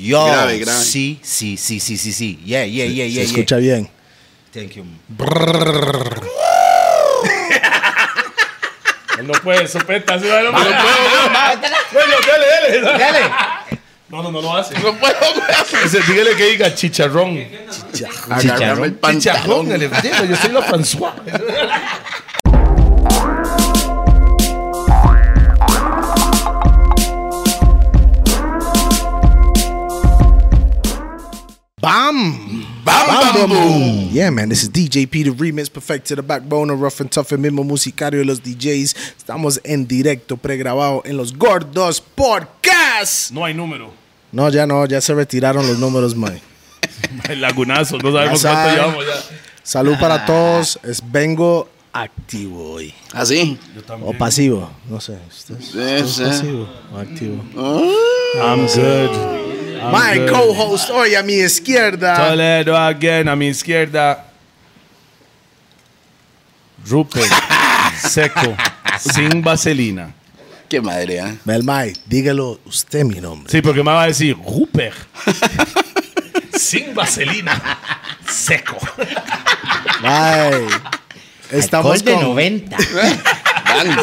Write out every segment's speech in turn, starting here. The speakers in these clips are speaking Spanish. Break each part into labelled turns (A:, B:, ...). A: Yo.
B: Grave, grave.
A: Sí, sí, sí, sí, sí, sí. Yeah, yeah, yeah, yeah.
C: Se
A: yeah.
C: escucha bien.
A: Thank you.
D: Él no puede, sopeta. sí, No, no,
B: No
D: puede.
B: puedo, más.
D: Bueno, dele, dele.
A: Dale.
D: No, no, no lo hace.
B: No puedo, más.
D: Ese, dígale que diga chicharrón.
B: Agarrame el
D: Chicharrón,
B: pantalón.
D: el entero. pues, Yo soy la François.
C: Bam!
B: Bam, bam, boom.
C: Yeah, man, this is DJ P, the remix perfecto, the backbone of Rough and Tough, el mismo musicario de los DJs. Estamos en directo, pregrabado en los Gordos Podcast.
D: No hay número.
C: No, ya no, ya se retiraron los números, man.
D: El lagunazo. No sabemos
C: Ya
D: cuánto
C: sabe.
D: llevamos ya.
C: Salud para todos. Es, vengo activo hoy.
B: Así. ah.
C: O pasivo, no sé. ¿usted es-
B: Sí,
C: es
B: sí.
C: pasivo o activo?
D: I'm good.
C: My co-host hoy a mi izquierda.
D: Toledo again a mi izquierda. Rupert, seco, sin vaselina.
B: Qué madre, ¿eh?
C: Belmay, dígalo usted mi nombre.
D: Sí, porque me va a decir Rupert, sin vaselina, seco.
C: May, Estamos
A: Gol de
C: con,
A: 90.
B: Bam.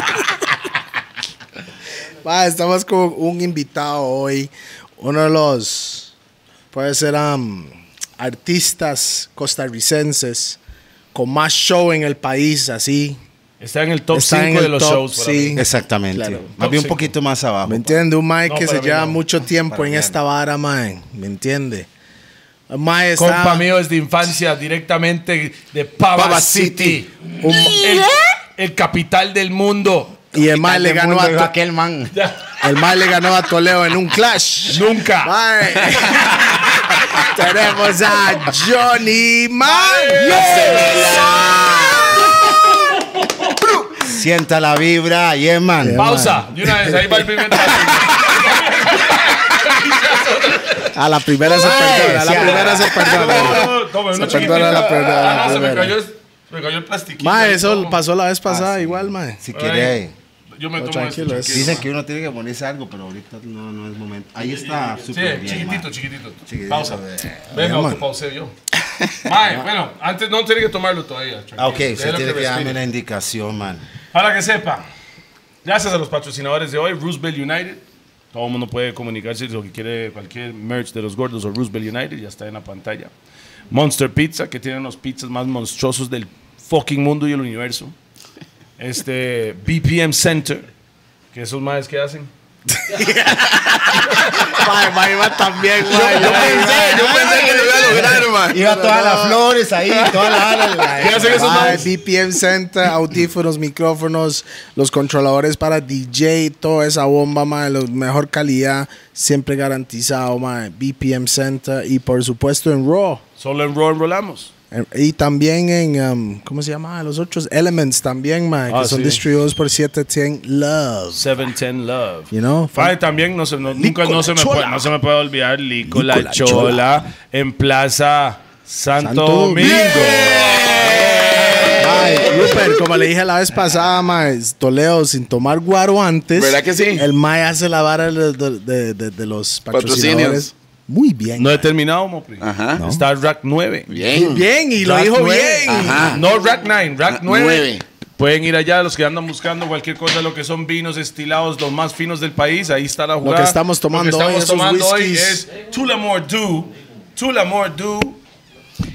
C: Mae, estamos con un invitado hoy, uno de los, puede ser, am, artistas costarricenses con más show en el país, así.
D: Está en el top
C: Está en
D: 5
C: el
D: de los
C: top,
D: shows. para
C: sí.
D: mí.
A: Exactamente.
C: Claro.
A: Más bien
D: Tóxico.
A: un poquito más abajo.
C: ¿Me entiende? Un mae
D: No,
C: que se
D: para mí
C: lleva
D: no.
C: mucho tiempo
A: Para
C: en
A: mí
C: esta vara, mae. ¿Me entiende? El Mae está...
D: Compa mío es de infancia, directamente de Pava,
B: Pava
D: City.
B: City.
C: un-
D: El, el capital del mundo.
C: y el mae
A: Mal
C: le ganó a... To-
A: aquel man.
C: El mae le ganó a Toledo en un clash.
D: Nunca.
C: Mae. Tenemos a Johnny Man.
A: Sienta la vibra, yeah, man.
D: Pausa. De una vez, ahí va el primer paso.
C: A la primera se
A: Ay,
C: perdona, a
A: sí,
C: la
A: a
C: primera
A: la-
C: se perdona.
D: Toma, una
C: Se perdona la
D: chiquitita.
C: perdona, la
D: Ah, se me
C: primera.
D: cayó, el- se me cayó el plastiquito.
C: Ma,
D: ahí,
C: eso
D: toma.
C: pasó la vez pasada igual, ma.
A: Si
D: Ay,
A: quiere.
D: Yo me
C: No,
D: tomo este
C: tranquilo,
D: esto,
C: es-
A: Dicen que uno tiene que ponerse algo, pero ahorita no, no es momento. Ahí está
D: Sí,
A: Ah, súper bien.
D: chiquitito,
A: man.
D: chiquitito,
A: Chiquitito,
D: Pausa.
A: eh.
D: Venga,
C: man.
D: autopausé yo. Mae, bueno, antes no tiene que tomarlo todavía.
A: Ah, ok,
D: tranquilo.
A: usted
D: Déjalo
A: tiene que darme
D: respire.
A: una indicación, man.
D: Para que sepa, gracias a los patrocinadores de hoy, Roosevelt United. Todo el mundo puede comunicarse lo que quiere, cualquier merch de los gordos o Roosevelt United, ya está en la pantalla. Monster Pizza, que tienen los pizzas más monstruosos del fucking mundo y el universo. Este, BPM Center, que esos madres que hacen.
C: Ma, ma, iba también, ma.
B: Yo pensé, yo pensé que lo iba a lograr, hermano.
A: Iba todas las flores ahí, todas las.
D: ¿Qué hacen esos
C: Ma,
D: madres?
C: BPM Center, audífonos, micrófonos, los controladores para DJ, toda esa bomba, ma, de la mejor calidad, siempre garantizado, ma. BPM Center y por supuesto en Raw.
D: Solo en Raw enrolamos.
C: Eh, Y también en, um, ¿cómo se llama? Los otros Elements también, ma, que
D: Ah,
C: son
D: sí.
C: distribuidos por 710 Love.
D: 710 Love.
C: You know?
D: Fae también, no se, no- nunca no
C: Licola
D: se, me
C: Chola.
D: puede, no se me puede olvidar Lico La
C: Licola
D: Chola, en Plaza Santo,
C: Santo
D: Domingo.
C: Ay,
B: Eh.
C: Rupert, como le dije la vez pasada, mae, Toledo, sin tomar guaro antes.
B: ¿Verdad que sí?
C: El mae hace la vara de, de- de- de- de los patrocinadores.
B: Patrocinios.
C: Muy bien.
D: No he terminado, Mopri.
B: Ajá. No.
D: Está Rack 9.
B: Bien.
C: Bien, y lo
A: Rack
C: dijo
A: nueve.
C: bien.
B: Ajá. Ah,
D: No Rack 9, Rack 9.
B: nueve.
D: Pueden ir allá, los que andan buscando cualquier cosa, lo que son vinos estilados, los más finos del país. Ahí está la jugada.
C: que estamos tomando
D: Lo que
C: hoy,
D: estamos
C: esos
D: tomando hoy
C: whiskies.
D: es Tulamore Dew, Tulamore Dew.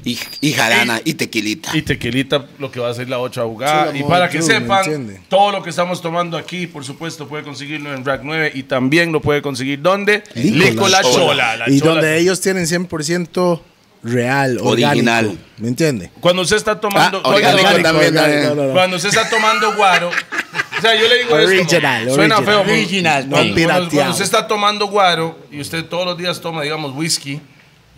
B: Y, y jarana y tequilita. Ah,
D: Y tequilita, lo que va a ser la otra jugada.
C: Chula,
D: y
C: amor,
D: para que
C: dude, ¿me entiende?
D: sepan, todo lo que estamos tomando aquí, por supuesto, puede conseguirlo en Rack 9 y también lo puede conseguir ¿dónde?
C: Licola
D: Licola
B: Chola.
D: Chola. la
C: y
D: Chola.
C: donde ellos tienen 100% real, original.
B: Original.
C: ¿Me entiende?
D: Cuando usted está tomando.
B: Ah,
D: oiga,
B: orgánico
D: oiga,
B: también,
C: orgánico,
B: eh.
C: no, no, no.
D: Cuando usted está tomando guaro. O sea, yo le digo esto,
C: Original,
D: man. Suena
C: original.
D: feo. pero-
A: Original,
D: cuando-
C: no
D: cuando,
C: pirateado.
D: cuando usted está tomando guaro y usted todos los días toma, digamos, whisky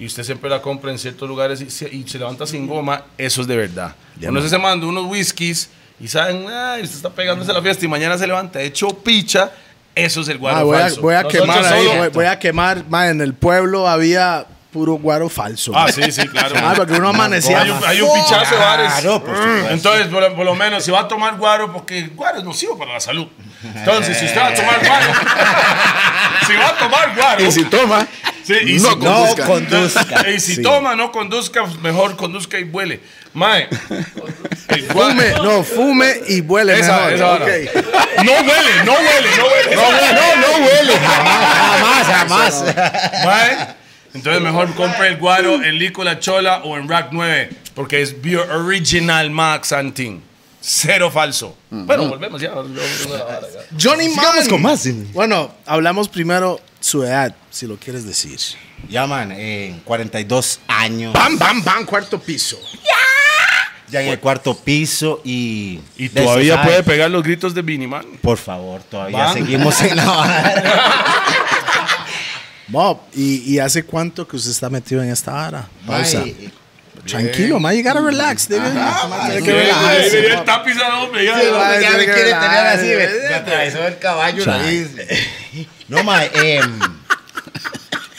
D: y usted siempre la compra en ciertos lugares y se, y se levanta sin goma, eso es de verdad. Cuando usted se manda unos whiskies y saben, ay, usted está pegándose a la fiesta y mañana se levanta hecho picha, eso es el guaro
C: Ah, voy, a,
D: falso.
C: voy a
D: Nosotros
C: quemar ahí,
D: solo-
C: voy, voy a quemar, mae, en el pueblo había puro guaro falso.
D: Ah, sí, sí, claro.
C: Mae, porque uno amanecía.
D: Hay un, hay un pichazo, Ares.
A: Claro,
B: pues,
A: por
C: Mm.
A: supuesto.
D: Entonces, por, lo- por lo menos, si va a tomar guaro, porque el guaro es nocivo para la salud. Entonces, si usted va a tomar guaro, si va a tomar guaro,
B: Y si toma,
D: Sí,
B: No
D: y si-
C: No
B: Conduzca.
C: conduzca.
D: Y si
C: Sí.
D: toma, no conduzca, mejor conduzca y vuele. Mae. El gua-
C: Fume, no, fume y vuele
D: Esa,
C: mejor.
D: esa hora.
C: Ok.
D: No huele, no huele, no huele. No
B: No, no huele.
A: Jamás, jamás.
D: Mae. Entonces mejor compre el guaro en Lícola Chola o en Rack 9, porque es Bio Original Max Antin. Cero falso. Bueno, volvemos ya.
C: Johnny Man.
E: con más.
C: Bueno, hablamos primero su edad, si lo quieres decir.
A: Ya, man, eh, 42 años.
D: Ah.
C: Bam, bam, bam, cuarto piso.
A: Ya en el cuarto piso y.
D: Y
A: de
D: todavía
A: esos,
D: puede
A: ay,
D: pegar los gritos de Vinny, man.
A: Por favor, todavía
D: Bam.
A: seguimos en la vara.
C: Bob, ¿y, y hace cuánto que usted está metido en esta vara? Pausa.
A: Ay, eh,
C: Tranquilo, man, you gotta relax. nigga. Tiene que relax.
D: El tapizado, hombre, ya.
C: Ay,
A: ya me
C: qué
A: quiere tener
C: verdad,
A: así, me,
C: eh.
A: me atravesó el caballo la nariz. No, ma, em,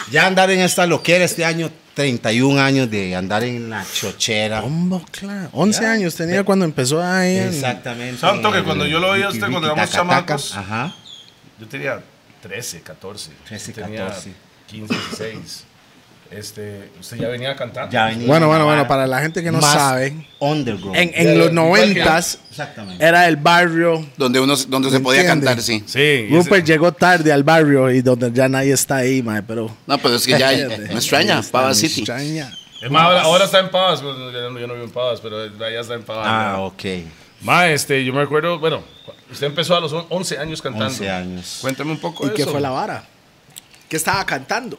A: ya andar en esta loquera este año, 31 años de andar en la chochera.
C: Hombo, claro. 11 años tenía cuando empezó ahí. en-
A: Exactamente.
D: Santo, que cuando yo lo oía a usted
A: Wiki,
D: cuando
A: wiki,
D: éramos
A: taca, taca.
D: chamacos.
A: Ajá.
D: Yo tenía 13, 14.
A: 13,
D: Usted tenía
A: 14.
D: 15, 16. Este, usted ya venía cantando.
A: Ya venía
C: Bueno,
A: la
C: bueno,
A: vara
C: bueno, para la gente que no
A: más
C: sabe,
A: Underground.
C: en, en los noventas
A: Exactamente.
C: era el barrio.
B: Donde, uno, donde se
C: ¿Me
B: podía
C: entiende?
B: cantar, sí.
D: Sí. y
C: Rupert
D: ese-
C: llegó tarde al barrio y donde ya nadie está ahí, mae, pero.
B: No, pero es que ya me extraña,
C: Está,
B: Pava
C: me
B: City.
C: extraña.
D: Es más, ahora, ahora está en Pavas. Yo no, yo no vivo en Pavas, pero ya está en Pavas.
A: Ah,
D: ¿no?
A: ok.
D: Ma, este, yo me acuerdo, bueno, usted empezó a los on- 11 años cantando.
A: 11 años.
D: Cuéntame un poco
C: ¿Y
D: de
C: qué
D: eso.
C: fue la vara? ¿Qué estaba cantando?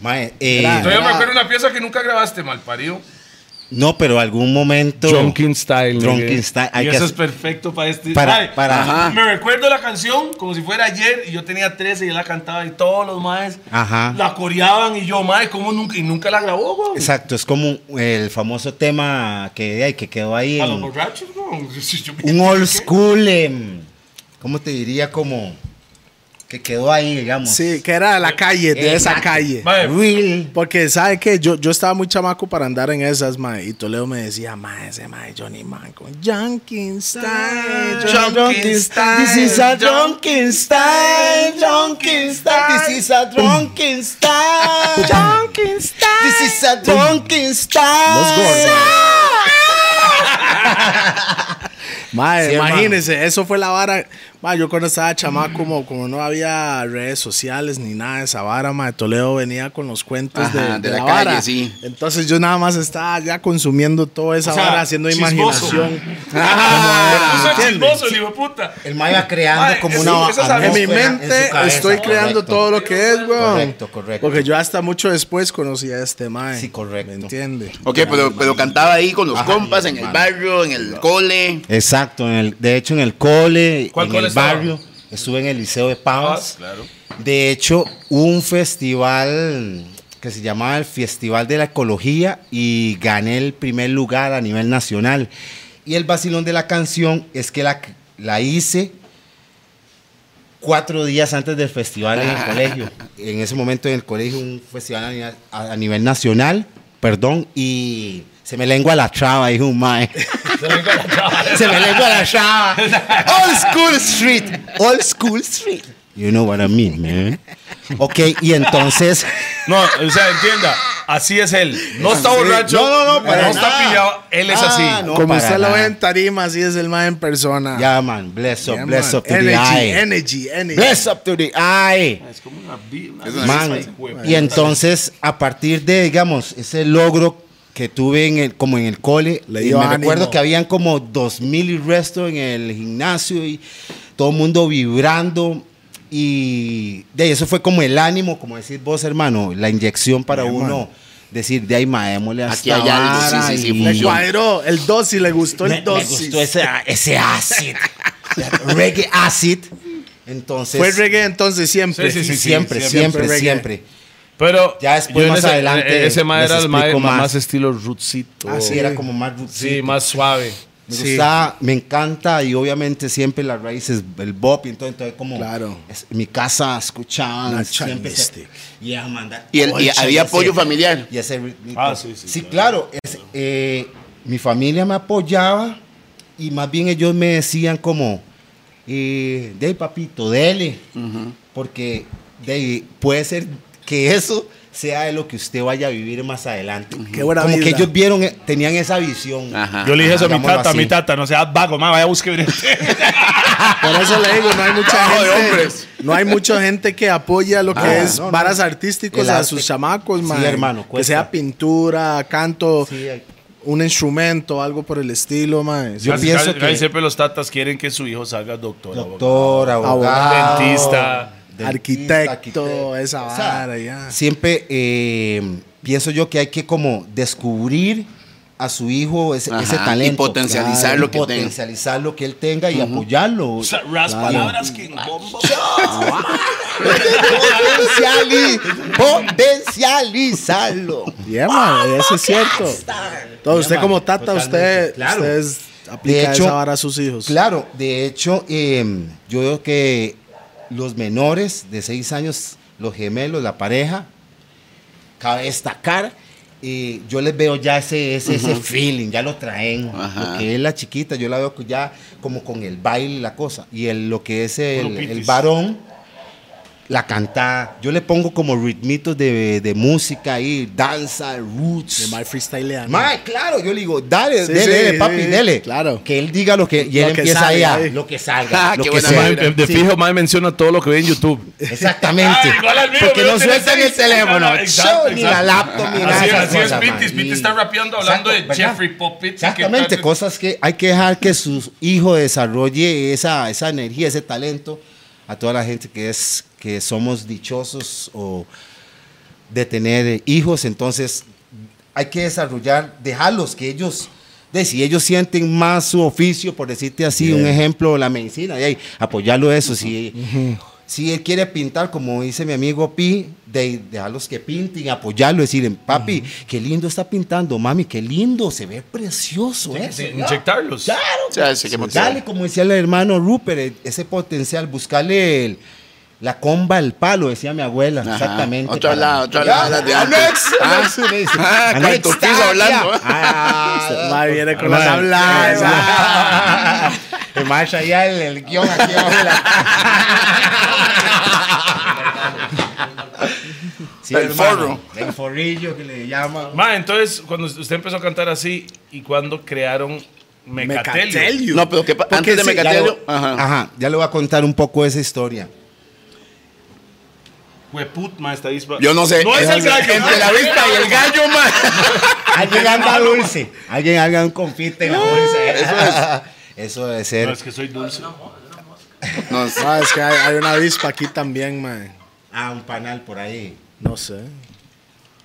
A: Mae, eh,
D: Entonces, yo me
C: Era-
D: acuerdo una pieza que nunca grabaste, mal parido.
A: no, pero algún momento.
D: Style.
A: Drunken
D: nigga.
A: Style, hay
D: Y
A: que
D: eso es
A: hacer-
D: perfecto para este.
A: Para- para-
B: Ajá.
D: Me recuerdo la canción como si fuera ayer y yo tenía 13 y él la cantaba y todos los maes
A: Ajá.
D: la coreaban y yo, mae, ¿cómo nunca? Y nunca la grabó, güey.
A: Exacto, es como el famoso tema que, ay, que quedó ahí.
D: A
A: en-
D: los borrachos, güey. Si yo-
A: un old
D: ¿qué?
A: school, em, ¿cómo te diría? Como que quedó ahí, digamos.
C: Sí, que era de la calle, de esa
A: Exacto.
C: calle.
D: Mae,
A: Real.
C: Porque, ¿sabe qué? Yo, yo estaba muy chamaco para andar en esas, mae. Y Toledo me decía, mae, ese mae Johnny Man con Junkin Style. Jun-
A: Drunken style. This is a drunken style. Drunken style. This is a drunken style. Drunken style. This is a drunken style.
C: Los Mae,
A: Sí, hermano.
C: imagínense, eso fue la vara. Mae, yo cuando estaba chamaco, como, como no había redes sociales ni nada de esa vara, mae, Toledo venía con los cuentos
B: Ajá, de
C: de, de
B: la
C: la,
B: calle,
C: vara.
B: sí.
C: Entonces yo nada más estaba ya consumiendo toda esa
D: O sea,
C: vara, haciendo
D: chismoso.
C: imaginación.
D: Ah,
C: Ah,
D: Eso es
C: ¿entiendes?
D: chismoso, el hijo de puta.
A: El Maya creando
D: Mae,
A: como
D: eso-
A: una.
D: eso es
A: atmósfera
C: En mi
A: en su
C: mente
A: cabeza.
C: estoy creando
A: Correcto.
C: todo lo que es, weón.
A: Correcto, correcto.
C: Porque yo hasta mucho después conocí a este mae.
A: Sí, correcto.
C: ¿Me entiende?
B: Ok, pero, pero cantaba ahí con los
A: Ajá,
B: compas,
A: y
B: en el
A: hermano.
B: barrio, en el cole.
A: Exacto, en el, de hecho en el cole,
D: ¿Cuál
A: en
D: cole
A: el
D: estaba?
A: barrio, estuve en el Liceo de Pavas.
D: claro.
A: De hecho, un festival que se llamaba el Festival de la Ecología y gané el primer lugar a nivel nacional. Y el vacilón de la canción es que la, la hice cuatro días antes del festival en el colegio. En ese momento en el colegio, un festival a nivel, a- a nivel nacional, perdón, y se me lengua la traba, dijo un mae. Se me lengua la chava. Old School Street. Old School Street. You know what I mean, man. Ok, y entonces.
D: No, o sea, entienda, así es él. No está
A: Sí.
D: borracho.
A: No, no, no, para
D: No está
A: nada.
D: pillado, él es
A: Ah,
D: así.
A: no,
C: como
A: para
C: usted lo
A: nada.
C: ve en tarima, así es el mae en persona.
A: Yeah, man. Bless up,
C: Yeah,
A: bless
C: man.
A: up to the
C: energy,
A: eye.
C: energy, energy.
A: Bless up to the eye.
D: Es como una bi- una
B: Es
D: bi-
B: una
A: Man,
D: esa hijo de
A: y
D: puta.
A: entonces, a partir de, digamos, ese logro que tuve en el, como en el cole,
C: Le
A: y
C: dio
A: me
C: ánimo.
A: recuerdo que habían como dos mil y resto en el gimnasio y todo el mundo vibrando. Y de ahí, eso fue como el ánimo, como decís vos, hermano, la inyección para uno decir, de ahí, maémosle
B: Aquí
A: hasta
B: hay algo, sí, sí, sí,
C: Le
B: funciona.
C: cuadró el dosis, le gustó
A: me,
C: el
A: me
C: dosis.
A: gustó ese, ese acid, reggae acid. Entonces,
C: Fue reggae entonces siempre.
D: Sí, sí, sí, sí,
A: siempre,
D: siempre,
A: siempre,
C: reggae.
A: siempre.
D: Pero
A: Ya después,
D: en
A: más adelante,
D: Ese mae
A: les
D: era el mae
A: explico
D: más.
A: más.
D: estilo rootsito.
A: Así Ah, era como más
D: Sí, más suave.
A: Me
C: Sí.
A: gusta, me encanta y obviamente siempre las raíces, el bop y entonces, entonces como
C: Claro.
A: es- en mi casa escuchaban
C: Not
A: siempre se-
C: Chinistic.
A: Yeah, man, that-
B: Y el- y
A: Oye,
B: había
A: ese-
B: apoyo familiar.
A: y ese ritmo.
D: Ah, sí, sí,
A: claro, es- eh, mi familia me apoyaba y más bien ellos me decían como, eh, de papito, dele, porque de, puede ser que eso sea de lo que usted vaya a vivir más adelante.
C: Qué buena
A: Como que
C: vibra.
A: ellos vieron, eh, tenían esa visión.
B: Ajá.
D: Yo le dije eso a mi
A: Ah, Hagámoslo
D: tata, a
A: así.
D: mi tata, no seas vago, más vaya a buscar.
C: Por eso le digo, no hay mucha
B: Trabajo de
C: gente.
B: hombres.
C: No hay mucha gente que apoya lo que
A: Ah,
C: es
A: no, no.
C: varas artísticos
A: El
C: a
A: arte.
C: sus chamacos,
A: Sí,
C: man.
A: hermano,
C: que
A: cuesta.
C: sea pintura, canto,
A: Sí, hay-
C: un instrumento, algo por el estilo, man.
A: Yo pienso que-
D: siempre los tatas quieren que su hijo salga doctor.
A: Doctor, abogado,
D: Dentista.
C: Arquitecto, esa vara, ya.
A: Siempre eh, pienso yo que hay que como descubrir a su hijo ese,
B: Ajá,
A: ese
B: y
A: talento.
B: potencializar lo
A: y
B: que tenga.
A: Potencializar lo que él tenga y apoyarlo.
D: O sea, las
A: Claro.
D: palabras que en bombo.
A: Potenciali- potencializarlo.
C: Yeah,
A: Ah,
C: man, eso es cierto. Entonces, usted
A: man,
C: como tata,
A: totalmente,
C: usted,
A: claro.
C: usted es- aplica
A: De hecho,
C: esa vara a sus hijos.
A: Claro, de hecho, eh, yo veo que los menores de 6 años, los gemelos, la pareja, cabe destacar, eh, yo les veo ya ese, ese, ese feeling, ya lo traen.
B: Ajá.
A: Lo que es la chiquita, yo la veo que ya como con el baile y la cosa. Y el, lo que es el,
D: Grupitis.
A: el varón, la cantada. Yo le pongo como ritmitos de, de música ahí, danza, roots.
C: De my freestyleando.
A: Mae, claro, yo le digo, dale,
C: Sí,
A: dele,
C: sí,
A: dele,
C: sí,
A: papi,
C: sí,
A: dele.
C: claro.
A: Que él diga lo que. Y él
C: Lo que
A: empieza ahí a.
C: salga, sí.
A: Lo que salga.
B: Ah,
A: lo
B: qué
A: que
B: buena
A: sea.
B: madre.
D: De, de
A: Sí,
D: fijo, más menciona todo lo que ve en YouTube.
A: Exactamente.
D: Ah, igual al mío,
A: Porque
D: mío
A: no
D: tiene
A: sueltan el
D: seis.
A: teléfono.
D: Exacto,
A: show, ni la
D: exacto.
A: laptop, ni nada.
D: Así,
A: de esas
D: así es,
A: cosas,
D: Pitis.
A: man.
D: Pitis está rapeando hablando de Jeffrey Poppins y que
A: Exactamente,
D: tal-
A: cosas que hay que dejar que su hijo desarrolle esa, esa energía, ese talento a toda la gente que es que somos dichosos o de tener eh, hijos, entonces hay que desarrollar, dejarlos que ellos de si ellos sienten más su oficio, por decirte así, un ejemplo, la medicina, de ahí, apoyarlo eso, si, si él quiere pintar, como dice mi amigo Pi, de dejarlos que pinten, apoyarlo, decirle, papi, qué lindo está pintando, mami, qué lindo, se ve precioso eso.
D: Sí,
A: ¿no?
D: Inyectarlos.
B: O sea, ese que motiva.
A: Dale, como decía el hermano Rupert, e- ese potencial, buscarle el- la comba al palo, decía mi abuela.
B: Ajá.
A: Exactamente.
B: Otra
A: para-
B: la- otra la-
A: Ya,
B: la de
A: ah,
B: antes.
A: next,
B: Ah.
A: next, me dice.
B: Ah,
A: Ah,
B: con el
A: next,
B: turquillo
A: ah,
B: hablando.
A: ya. Ah,
C: Mae viene con
D: Mae.
C: las habladas.
A: ah, ah. El maestro allá, el, el guión aquí abajo de la- Sí,
B: El
A: hermano,
B: forro.
A: El forrillo que le llaman.
D: Ma, entonces, cuando usted empezó a cantar así y cuando crearon Mecatelio.
C: Mecatelio.
B: No, pero que pa-
C: Porque
B: antes de
C: sí, ya
B: Mecatelio.
A: lo-
B: Ajá.
A: Ajá, ya le voy a contar un poco esa historia.
D: Hueput, ma, está dispa-
B: Yo no sé.
D: No es el gallo.
B: Entre la avispa y el gallo, man.
A: Alguien anda dulce. Alguien haga un confite en la bolsa. Eso es. Eso debe
D: No,
A: ser.
D: es que soy dulce.
B: No sé.
C: Ah, es que hay, hay una avispa aquí también, man.
A: Ah, un panal por ahí.
C: No sé.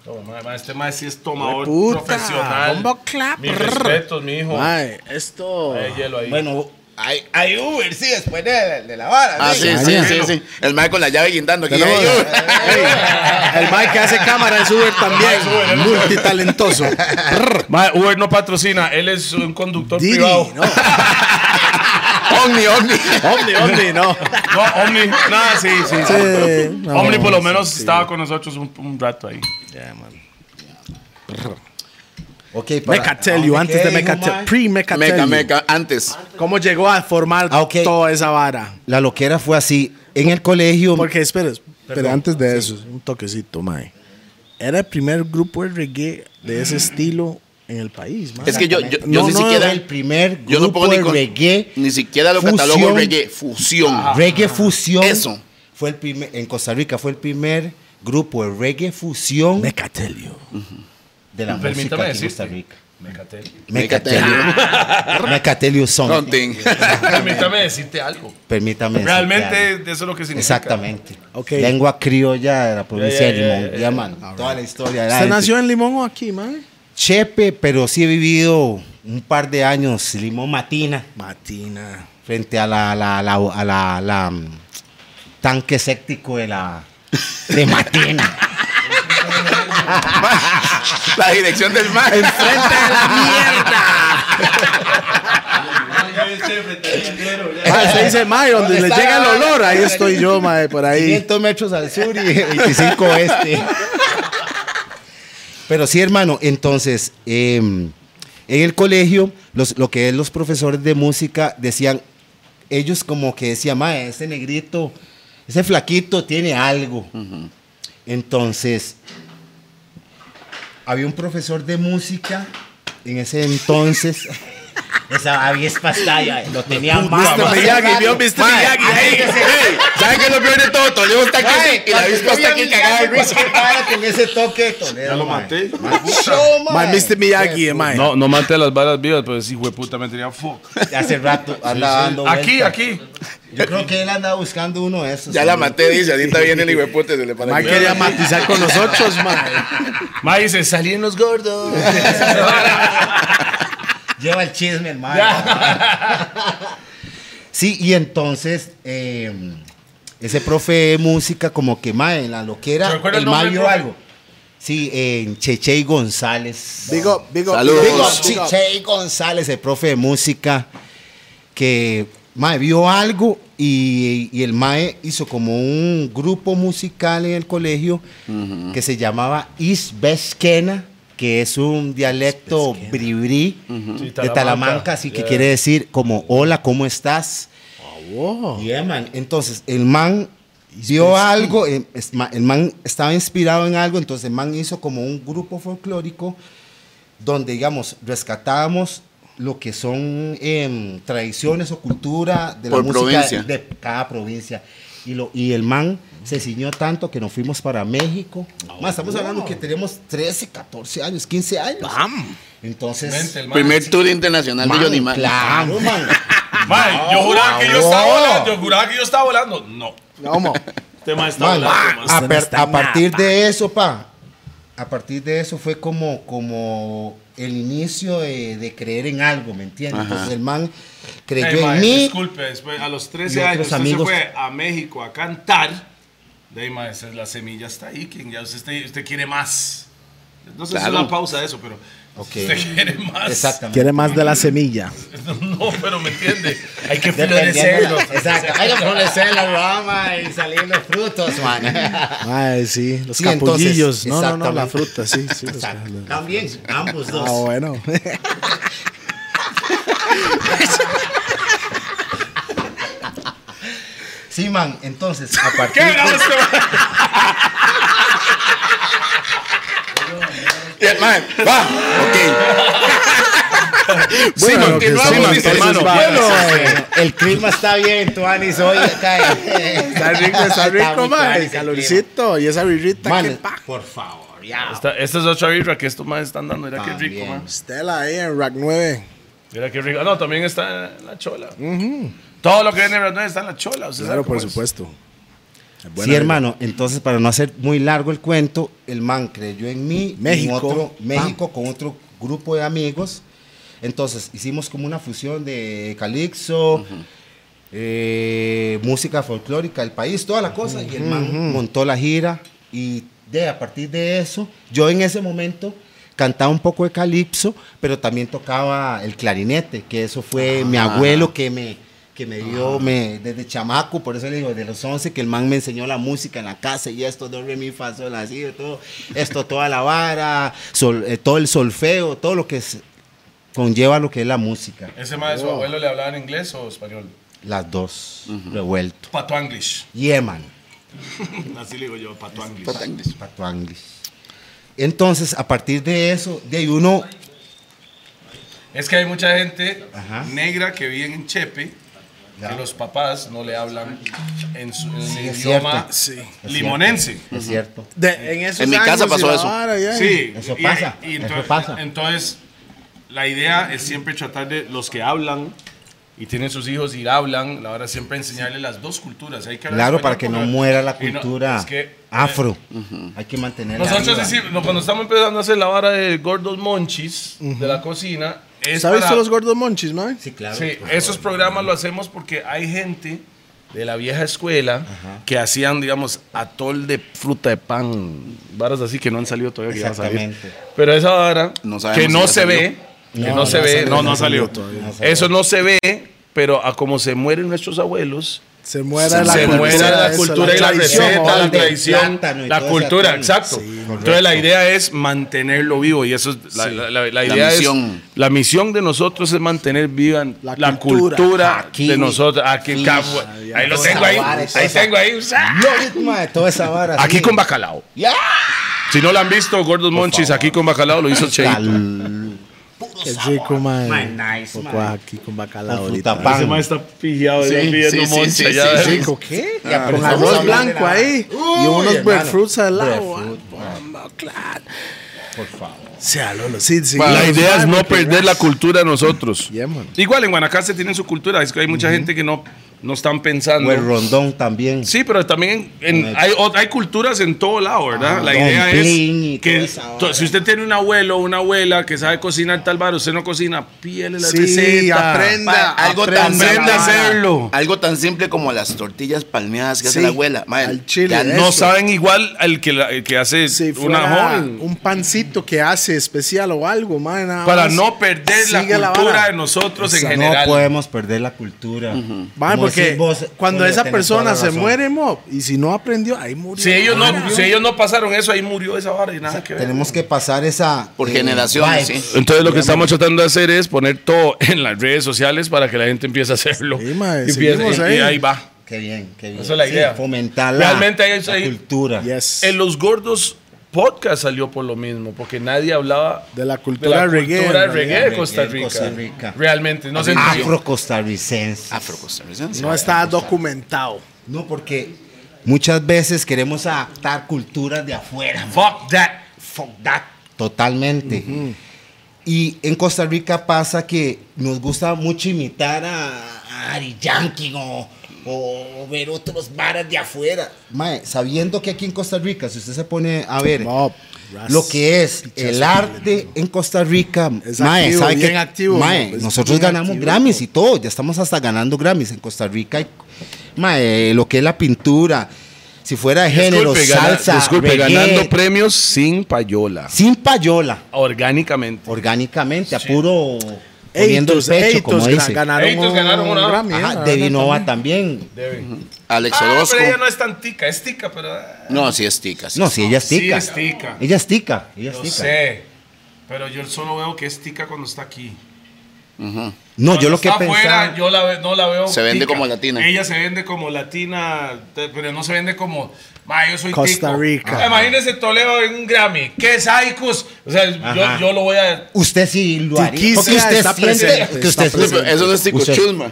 D: No, ma, ma, este ma sí es tomador
C: Puta,
D: profesional.
C: bombo clap.
D: Mis respetos, mi hijo.
C: Mae, esto.
D: Hay hielo ahí.
A: Bueno, hay, hay Uber, sí, después de, de la vara.
B: Ah, sí, sí, sí, sí. El mae con la llave guindando aquí.
C: Tenemos-
B: Ay, yo-
C: Ey, el Mike que hace cámara es Uber también. Multitalentoso.
D: Ma, Uber no patrocina, él es un conductor
C: Didi,
D: privado.
C: no.
B: Omni, Omni.
C: Omni, Omni, no.
D: No, Omni, nada, sí, sí. sí.
C: Sí, no,
D: Omni por lo
C: sí,
D: menos
C: sí.
D: estaba con nosotros un, un rato ahí.
C: Yeah, man.
A: Ok, para-
C: Mecatelio,
A: ¿a dónde
C: antes de
A: qué, hijo,
C: Mecatelio.
A: mae?
B: Meca,
C: Pre-Mecatelio.
B: meca, antes.
C: ¿Cómo llegó a formar
A: Ah, ok.
C: toda esa vara?
A: La loquera fue así. En el colegio.
C: Porque, espera, pero antes de eso, un toquecito, Mae. Era el primer grupo de reggae de ese estilo en el país, Mae.
B: Es que yo, yo, yo
C: No,
B: ni
C: no,
B: siquiera.
A: el primer grupo
B: yo no puedo
A: de
B: ni con-
A: reggae.
B: Ni siquiera lo catalogo
A: fusión,
B: reggae. Fusión.
A: Reggae fusión.
B: Eso.
A: Fue el primer, en Costa Rica fue el primer grupo de reggae fusión
C: Mecatelio.
A: de la música
D: Permítame
A: aquí en
D: decir.
A: Costa Rica.
D: Mecatelio.
A: Mecatelio.
B: Ah.
A: Mecatelio son.
B: Something.
D: Permítame decirte algo.
A: Permítame. decirte
D: Realmente
A: algo.
D: eso es lo que significa.
A: Exactamente.
C: Ok.
A: Lengua criolla de la provincia
D: Ya, ya,
A: de
D: ya,
A: Limón.
D: ya, ya.
A: Ya, mano, Toda la historia. era
C: ¿Usted
A: eso.
C: nació en Limón o aquí, Mae?
A: Chepe, pero sí he vivido un par de años, Limón Matina,
C: Matina.
A: frente a la, la, la, a la, la, mm, tanque séptico de la de Matina.
B: La dirección del mae.
A: Frente a la
C: Ah, usted dice, Mae, donde le
A: Está-
C: llega el olor, ahí estoy yo, Mae, por ahí.
A: 500 metros al sur y 25 oeste. Pero sí, hermano, entonces, eh, en el colegio, los, lo que es los profesores de música decían, ellos como que decían, ma, ese negrito, ese flaquito tiene algo. Entonces, había un profesor de música en ese entonces. Esa había pastalla, lo tenía más.
B: Mr. Miyagi, vio Mr. Miyagi. Hey, hey, ¿Saben qué es lo peor de todo? Toledo está aquí así y la avispa está aquí cagada de risa.
A: con ese toque de Toledo.
D: Ya lo
A: mae.
D: maté.
A: Show,
C: My
A: mae.
C: Mr. Miyagi, mae.
D: No, no mate las balas vivas, pero sí, güey, puta, me tenía fuck.
A: Hace rato andaba dando
D: Aquí,
A: vueltas.
D: aquí.
A: Yo creo que él andaba buscando uno de esos.
B: Ya la
A: seguro.
B: maté, dice. Ahorita viene el hijueputa y se le para.
C: Mae quería matizar con nosotros, mae.
D: Ma dice, salí en los gordos.
A: Lleva el chisme, hermano. sí, y entonces, eh, ese profe de música, como que mae, en la
D: ¿Se
A: loquera,
D: acuerda el
A: el mae
D: nombre,
A: vio
D: profe?
A: algo. Sí, en Chechey González.
C: Big up, big up.
B: Saludos.
C: Big
A: Digo,
C: up, big up.
A: Chechey González, el profe de música, que mae, vio algo y, y el mae hizo como un grupo musical en el colegio que se llamaba Isbesquena, que es un dialecto bribri
D: Sí,
A: de Talamanca, así que
D: Yeah.
A: quiere decir como hola, ¿cómo estás?
B: Oh.
A: Yeah, man. Entonces, el man vio algo, eh, es ma- el man estaba inspirado en algo, entonces el man hizo como un grupo folclórico donde, digamos, rescatábamos lo que son em, tradiciones o cultura de la
B: Por
A: música
B: provincia.
A: de cada provincia. Y, lo, y el man se ciñó tanto que nos fuimos para México.
B: Oh.
A: Más, estamos hablando que tenemos 13, 14 años, 15 años. Entonces,
D: Vente, el ma.
B: Primer tour internacional de
A: man,
B: Johnny Man.
A: claro, man.
D: Ma, yo juraba que yo estaba
A: No.
D: volando. Yo juraba que yo estaba volando. No.
C: Vamos.
D: Este ma está
A: Man,
D: volando, ma.
A: a,
C: no
A: per-
C: está
A: a partir
C: nada.
A: de eso, pa, a partir de eso fue como, como el inicio de, de creer en algo, ¿me entiendes? Entonces el man creyó
D: Ey,
A: en
D: ma,
A: mí.
D: Disculpe, después, a los
A: y
D: 13
A: otros
D: años usted
A: amigos.
D: se fue a México a cantar. De ahí, ma, esa es la semilla está ahí. Quien ya usted, está- usted quiere más. No sé si
B: Claro.
D: es una pausa de eso, pero
A: Ok.
D: usted quiere más.
A: Exactamente.
C: Quiere más de la semilla.
D: No, pero me entiende. Hay que
A: Dependiendo
D: florecerlo.
A: de- Exacto. Hay que florecer la rama y salir los frutos, man.
C: Mae, sí. Los
A: Sí, entonces,
C: capullillos. no, no, no, la
A: exactamente.
C: fruta, sí. sí los-
A: Exacto. También, ambos
C: Ah,
A: dos.
C: bueno.
A: Sí, man. Entonces, a
D: ¿Qué
A: partir
D: bravo este ma?
B: Yeah, man, va, ok. sí,
C: Bueno, que
B: continuamos,
C: sí,
B: dice
C: entonces, eh,
B: hermano.
C: va.
B: Bueno,
A: Bueno, el clima está bien, Tuanis, hoy acá. eh.
C: Está rico, está rico,
A: muy
C: mae.
A: tuanis el
C: Calorcito. Y esa birrita
A: clima.
C: que
A: Man,
C: pa.
A: por favor, ya.
D: Esta, esta es otra birra que estos más están dando. Mira qué rico,
A: También.
D: man.
C: Estela ahí en Rack 9.
D: Mira qué rico. Ah, No, también está en la chola. Todo lo que viene de verdad está en la chola. ¿usted sabe
C: Claro,
D: cómo
C: por
D: es?
C: supuesto. Buena
A: sí,
C: birra.
A: hermano. Entonces, para no hacer muy largo el cuento, el man creyó en mí.
C: México.
A: en otro- México con otro grupo de amigos. Entonces, hicimos como una fusión de calixto, eh, música folclórica del país, toda la cosa. Y el man montó la gira. Y de, a partir de eso, yo en ese momento cantaba un poco de calipso, pero también tocaba el clarinete, que eso fue mi abuelo que me, que me dio me, desde chamaco, por eso le digo, de los 11, que el man me enseñó la música en la casa y esto, do, re, mi, fa, sol, así, todo, esto, toda la vara, sol- eh, todo el solfeo, todo lo que es- conlleva lo que es la música,
D: ¿Ese ma de su abuelo le hablaba en inglés o español?
A: las dos, revuelto.
D: Pato English.
A: Yemen.
D: Así le digo yo, Pato English.
A: Pato Anglis. Entonces, a partir de eso, de ahí uno,
D: Es que hay mucha gente
A: Ajá.
D: negra que vive en Chepe, que
A: Ya.
D: los papás no le hablan en su en el
A: es
D: idioma
A: cierto.
C: Sí.
D: limonense.
A: es cierto,
C: De- en, esos
B: En mi
C: años
B: casa
C: y
B: pasó
C: la
B: eso.
C: vara, ya.
D: Sí,
A: Eso
D: y-
A: pasa,
D: y
A: eso
D: entonces,
A: pasa.
D: entonces, la idea es siempre tratar de los que hablan y tienen sus hijos y hablan, la hora siempre enseñarle las dos culturas. Hay que hablar
A: claro,
D: español
A: para que no
D: porque-
A: muera la
D: y no-
A: cultura
D: es que-
A: afro. Hay que mantenerla.
D: Nosotros
A: viva.
D: decimos, no, cuando estamos empezando a hacer la vara de gordos monchis de la cocina, es
C: ¿Sabes
D: para-
C: los gordos monchis, mae?
A: Sí, claro.
D: Sí,
A: por
D: esos
A: favor.
D: programas lo hacemos porque hay gente de la vieja escuela que hacían, digamos, atol de fruta de pan, varas así que no han salido todavía. Que van a salir.
A: Exactamente.
D: Pero esa vara
B: No
D: que
B: sabemos si
D: no
B: ya
D: se
B: salió.
D: ve, que
A: No,
D: no,
A: no
D: se
A: ha
D: ve,
A: salido,
D: no,
A: no
D: no
A: ha
D: salió.
A: salido todavía. No ha salido.
D: Eso no se ve, pero a como se mueren nuestros abuelos,
C: Se muera la
D: se
C: cultura.
D: muera la
C: eso,
D: cultura y la
C: tradición,
D: receta, la
C: ¿vale?
D: tradición,
A: plátano y
D: la
A: todo
D: cultura,
A: ese
D: exacto.
A: atún. Sí,
D: Entonces la idea es mantenerlo vivo y eso es la, la- la- la idea es-
B: misión.
D: la misión de nosotros es mantener viva la,
C: La
D: cultura,
C: cultura.
A: Aquí,
D: de nosotros. Aquí,
A: aquí,
D: cabo-
A: ya
D: ahí lo
A: todos
D: tengo ahí,
A: sabares,
D: ahí
A: todos
D: tengo ahí.
A: Lorit, mae, toda esa vara.
D: Aquí
A: sí.
D: con bacalao. Si no lo han visto, Gordos Monchis, aquí con bacalao lo hizo Cheito.
A: Cal-
C: Qué rico, mae.
A: Mae, nice,
C: Poco
A: mae.
C: aquí con bacalao
A: Con
C: ahorita.
A: fruta pan.
D: está pillado
B: Sí, sí, sí, sí,
D: ya.
B: sí, sí.
C: Rico, ¿qué?
A: Ya, pero
C: Con
A: estamos
C: arroz
A: hablando de
C: blanco
A: la-
C: ahí.
A: Uy,
C: y unos
A: hermano.
C: breadfruits al lado.
A: Breadfruit,
C: Bomba, claro. Sea Lolo, sí, sí.
D: La idea es no perder la cultura de nosotros.
C: Yeah, man.
D: Igual en Guanacaste tienen su cultura, es que hay mucha gente que no, no están pensando.
A: O el rondón también.
D: Sí, pero también en- hay, o- hay culturas en todo lado, ¿verdad? la idea
A: dumpling y toda
D: es que
A: esa
D: to-
A: vara.
D: si usted tiene un abuelo o una abuela que sabe cocinar tal bar, usted no cocina, pídele la
C: Sí,
D: receta.
C: aprenda.
B: Ma, algo tan
D: aprenda
B: simple
D: a hacerlo.
B: Algo tan simple como las tortillas palmeadas que hace
C: Sí,
B: la abuela. Ma,
C: al chile,
B: ya
C: eh.
D: No
C: Eso.
D: saben igual al que, la- el que hace
C: Si
D: una
C: fuera
D: joven.
C: un pancito que hace especial o algo, mae. nada
D: Para
C: más.
D: no perder la
C: Sigue
D: cultura
C: vara.
D: de nosotros en
A: Esa-
D: general.
A: No podemos perder la cultura.
C: Mae,
A: Como
C: porque
A: decís vos,
C: cuando
A: Julio,
C: esa
A: tenés
C: persona
A: toda la
C: se
A: razón.
C: muere, mo, y si no aprendió, ahí murió.
D: si, ellos no,
C: Mae.
D: si ellos no pasaron eso, ahí murió esa vara y nada que ver.
A: Tenemos que pasar esa.
B: Por
A: eh,
B: generaciones,
A: vibes.
B: sí.
D: Entonces lo que estamos tratando de hacer es poner todo en las redes sociales para que la gente empiece a hacerlo.
C: Sí, mae,
D: y, empiece-
C: seguimos
D: y-
C: ahí.
D: y ahí va.
A: Qué bien, qué bien.
D: Esa es la
A: Sí,
D: idea.
A: fomentar la,
D: Realmente hay-
A: la
D: hay-
A: cultura.
C: Yes.
D: En los gordos podcast salió por lo mismo, porque nadie hablaba
C: De la cultura reggae,
D: cultura
C: en
D: reggae
C: realidad.
D: de Costa
A: Reggae de
D: Rica.
A: Costa Rica.
D: Realmente, no se entendió.
A: Afro-costarricense.
B: Afrocostarricense.
C: no está documentado.
A: No, porque muchas veces queremos adaptar culturas de afuera. man.
D: Fuck that.
A: Fuck that. Totalmente. Y en Costa Rica pasa que nos gusta mucho imitar a, a Ari Yankee o, o ver otros bares de afuera. Mae, sabiendo que aquí en Costa Rica, si usted se pone a ver
C: Mob, ras,
A: lo que es el
C: pichazo,
A: arte en Costa Rica,
C: Es
A: mae,
C: activo,
A: sabe
C: bien
A: que-
C: activo,
A: mae,
C: ¿no? Es
A: nosotros
C: bien
A: ganamos
C: activo.
A: Grammys y todo, ya estamos hasta ganando Grammys en Costa Rica. y- mae, lo que es la pintura, si fuera de género,
D: Disculpe, gana-
A: salsa,
D: disculpe,
A: reggae,
D: ganando premios sin payola.
A: sin payola
D: Orgánicamente.
A: orgánicamente, a puro poniendo el
C: Eitos,
A: pecho, como
C: Eitos
A: dice.
C: ganaron,
D: Eitos
C: un-
D: ganaron una-
C: un Grammy,
A: Ajá,
C: ¿eh?
A: de Vinova también.
B: Alex
D: Ah,
B: Orozco.
D: pero ella no es tan tica, es tica, pero. ah,
B: No, sí es tica. sí.
A: No, si ella es
D: Sí,
A: tica.
D: es tica.
A: Ella es tica. Ella es
D: Yo
A: tica.
D: sé. Pero yo solo veo que es tica cuando está aquí.
A: No, yo lo que
D: está afuera,
A: pensaba.
D: yo la ve- no la veo.
B: Se vende como latina.
D: Ella se vende como latina, te- pero no se vende como. Ma, yo soy
C: Costa
D: tico".
C: Rica.
D: Ah, Imagínese Toledo en un Grammy. ¿Qué saicos? O sea, yo,
A: Ajá.
D: yo lo voy a.
A: Usted sí lo haría.
C: Tiquiza
A: Porque usted
C: está
A: siente
C: presente,
A: que usted
C: está
B: Sí, pero Eso no es tico
A: Usted-
B: chusma.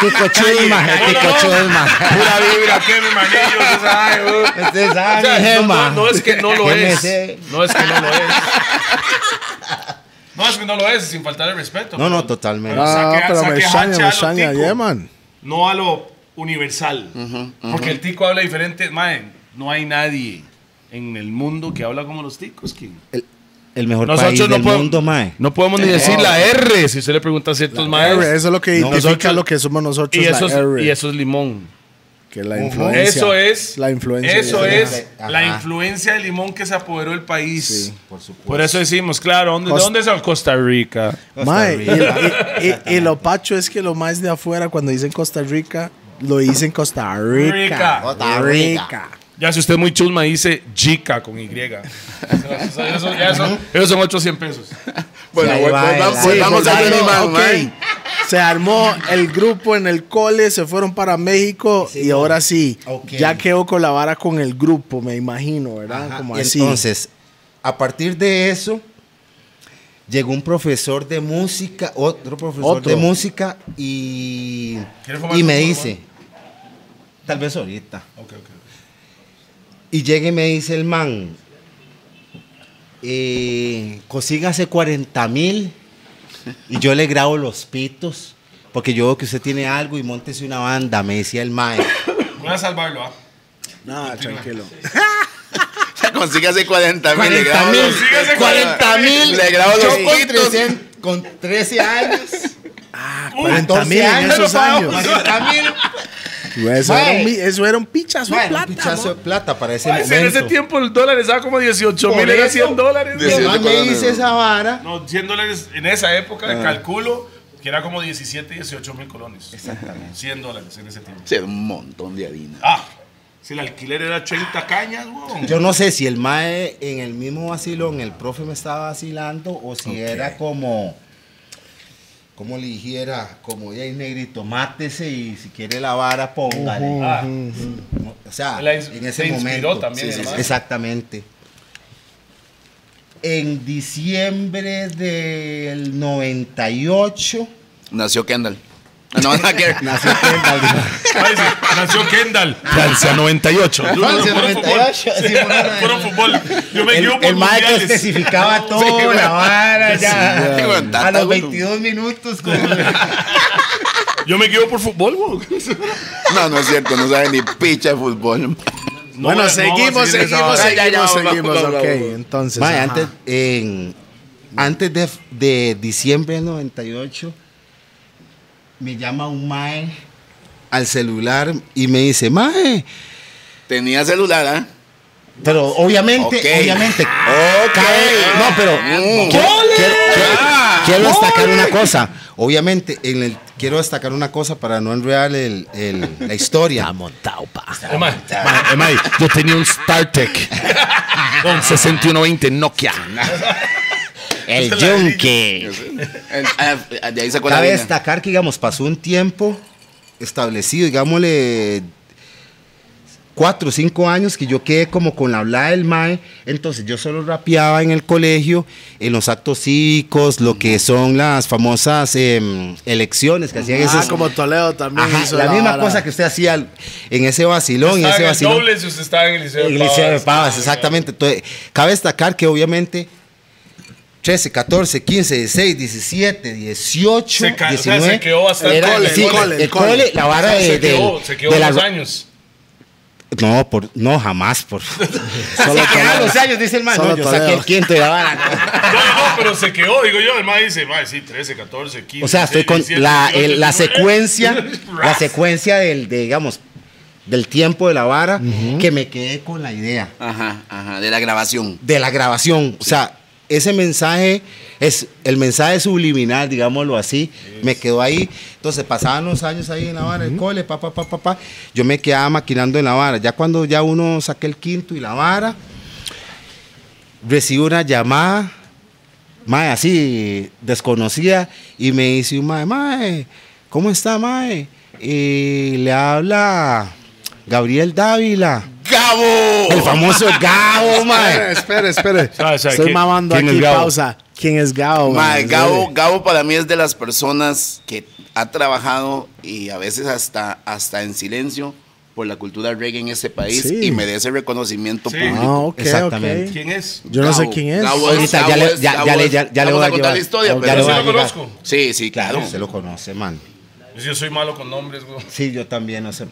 A: Tico chusma,
D: Calle,
A: tico
D: no, no, no.
A: chusma.
D: Pura vibra, que me manillo, usted sabe, bro.
A: Usted sabe,
D: uh. O sea, no,
A: Gema.
D: no, no es que no lo
A: Quémese.
D: es. No es que no lo es. No es que no lo es, sin faltar el respeto.
A: No, no, totalmente.
D: O sea,
C: Ah,
D: que- o
C: pero
D: sea,
C: me
D: que
C: extraña, me
D: hacha a lo
C: extraña.
D: tico.
C: Yeah, man.
D: no a lo universal. Porque el tico habla diferente. Mae, no hay nadie en el mundo que habla como los ticos. ¿quién?
A: El mejor país del
D: podemos-
A: mundo, mae.
D: no podemos ni decir la R si usted le pregunta a ciertos maestros.
C: R, eso es lo que
A: No,
C: identifica
D: nosotros-
C: lo que somos nosotros.
D: y,
C: la
D: eso es,
C: R,
D: y eso es limón.
C: que la influencia.
D: Eso es.
C: La influencia.
D: Eso
A: de-
D: es
A: Ajá.
D: la influencia de limón que se apoderó del país.
A: Por supuesto.
D: Por eso decimos, claro, ¿dónde,
C: Costa-
D: ¿de dónde son Costa Rica?
A: Costa
C: Mae, y,
A: Rica.
C: y- y- y lo pacho es que lo más de afuera, cuando dicen Costa Rica, lo dicen Costa Rica.
D: Rica.
A: Costa Rica.
D: Ya si usted es muy chusma, dice chica con Y. Eso- eso- ya son- Esos son 800 pesos.
B: Bueno, pues
A: ahí
B: vol-
A: va,
B: volvamos-
A: ahí va.
B: volvamos
A: Sí,
B: a
A: volvamos.
B: reanimar,
C: pues, Ok.
B: man.
C: Se armó el grupo en el cole, se fueron para México
A: Sí,
C: y ahora sí,
A: Ok.
C: ya quedó con la vara con el grupo, me imagino, ¿verdad?
A: Ajá,
C: Como
A: y
C: así.
A: Entonces, a partir de eso, llegó un profesor de música, otro profesor
C: Otro.
A: de música, y,
D: ¿Quiere fumar
A: y me
D: conmigo,
A: dice, tal vez ahorita, y llega y me dice el man, eh, consígase 40 mil y yo le grabo los pitos. Porque yo veo que usted tiene algo y montese una banda, me decía el mae.
D: Voy a salvarlo, ¿ah?
C: Nada, tranquilo.
B: Consígase 40 mil.
A: 40 mil, 40 mil.
B: Le grabo
A: yo
B: los
A: con
B: pitos.
A: 13 con 13 años.
C: Ah,
D: Uh,
C: 40 mil
A: entonces,
C: en
A: ya
C: esos
D: lo pagamos.
C: años.
A: 40 mil.
C: Eso
A: Mae.
C: era, un, mi- eso era un pichazo de
A: Bueno,
C: plata.
A: un pichazo
C: mo.
A: de plata para ese
D: Ay,
A: momento.
D: En ese tiempo el dólar estaba como 18
A: Por
D: mil, era
A: eso.
D: 100 dólares.
A: Mi
B: Dieciocho
A: mamá me
B: colones,
A: hice
B: ¿no?
A: esa vara. Ah.
D: No, 100 dólares en esa época, calculo, Que era como 17, 18 mil colones. Exactamente. 100 dólares en ese tiempo.
B: Sí, era un montón de harina.
D: Ah, si el alquiler era 30 cañas, weón.
A: Yo no sé si el mae en el mismo vacilón, el profe me estaba vacilando o si era como. Como le dijera, como ya negrito, mátese y si quiere la vara, póngale.
D: Ah,
A: No, O sea,
D: La ins-
A: en ese
D: se inspiró
A: momento.
D: también, además.
A: Exactamente. En diciembre del 98
B: Nació Kendall. Ah, No, nada que ver.
A: nació Kendall.
D: Ay, sí, Nació Kendall.
E: Francia 98.
D: Yo-
A: Francia
D: fueron
A: 98,
D: fútbol.
A: sí, fueron-
D: Fueron fútbol. Yo me
A: El,
D: guío por
A: el maestro
D: mundiales.
A: especificaba todo, la vara ya.
B: Sí, güey,
A: a
B: tata,
A: los
B: güey.
A: 22 minutos. Con...
D: Yo me guío por fútbol, weón.
B: No, no es cierto, no sabe ni picha de fútbol.
C: Bueno,
D: No voy a- no vamos a
C: seguimos,
D: seguir en esa
C: seguimos,
B: hora. Ya, ya, ya,
C: seguimos,
B: vamos,
C: seguimos.
B: vamos,
C: Ok,
B: vamos.
C: entonces.
A: Mae,
C: ajá.
A: antes en- antes de, de diciembre del 98, me llama un mae al celular y me dice, mae,
B: Tenía celular, ¿ah?
A: Pero obviamente,
B: Ok. Ah,
A: obviamente.
B: Ok.
A: cabe- no, pero
B: Mm.
A: quiero, quiero- quiero- quiero destacar una cosa. Obviamente, en el, quiero destacar una cosa para no enredar el, el- la historia.
D: Emma,
E: Ma- eh, mae, yo tenía un StarTech con 6120 Nokia.
A: El yunque.
B: El- ah, ah, De ahí sacó la
A: Cabe
B: harina.
A: destacar que, digamos, pasó un tiempo establecido, digámosle, cuatro o cinco años que yo quedé como con la hablada del MAE. Entonces yo solo rapeaba en el colegio, en los actos cívicos, lo que son las famosas em, elecciones que hacían
C: Ah,
A: esos.
C: como Toledo también.
A: Ajá,
C: hizo
A: la, misma
C: vara.
A: cosa que usted hacía al- en ese vacilón, en
D: estaba
A: ese
D: en el
A: vacilón.
D: doble si usted estaba en el Liceo de
A: El Liceo de
D: Pavas.
A: Pavas, exactamente. Entonces, cabe destacar que obviamente 13, 14, 15, 16, 17, 18,
D: Se ca- o sea,
A: 19.
D: se quedó bastante-
A: era-
C: El cole,
A: sí,
C: el cole,
A: el
C: el cole.
A: cole, la vara
D: Se
A: de,
D: quedó,
A: del-
D: se quedó
A: de la-
D: dos años.
A: No, por, no, jamás. Por,
C: Solo
A: se quedaron
C: Toledo.
A: los años, dice el man.
C: Solo
A: No, yo saqué
C: Toledo.
A: el quinto de la vara.
D: No, no, pero se quedó, digo yo. El mae dice, mae, sí, 13, 14, 15.
A: O sea, estoy con
D: 16,
A: la,
D: 18,
A: el- la
D: 19.
A: secuencia, la secuencia del, de, digamos, del tiempo de la vara, que me quedé con la idea.
B: Ajá, ajá, de la grabación.
A: de la grabación. O sea, ese mensaje es el mensaje subliminal, digámoslo así. Me quedó ahí. Entonces pasaban los años ahí en la vara, el cole, pa, pa, pa, pa, pa. Yo me quedaba maquinando en la vara. Ya cuando ya uno saqué el quinto y la vara, recibo una llamada, mae, así, desconocida, y me dice un mae, mae, ¿cómo está, mae? Y le habla Gabriel Dávila.
B: ¡Gabo!
A: El famoso Gabo, mae.
C: Espere, espere, espere.
D: Ah, o sea,
C: Estoy
D: ¿quién-
C: mamando
D: quién
C: aquí,
D: es Gabo?
C: pausa. ¿Quién es Gabo?
B: Mae,
C: man?
B: Gabo, Gabo para mí es de las personas que ha trabajado y a veces hasta, hasta en silencio por la cultura reggae en este país
C: Sí.
B: y merece reconocimiento
D: Sí.
B: público.
C: Ah, ok,
A: Exactamente.
C: ok.
D: ¿Quién es?
C: Yo no sé
B: Gabo,
C: quién es.
B: Gabo es-
A: Ahorita ya
B: Gabo
A: le,
B: es-
A: ya,
B: Gabo
A: ya le,
B: es-
A: ya, ya le
B: vamos
A: voy
B: a
A: a,
B: contar
A: llevar.
B: la historia,
A: Ya
B: pero
A: le
D: Yo
B: no
A: voy
D: sí
A: a
D: lo
A: llevar.
D: conozco.
B: Sí, sí, claro.
A: Claro, se lo conoce, man.
D: Yo soy malo con nombres, güey.
A: Sí, yo también, no sé.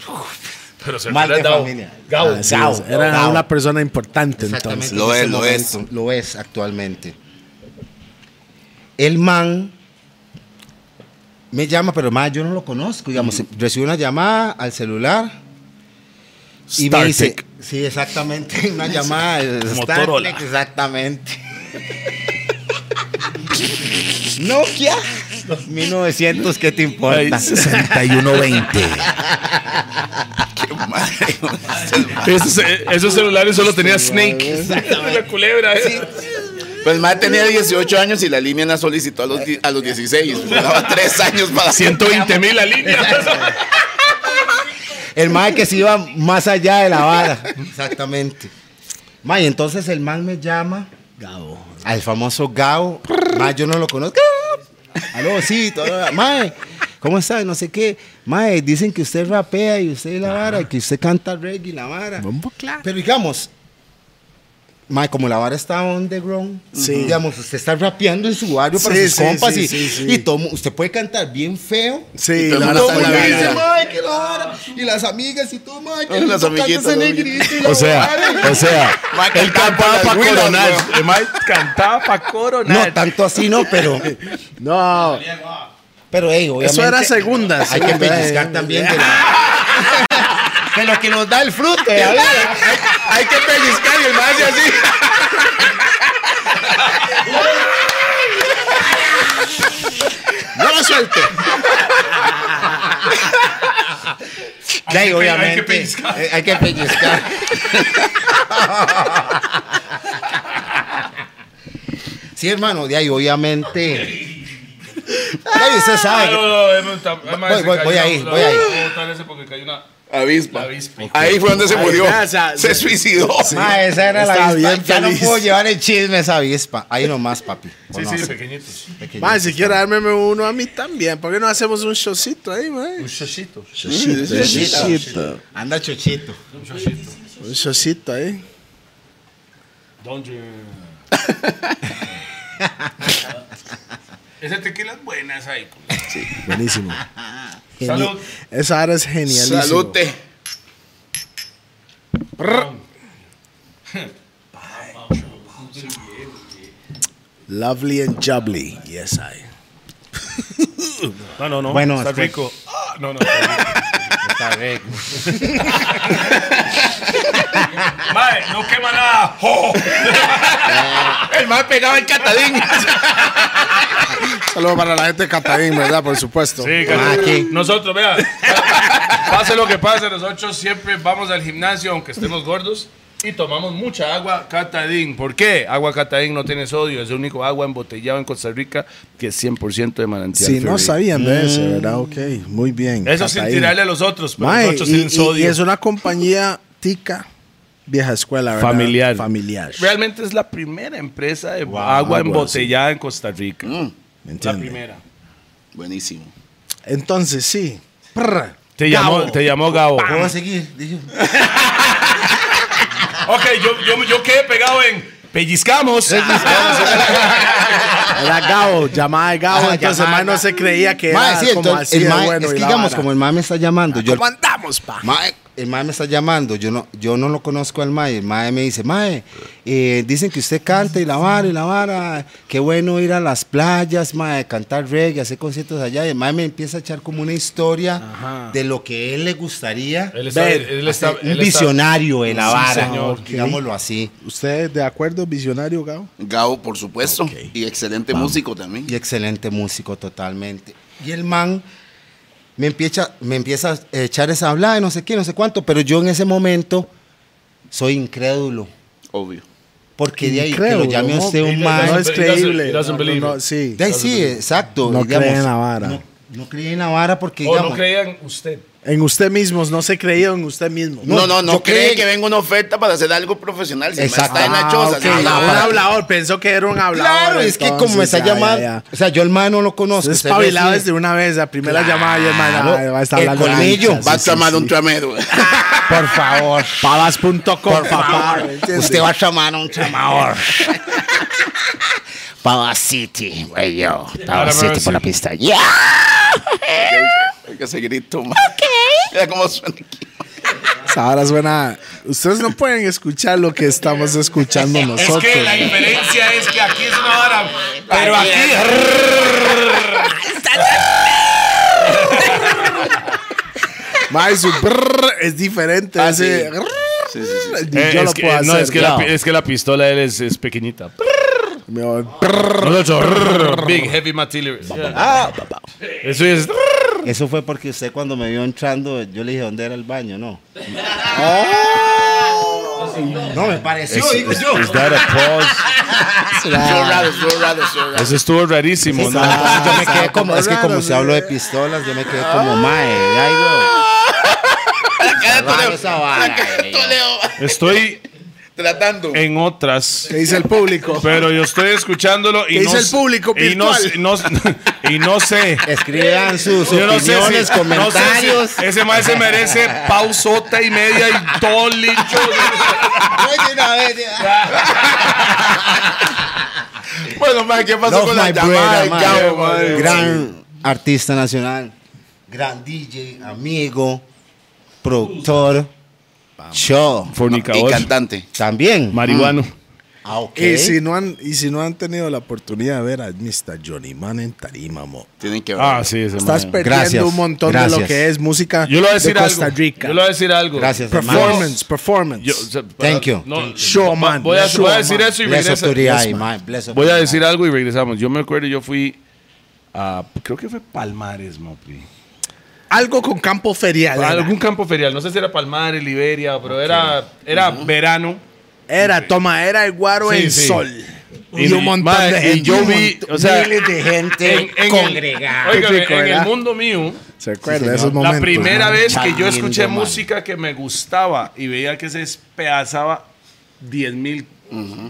D: Pero se
A: Mal
D: le
A: de
D: ha dado.
A: familia.
D: Gabo.
C: Ah, sí,
A: Gabo,
C: era
A: Gabo.
C: una persona importante entonces.
B: Lo
A: en
B: es,
A: ese
B: lo es.
A: momento. Lo es actualmente. El man me llama, pero más yo no lo conozco. Digamos, recibo una llamada al celular. Y me dice,
E: StarTech.
A: sí, exactamente, una llamada de
E: Motorola.
A: StarTech, exactamente. Nokia 1900, ¿qué te importa?
E: 6120.
B: Qué madre.
E: Esos, eh, esos celulares solo tenía Snake.
D: La culebra, eh.
B: Pues Mae tenía 18 años y la línea la solicitó a los, di- a los 16. Daba 3 años para
E: 120 mil la línea.
A: El man que se iba más allá de la vara. Exactamente. Ma, y entonces el man me llama. Gabo. Al famoso Gabo. Ma, yo no lo conozco. Gabo. Aló, sí, todo. Mae, ¿cómo está? No sé qué. Mae, dicen que usted rapea y usted la vara, que usted canta reggae y la vara.
C: Bombo, claro.
A: Pero digamos, mae, como la vara está underground,
C: Sí.
A: digamos, usted está rapeando en su barrio para
C: Sí,
A: sus
C: sí,
A: compas
C: sí,
A: y,
C: sí, sí.
A: y todo mu- usted puede cantar bien feo.
C: Sí,
B: Y todo
C: la
B: el mundo
C: verdad
A: Todo
B: está
A: el
C: está
A: mundo
B: en la
A: dice, "Mae,
B: vida.
C: bien.
A: qué vara", Y las amigas y todo, mae, que
B: Las
A: las
B: amiguitas,
A: amigas
B: las
A: negrito.
E: O sea, o sea,
B: Va a
E: él
B: cantar para
E: cantaba
B: las
E: para
B: güilas,
E: coronar.
B: güey.
E: El mae cantaba para
A: No,
E: coronar.
A: tanto así no, pero,
C: No,
A: pero hey, obviamente.
C: eso era segunda.
A: Hay que
C: segunda,
A: pellizcar
C: eh.
A: también de, la- de lo que nos da el fruto. ¿eh? de la vida.
B: Hay que pellizcar y el mae hace así.
C: No lo suelte.
A: Ya,
D: Hay que-
A: obviamente.
D: hay que pellizcar.
A: eh, Hay que pellizcar. sí, hermano, de ahí, obviamente. Ya, y usted sabe.
D: Ah, No,
A: que-
D: no, es un tam- es más,
A: Voy-
D: se
A: voy-
D: cayó
A: voy
D: una-
A: ahí,
D: la-
A: voy ahí.
D: la otra vez porque cayó una-
B: Avispa.
D: La avispa.
B: Ahí fue donde se
C: Ahí
B: murió.
C: está, o sea,
B: se
C: sí.
B: suicidó.
A: Ma, esa era la
C: Estaba
A: avispa.
C: bien
A: ya no
C: feliz.
A: puedo llevar el chisme esa avispa. Ahí nomás, papi.
D: Sí,
A: Bueno,
D: sí,
A: así,
D: pequeñitos.
A: pequeño.
C: Mae, si quiere darme uno a mí también. ¿Por qué no hacemos un showcito ahí, mae?
D: Un shosito.
C: Un showcito.
A: Anda chochito.
D: Un shosito.
C: Un showcito ahí.
D: Danger. Esa tequila es buena, esa ahí. pues.
C: Buenísimo. Geni-
D: Salud.
C: Esa área es genial.
B: Salute.
C: Lovely and jubbly. Yes, I.
D: No, no, no.
A: Bueno,
D: está
A: después-
D: rico. Ah, no, no. está
A: Está
D: rico.
A: rico.
D: Mae, no quema nada. ¡Jo!
B: El más pegaba el catadín.
C: Saludos para la gente de Catarín, ¿verdad? Por supuesto.
D: Sí,
A: Ah,
D: cara.
A: aquí.
D: Nosotros, vea. Pase lo que pase, nosotros siempre vamos al gimnasio, aunque estemos gordos, y tomamos mucha agua Catadín. ¿Por qué? Agua Catadín no tiene sodio, es el único agua embotellado en Costa Rica que es 100% de manantial.
C: Si no
D: Ferrey.
C: sabían de eso, ¿verdad? Ok, muy bien.
D: Eso sin
C: Catarín.
D: tirarle a los otros, pero
C: Mae,
D: los otros
C: y,
D: tienen
C: y-
D: sodio.
C: y es una compañía tica, vieja escuela, ¿verdad?
D: Familiar.
C: Familiar.
D: Realmente es la primera empresa de agua
C: agua,
D: embotellada en Costa Rica.
B: Mm,
C: ¿Me
D: La
C: entiende?
D: primera.
B: Buenísimo.
C: Entonces, sí. Prr.
D: Te llamó, te llamó Gabo.
A: ¿Puedo seguir? Dije,
D: Ok, yo, yo, yo quedé pegado en pellizcamos.
C: Era Gabo, llamada de Gabo.
A: Ajá,
C: entonces, el
A: llamada.
C: mae no se creía que
A: Ma,
C: era
A: sí,
C: como
A: entonces,
C: así
A: el
C: de
A: ma-
C: bueno.
A: es que
C: y la
A: digamos,
C: vara.
A: como el mae me está llamando, yo,
C: ¿Cómo andamos, pa?
A: Mae, el mae me está llamando, yo no, yo no lo conozco al mae, el mae me dice, mae, eh, dicen que usted canta y la vara y la vara, qué bueno ir a las playas, mae, cantar reggae, hacer conciertos allá, y el mae me empieza a echar como una historia de lo que él le gustaría,
D: Él está-
C: Ver,
D: él está-
A: hacer,
D: él
A: un
D: está-
A: visionario de la
D: Sí,
A: vara,
D: señor.
A: digámoslo así,
C: ¿Usted de acuerdo, visionario, Gabo?
B: Gabo, por supuesto. Y excelente músico también.
A: y excelente músico totalmente, y el man... Me empieza, me empieza a echar esa hablada, y no sé qué, no sé cuánto, pero yo en ese momento soy incrédulo.
B: Obvio.
A: Porque de ahí que lo llame a usted un
D: no,
A: man.
C: No es creíble.
D: It doesn't
C: No, no,
D: believe
C: no,
D: it.
C: sí.
A: De ahí sí, exacto.
C: No
A: digamos,
C: cree en la vara.
A: No, no cree en la vara porque,
D: O
A: digamos,
D: no creían usted.
C: En usted mismos, no se creía en usted mismo.
B: No, no, no,
A: yo
B: cree
A: creo-
B: que venga una oferta para hacer algo profesional. Si
A: Exacto.
B: está en la choza,
C: Ah, ok,
B: si no,
A: la
C: un
A: vara.
C: hablador, pensó que era un hablador.
A: Claro, es que como me
C: entonces,
A: está
C: ya,
A: llamando.
C: ya, ya.
A: O sea, yo el man no lo conozco.
C: Es
A: usted ve
C: espabilado
A: así,
C: desde una vez, la primera llamada y el man,
A: Claro,
C: ah, va a estar
A: el
C: hablando de
A: colmillo,
C: anchas,
B: va a
C: sí,
B: tramar
C: sí,
B: un
C: sí.
B: tramero.
A: Por favor.
C: Pavas.com, papá.
A: favor,
C: ¿entiendes?
A: Usted va a llamar a un chamador. Pava City, güey, yo. Pava
D: Ahora me va a
A: City por la
D: decir-
A: pista. ¡Ya!
B: Hay que seguir grito, man. Mira cómo suena aquí.
C: Ahora suena. Ustedes no pueden escuchar lo que estamos escuchando nosotros.
D: Es que la diferencia es que aquí es una vara. Pero aquí.
C: Ma, y su brrr es diferente.
B: Ah,
C: ese
B: sí.
C: grrr,
B: Sí, sí, sí.
C: ni
D: Eh,
C: yo lo puedo hacer. no.
D: que la eh. pistola de él es, es pequeñita.
C: Mi amor, brrr.
D: Big heavy material. Eso es.
A: Eso fue porque usted cuando me vio entrando, yo le dije dónde era el baño, ¿no?
C: Oh.
A: No, me pareció, digo yo.
B: Estuvo raro, estuvo raro, estuvo raro.
D: Eso estuvo rarísimo. ¿no?
A: Ah, yo me quedé como, es que
C: raro,
A: como se
C: ¿no?
A: habló de pistolas, yo me quedé como mae, ay,
B: Cara de
A: güey.
B: Toledo.
A: esa vara, güey.
B: Toledo,
D: Estoy
B: Tratando.
A: Eh,
D: en otras.
C: ¿Qué dice el público?
D: Pero yo estoy escuchándolo y
C: ¿Qué
D: no
C: dice el
D: sé-
C: público
D: y no,
C: virtual?
D: y no- y no sé.
A: Escriban sus
D: Yo no
A: opiniones,
D: sé si- no sé si
A: comentarios.
D: ese mal se merece pausota y media y todo licho.
A: Güey, de una vez, ya.
B: Bueno, man, ¿qué pasó
A: Love
B: con la
A: my brother,
B: llamada de
A: mae.
B: Gabo, man?
A: Gran artista nacional, gran DJ, amigo, productor, show.
B: Y
D: Fornicador.
B: cantante.
A: También.
D: Marihuano.
A: Ah, ok.
C: Y, si no han, y si no han tenido la oportunidad de ver a Mr. Johnny Man en Tarima, mo.
B: Tienen que ver.
D: Ah, sí, ese
C: Estás
D: man.
C: perdiendo
A: Gracias,
C: un montón de lo
A: gracias.
C: que es música
D: Yo le voy a decir
C: de Costa
D: algo.
C: Rica.
D: Yo le voy a decir algo.
A: Gracias,
C: performance, performance.
D: Yo- o sea, para-
A: Thank you.
D: no,
C: Showman,
D: Voy a, voy a
C: showman.
D: decir eso y
A: Bless
D: regresa.
A: up to the eye,
D: Yes,
A: mae, bless up
D: Voy
A: to
D: a
A: the
D: decir
A: eye.
D: algo y regresamos. Yo me acuerdo, yo fui a, creo que fue Palmares, Mopi.
C: algo con campo ferial.
D: Para
C: era.
D: algún campo ferial. No sé si era Palmares, Liberia, pero era, era verano.
C: Era, toma, era el guaro
D: Sí,
C: en
D: sí.
C: sol.
D: Y-
C: Y, un montón
D: mae,
C: de
D: y
C: gente.
D: yo
C: un
D: vi-
C: montón-
D: o sea,
C: miles de gente
D: el-
A: congregada.
D: Oiga,
C: Qué rico,
D: en el
C: ¿verdad?
D: mundo mío,
C: ¿Se acuerda de esos
D: la
C: momentos?
D: primera vez que yo
A: Lindo,
D: escuché
A: man.
D: música que me gustaba y veía que se despedazaba 10 mil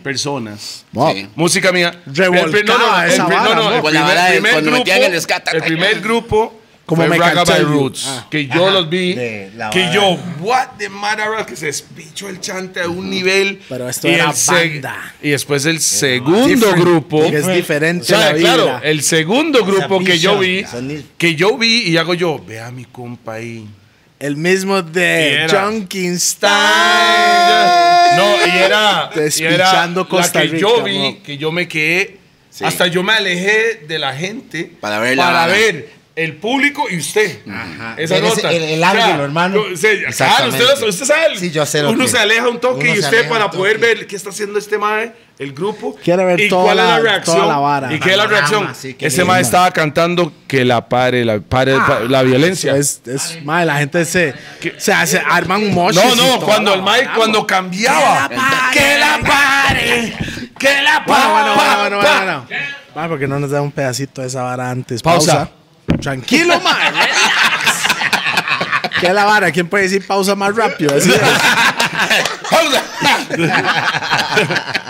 D: personas.
C: Wow.
B: Sí.
D: Música mía.
C: Revolcaba
D: El pri- no, no, el
C: esa
D: pri-
C: vara,
D: no, no, el
B: Con la
D: primer-
B: vara de
D: primer
B: cuando metían
D: grupo-
B: el escata.
D: El primer grupo
C: Como
D: fue
C: me
D: Raga
C: caché
D: by
C: yo.
D: Roots.
C: Ah,
D: que yo los vi.
A: de la
D: que
A: vara.
D: yo, what the matter, bro, que se despichó el chante a un nivel.
C: Pero esto
D: y
C: era
D: el seg-
C: banda.
D: Y después el segundo grupo.
C: porque es diferente
D: O sea,
C: la
D: claro,
C: vibra.
D: el segundo grupo que yo vi,
A: visión. Son-
D: que yo vi y hago yo, vea mi compa ahí.
C: El mismo
D: Y
C: de
D: era-
C: John Kingston.
D: No, y era, y era
C: Despichando
D: la
C: Costa
D: que yo
C: Rica,
D: vi,
C: bro.
D: que yo me quedé,
B: Sí.
D: hasta yo me alejé de la gente
B: Para ver la vara.
D: ver el público y usted. Esa
A: Ver ese-
D: nota.
A: el- el ángulo, hermano.
D: yo- o sea, claro,
A: Exactamente.
D: usted, lo- usted sabe.
A: Sí, yo sé lo
D: uno
A: que-
D: se aleja un toque
A: uno
D: y
A: se
D: usted
A: aleja
D: para
A: un
D: poder
A: toque.
D: ver qué está haciendo este mae, el grupo.
C: Quiere ver
D: y
C: toda
D: cuál es
C: la-
D: la
C: toda
D: reacción.
C: la vara.
D: Y qué es la
A: Panorama,
D: reacción.
A: sí, qué
D: Ese
A: lindo. Ah.
D: mae estaba cantando que la pare, la pare, la violencia.
C: Es, es, mae, la gente se, se hace, arman moches
D: No,
C: y
D: no,
C: toda
D: cuando
C: la
D: el Mike,
C: vara,
D: cuando cambiaba. Que la pare. Que la
C: Bueno, bueno,
D: pa-
C: bueno, bueno,
D: pa-
C: bueno, bueno. Mae, porque no nos da un pedacito de esa vara antes.
E: Pausa.
C: Pausa. Tranquilo, mae. relax. ¿Qué es la vara? ¿Quién puede decir pausa más rápido? Así es.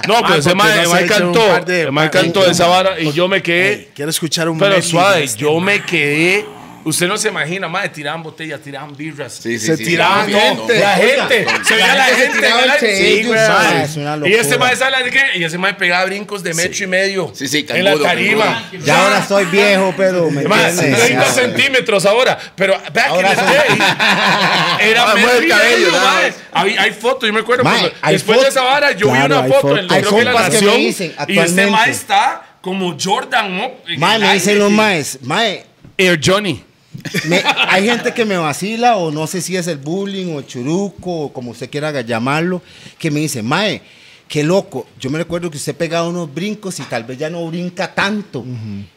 D: No, pero
C: Ah, porque
D: ese
C: no
D: Mike, el
C: se
D: Mike
C: echa un
D: cantó.
C: par de-
D: el Mike cantó esa vara y yo me quedé.
C: Ey, Quiero escuchar un
D: Pero
C: melody de
D: suave,
C: este
D: yo me quedé. Usted no se imagina, madre, tiraban botellas, tiraban birras.
B: Sí, sí,
C: Se
B: sí,
C: tiraban
B: no, no,
D: La gente, se veía la
A: gente se
D: gente.
A: tiraba
D: ¿verdad?
A: entre
D: Sí,
A: ellos,
D: güey.
A: madre, es una locura.
D: Y ese mae sale de qué? Y ese mae pegaba brincos de metro y medio.
B: Sí, sí,
D: En la
B: canguro,
D: tarima.
B: canguro.
A: Ya ahora soy viejo, pero me
D: Más,
A: entiendes?
D: 30
A: Ya,
D: centímetros ahora. Pero back
A: Ahora
D: in the
A: son-
D: day, era
B: Ahora
D: metro
B: mueve el
D: y
B: cabello,
D: medio,
B: nada
D: mae.
B: más.
D: Hay, hay fotos, yo me acuerdo.
A: Mae,
D: cuando-
A: hay
D: después de
A: foto-
D: esa vara, yo vi
C: Claro,
D: una
C: hay
D: foto
C: foto.
D: en la
A: Hay
D: creo que la
A: compas que me
D: Nación.
A: dicen
D: Y este
A: actualmente.
D: mae está como Jordan, ¿no? En
A: Mae,
D: el
A: me
D: aire,
A: dicen los
D: sí.
A: maes, mae,
D: Air Johnny.
A: me- hay gente que me vacila o no sé si es el bullying o el churuco o como usted quiera llamarlo, que me dice, mae, qué loco, yo me recuerdo que usted pegaba unos brincos y tal vez ya no brinca tanto.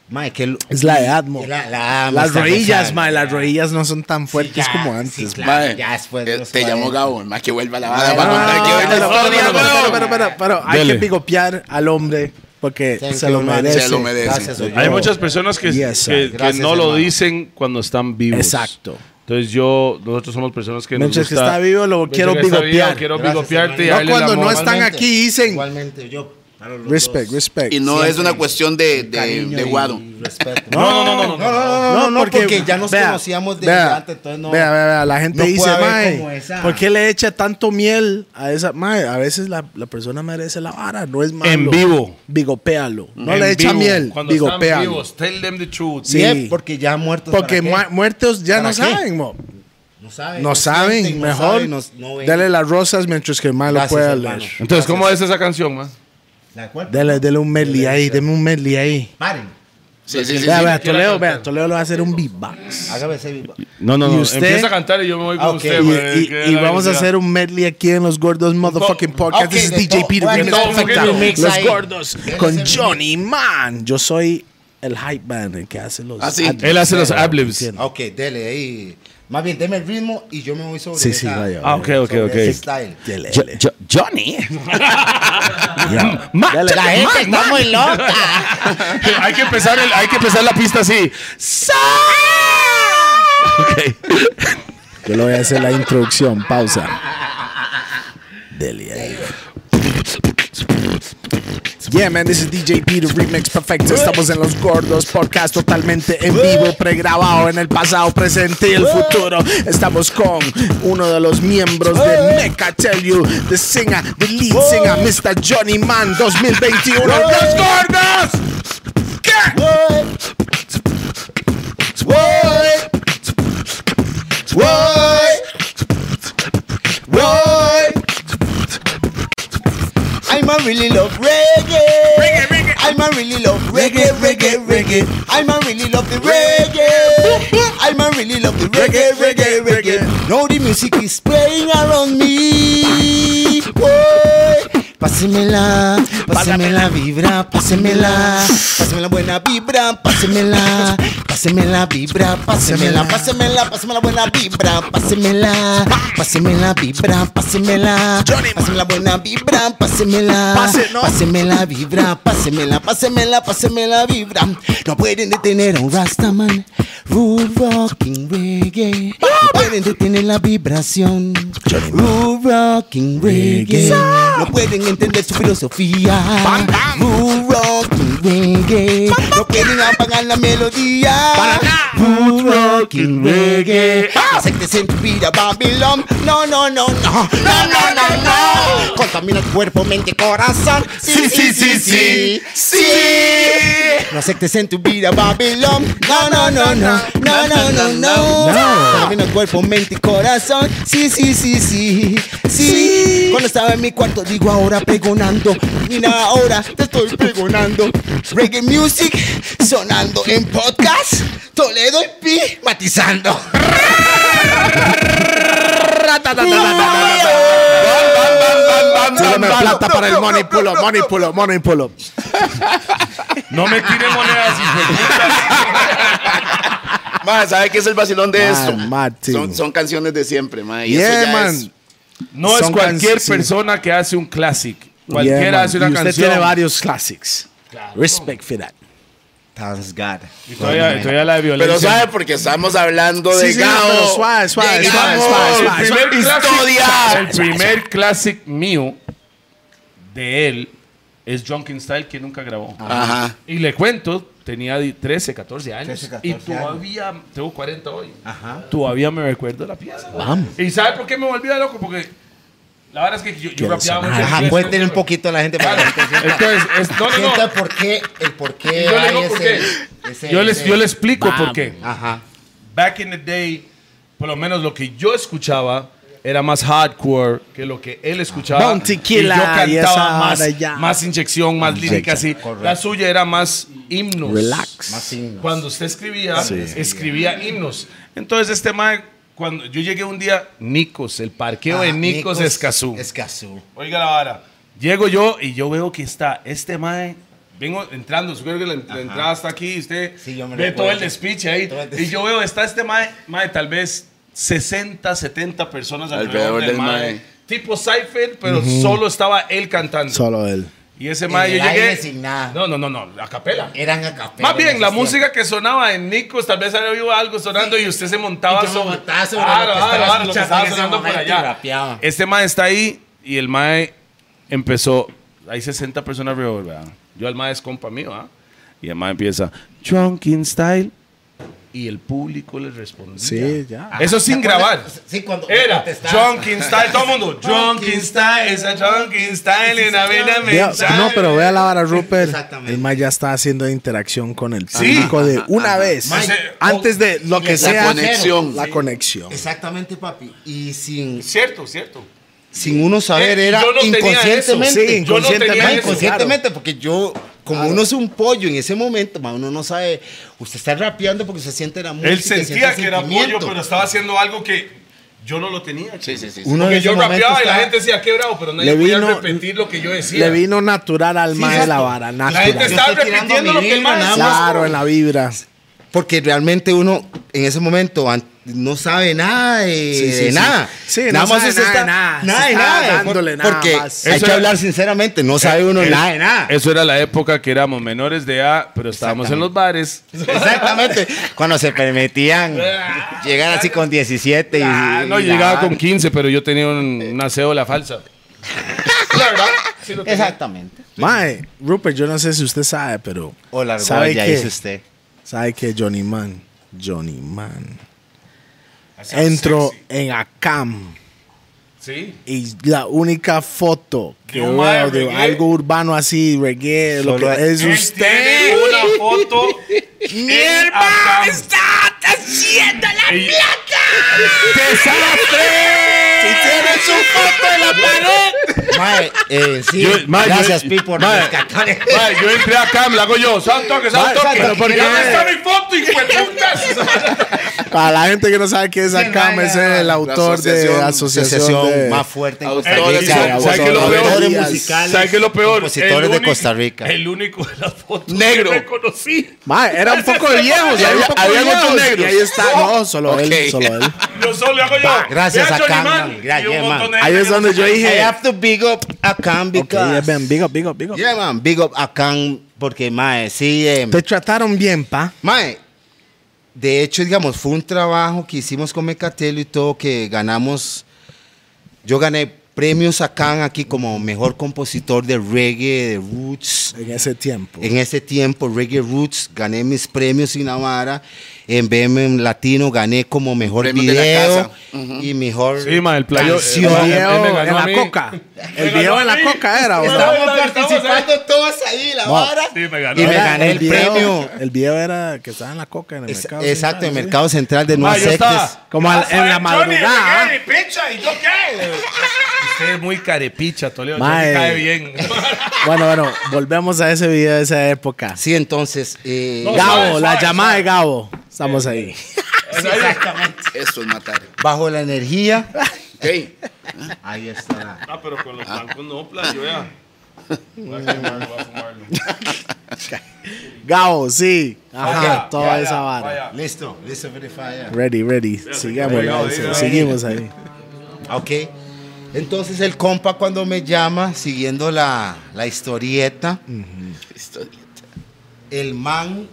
A: Mae, qué lo-
C: Es la edad, mo.
A: La- la-
C: Las
A: está
C: rodillas,
A: gozando.
C: mae, las rodillas no son tan fuertes
A: ya,
C: como
A: sí,
C: antes.
A: claro.
B: Mae,
A: Ya después de
B: eh,
A: los
B: te llamó
A: 40.
B: Gabo, más que vuelva la vara
A: Mae,
B: para
A: no,
C: Ah,
B: contar
A: no,
B: que
A: no, no,
B: vuelva la
A: no,
B: historia,
A: no, no,
B: weón.
A: no,
C: pero, pero, pero, pero hay
E: Dele.
C: que picopear al hombre porque
A: Thank
C: se
A: you,
C: lo
A: man.
C: merece.
B: Se lo merece.
A: Gracias,
D: Hay
A: Olló.
D: muchas personas que,
C: Yes, sir.
D: que- que
A: Gracias,
D: no lo
A: hermano.
D: dicen cuando están vivos.
C: Exacto.
D: Entonces yo, nosotros somos personas que
C: Mientras
D: nos
C: que
D: gusta-
C: está vivo, lo
D: mientras
C: quiero
D: que está vivo,
C: bigopear.
D: Quiero
A: Gracias,
D: bigopearte y
A: hermano.
D: darle
C: No, cuando
D: el
C: no
D: amor.
C: están
A: Igualmente,
C: aquí, dicen.
A: Igualmente, yo. para los
C: Respect,
A: dos.
C: respect.
B: Y no es
A: Siempre.
B: una cuestión de, de,
A: Cariño
B: de
A: y
B: guado.
A: respeto.
D: No, no, no, no, no, no,
A: no, no, porque ya nos conocíamos de
C: vea,
A: antes, entonces no-
C: Vea, vea, vea, la gente
A: no puede
C: dice,
A: haber
C: mae,
A: como esa-
C: ¿por qué le echa tanto miel a esa? Mae, a veces la, la persona merece la vara, no es malo.
D: En vivo.
C: Bigopéalo. No
D: En
C: le echa
D: vivo,
C: miel,
D: Cuando están
C: bigopéalo.
D: vivos, tell them the truth.
C: Sí.
A: Bien, porque ya muertos.
C: Porque
A: ¿para
C: mua-
A: qué?
C: muertos ya
A: ¿Para
C: no
A: qué?
C: saben, mo.
A: No saben.
C: No saben,
A: sienten, no
C: mejor
A: saben, no- no ven.
C: dale las rosas mientras que el mae lo
A: Gracias,
C: pueda
A: hermano.
C: leer.
D: Entonces, ¿cómo es esa canción, man?
A: ¿La cual?
C: Dale, dale un medley ahí, deme un medley ahí.
A: Paren.
B: Sí, sí, sí.
C: Vea,
B: sí.
C: vea,
D: quiero
C: Toledo,
D: cantar.
C: vea, Toledo lo va a hacer un beatbox.
A: Hágame ese vivo.
D: No, no,
C: ¿Y
D: no.
C: usted?
D: Empieza a cantar y yo me voy con
A: Ah, ok.
D: usted,
A: Y-
D: man.
C: Y,
D: Que
C: y
D: Este, la
C: vamos a
D: velocidad.
C: hacer un medley aquí en Los Gordos Motherfucking Podcast.
A: ok,
C: This
A: de
C: is DJ
A: todo.
C: Peter
A: Bueno,
C: Remix
D: todo, porque
C: Perfecta.
D: mi mix
C: Los
A: ahí.
C: Gordos con Johnny Man. Yo soy el hype man, el que hace los.
B: Ah, sí.
C: ad-libs.
D: Él hace los ad-libs.
C: Entiendo.
A: Ok, dele ahí. Más bien, deme el ritmo y yo me voy sobre
C: Sí, sí,
A: esa-
C: vaya.
D: Ah, ok, ok,
A: sobre
D: ok.
A: ese style.
C: Dele, dele.
E: Johnny.
C: Ya. Dale,
A: La
C: dale.
A: gente está muy loca.
E: hay, que empezar el- hay que empezar la pista así. Sa- Ok.
C: Yo le voy a hacer la introducción. Pausa. Dele ahí. Yeah, man, this is DJ Peter Remix Perfecto. Estamos en Los Gordos Podcast totalmente en vivo, pregrabado en el pasado, presente y el futuro. Estamos con uno de los miembros de Mecha Tell You, the singer, the lead singer, Mr. Johnny Man 2021. ¡Los Gordos! ¿Qué?
A: I'm a really love reggae. Reggae, reggae. I'm a really love reggae, reggae, reggae. I'm a really love the reggae. I'm a really love the reggae, reggae, reggae. Now the music is playing around me. Boy,
E: Pásemela, pásemela vibra, pásemela, pásemela buena vibra, pásemela, pásemela vibra, pásemela, pásemela, pásemela buena vibra, pásemela, pásemela vibra, pásemela, pásemela buena vibra, pásemela,
C: Pase, ¿no?
E: pásemela vibra, pásemela, pásemela, pásemela vibra. No pueden detener a un Rastaman, Rude Rocking Reggae. No pueden detener la vibración, Rude Rocking Reggae. No pueden entender su filosofía, Rude Rocking Reggae. No pueden apagar la melodía, Rude Rocking Reggae. Aceites en tu vida, Babylon. No, no, Ah. no, no, no, no, no, no. Contamina tu cuerpo, mente, corazón. Sí, sí, sí, sí, sí. No aceptes en tu vida, Babylon. No, no, no, no, no, no, no, no. Contamina tu cuerpo, mente, y corazón. Sí, sí, sí, sí, sí. Cuando estaba en mi cuarto, digo ahora pregonando. Mira, ahora te estoy pregonando. Reggae music sonando en podcast. Toledo y Pi matizando.
C: Tírame plata para el money pull up, money pull up, money pull up.
D: No me tire monedas, hijo de puta.
B: Ma, ¿sabe qué es el vacilón de
C: Ma,
B: esto?
C: ma, sí.
B: son, son canciones de siempre, ma. Y
C: Yeah,
B: eso ya
C: man.
B: es-
D: No es
C: Son
D: cualquier
C: canciones, sí.
D: persona que hace un classic. Cualquiera
C: Yeah, man.
D: hace una
C: Y usted
D: canción.
C: tiene varios classics. Respect for that.
E: Thanks God.
D: Y todavía, y todavía la de violencia. Ah,
B: Pero sabe, porque estamos hablando de
C: Sí, sí,
B: Gao.
C: pero suave, suave,
B: de
C: suave,
B: Gao,
C: suave,
B: el
C: suave,
B: primer
D: suave.
B: historia.
D: El primer classic mío de él es Drunken Style, que nunca grabó.
C: Ah.
B: Ajá.
D: Y le cuento, tenía di- 13, 14 años.
E: 13, 14
D: y todavía, tengo 40 hoy.
A: Ah.
D: Todavía me recuerdo la pieza. ¿Y sabe por qué me volví loco? Porque la verdad es que yo, yo rapeaba mucho. en
E: Ajá,
D: inglés,
E: cuéntenle un
D: ¿no?
E: poquito a la gente para que la gente
D: Claro.
E: sienta-
D: Entonces, es- no, no, no.
E: sienta por qué, el por qué
D: Yo le digo
E: hay
D: por
E: ese-
D: qué.
E: ese-
D: Yo les,
E: ese-
D: yo les explico por qué.
E: Ajá.
D: back in the day, por lo menos lo que yo escuchaba era más hardcore que lo que él escuchaba.
C: Bounty Killer
D: y yo
C: y esa
D: cantaba
C: vara
D: más,
C: ya.
D: más inyección, más lírica así. La suya era más himnos.
C: Relax.
E: Más signos.
D: Cuando usted escribía, escribía himnos. Entonces este man, cuando yo llegué un día, Nicos, el parqueo
E: Ah,
D: de Nicos, Escazú.
E: Escazú.
D: Oiga la vara. Llego yo y yo veo que está este mae. Vengo entrando, supongo que la, la entrada está aquí, usted
E: Sí, yo me
D: ve
E: recuerdo.
D: todo el despiche ahí.
E: Todo el
D: Y
E: despiche.
D: yo veo, está este mae, mae tal vez 60, 70 personas alrededor,
B: Alrededor
D: del,
B: del
D: mae.
B: mae.
D: Tipo Cypher, pero solo estaba él cantando.
C: Solo él.
D: Y ese mae,
E: el
D: yo llegué.
E: aire sin nada.
D: No, no, no, no, a capela.
E: Eran a capela
D: Más bien,
E: en
D: la
E: esos
D: música que sonaba en Nicos, tal vez había habido algo sonando y usted se montaba
E: Y yo me
D: sobre.
E: montaba sobre
D: Claro,
E: lo que
D: claro,
E: estaba
D: claro, lo que
E: escuchando
D: estaba
E: en ese
D: sonando por
E: momento y
D: allá.
E: rapeaba.
D: Este mae está ahí y el mae empezó. Hay 60 personas alrededor, ¿verdad? Yo al mae es compa mío, ¿ah? Y el mae empieza, Drunken Style. Y el público le respondía.
C: Sí, ya.
D: Eso sin
E: Ah, ¿Te acuerdas?
D: grabar.
E: Sí, cuando
D: Era
E: contestaba.
D: Drunken Style, todo el mundo. Drunken Style, es a Drunken Style en Avena
C: Vea-
D: Mental.
C: no, pero vea la vara, Rupert.
E: Exactamente.
C: El Mae ya está haciendo interacción con el
D: Sí.
C: público de una vez.
D: Mae,
C: antes de lo que
E: la
C: sea.
B: conexión.
C: La conexión.
E: Exactamente, papi. Y sin,
D: Cierto, cierto.
E: sin uno saber,
D: Eh,
E: era
D: yo no tenía
E: inconscientemente.
D: eso.
C: Sí,
D: Yo no tenía
E: Ma,
C: inconscientemente.
D: eso,
E: inconscientemente, porque yo, como uno es un pollo en ese momento, ma, uno no sabe, usted está rapeando porque se siente la música.
D: Él sentía
E: siente
D: que era
E: sentimiento.
D: pollo, pero estaba haciendo algo que yo no lo tenía.
B: Sí, sí, sí. sí.
E: Uno en
D: Porque
E: ese
D: yo
E: momento
D: rapeaba y la
E: estaba-
D: gente decía quebrado, pero nadie
C: Le
D: podía
C: vino-
D: repetir lo que yo decía.
C: Le vino natural al
E: Sí,
C: Mae la
E: exacto.
C: vara.
D: la
E: La
D: gente
E: Yo
C: Natural.
D: estaba
E: estoy tirando
D: repitiendo lo
E: mi
D: que el
E: vibra,
D: man
E: nada
D: estaba-
E: más.
C: Claro, en la vibra.
E: Porque realmente uno en ese momento an- no sabe nada de,
C: Sí, sí,
E: de
C: sí.
E: nada.
C: Sí, no sabe nada de
E: usted está-
C: nada.
E: Nada de
C: Se está
E: nada.
C: dándole
E: Por-
C: nada
E: porque
C: más.
E: hay
D: Eso
E: que
D: era-
E: hablar sinceramente, no sabe uno
D: Es-
E: nada de nada.
D: Eso era la época que éramos menores de edad, pero estábamos en los bares.
E: Exactamente. Cuando se permitían llegar así con 17 y,
D: Ah, no,
E: y
D: yo llegaba
E: la-
D: con 15, pero yo tenía un- una cédula falsa. La verdad, sí lo tenía.
E: Exactamente.
C: Mae, Rupert, yo no sé si usted sabe, pero.
E: O la
C: ¿Sabe
E: argolla, dice
C: qué?
E: usted.
C: ¿Sabe qué? Johnny Man. Johnny Man. Entró en ACAM.
D: Sí.
C: Y la única foto que
D: De un mae
C: veo de
D: reggae.
C: algo urbano así, reggae, lo
E: Solo
C: que es
D: Él
C: usted.
D: tiene una foto. ¡Mierda! ¡Está haciendo la plata! ¡Desastre!
B: tienes un foto en la pared.
A: Mae, eh, sí.
E: Yo- mae, yo-
A: gracias, Pi, por
E: mae.
A: rescatar.
D: Mae, yo entré acá, me la hago yo. Santo que
A: Mae,
D: santo que.
A: santo que,
D: ¿Dónde
A: mae.
D: está mi foto, hijo de putas?
C: Para la gente que no sabe qué es
A: Sí,
C: Acama,
A: mae,
C: es el
A: la
C: autor de
B: asociación-
C: Asociación
A: Asociación
C: de-
A: más fuerte en Costa
B: Autores,
A: Rica.
D: ¿sabe qué es lo peor?
A: Autores musicales.
D: ¿Sabes qué es lo peor?
A: Compositores
D: El
A: de
D: único-
A: Costa Rica.
D: El único de las fotos
B: Negro.
D: que reconocí.
C: Mae, era un poco de viejos,
D: Y
C: había un
D: había-
C: poco
D: había
C: de viejos.
D: muchos negros.
C: Y ahí está,
E: Oh,
C: no, solo él,
B: Ok.
C: solo él.
D: Yo solo le hago yo.
A: Va, gracias
D: Vean
A: a
D: Johnny
A: Camden.
D: Man.
A: Gracias,
D: Y un
A: man.
D: montón de
C: Ahí es
D: negros.
C: donde yo
A: I
C: dije,
A: have to big up Akan
C: ok, ya
A: because.
C: ven, big up, big up, big up.
A: Yeah, man, big up Akan porque, mae, sí. eh,
C: Te trataron bien, pa.
A: Mae, de hecho, digamos, fue un trabajo que hicimos con Mecatelo y todo,
E: Eh,
A: que ganamos. Yo gané premios Akan aquí como mejor compositor de reggae, de roots.
C: En ese tiempo.
A: En ese tiempo, Reggae Roots, gané mis premios Inavara. En BM Latino gané como mejor
B: Premios de la
A: video
B: casa.
A: y mejor
D: Sí, ma, el playo-
C: El
A: canción.
D: eh, ma,
C: video
D: él me ganó
C: en
D: a
C: la
D: mí.
C: coca. El
D: ganó
C: video
D: a
C: en la
D: mí.
C: coca era, ¿verdad?
A: Estábamos
D: Estamos
A: participando todos ahí, la vara.
D: Sí, me ganó.
A: Y me
C: Era
A: gané el,
C: video-
A: premio.
C: El video era que estaba en la coca en el
A: Es-
C: mercado.
A: exacto, en
C: central,
A: el
C: ¿sí?
A: Mercado Central de
D: Ma,
A: Nueva
D: yo
A: Sectes.
D: estaba.
C: Como al- en la madrugada.
D: Johnny, Johnny, picha, ¿y yo qué? Usted es muy carepicha, Toledo.
C: Ma,
D: Johnny
C: eh.
D: cae bien.
C: Bueno, bueno, volvemos a ese video de esa época.
A: Sí, entonces. eh,
D: No,
A: Gabo,
C: Gabo,
D: suave,
C: la
D: suave,
C: llamada
D: suave.
C: de Gabo. Estamos ahí.
B: Esto es matar.
A: bajo la energía.
B: Ok.
A: Ahí está.
D: Ah, pero con los blancos no, playo, vea. Voy a quemarlo, voy a fumarlo.
C: Gabo, sí. Ajá,
D: Ok,
C: toda
D: ya, ya,
C: esa vara.
D: vaya.
A: Listo, listo, verifier.
C: Ready, ready. Sigamos,
D: Gabo,
C: ahí,
D: dile,
C: seguimos ahí.
A: Ah, Ok. Entonces el compa cuando me llama, siguiendo la, la historieta,
B: Historieta.
A: el man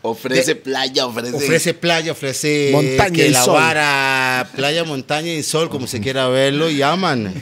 B: Ofrece playa, ofrece.
A: Ofrece playa, ofrece
C: Montaña
A: que
C: y
A: la
C: sol.
A: vara, playa, montaña y sol, como se quiera verlo, llaman.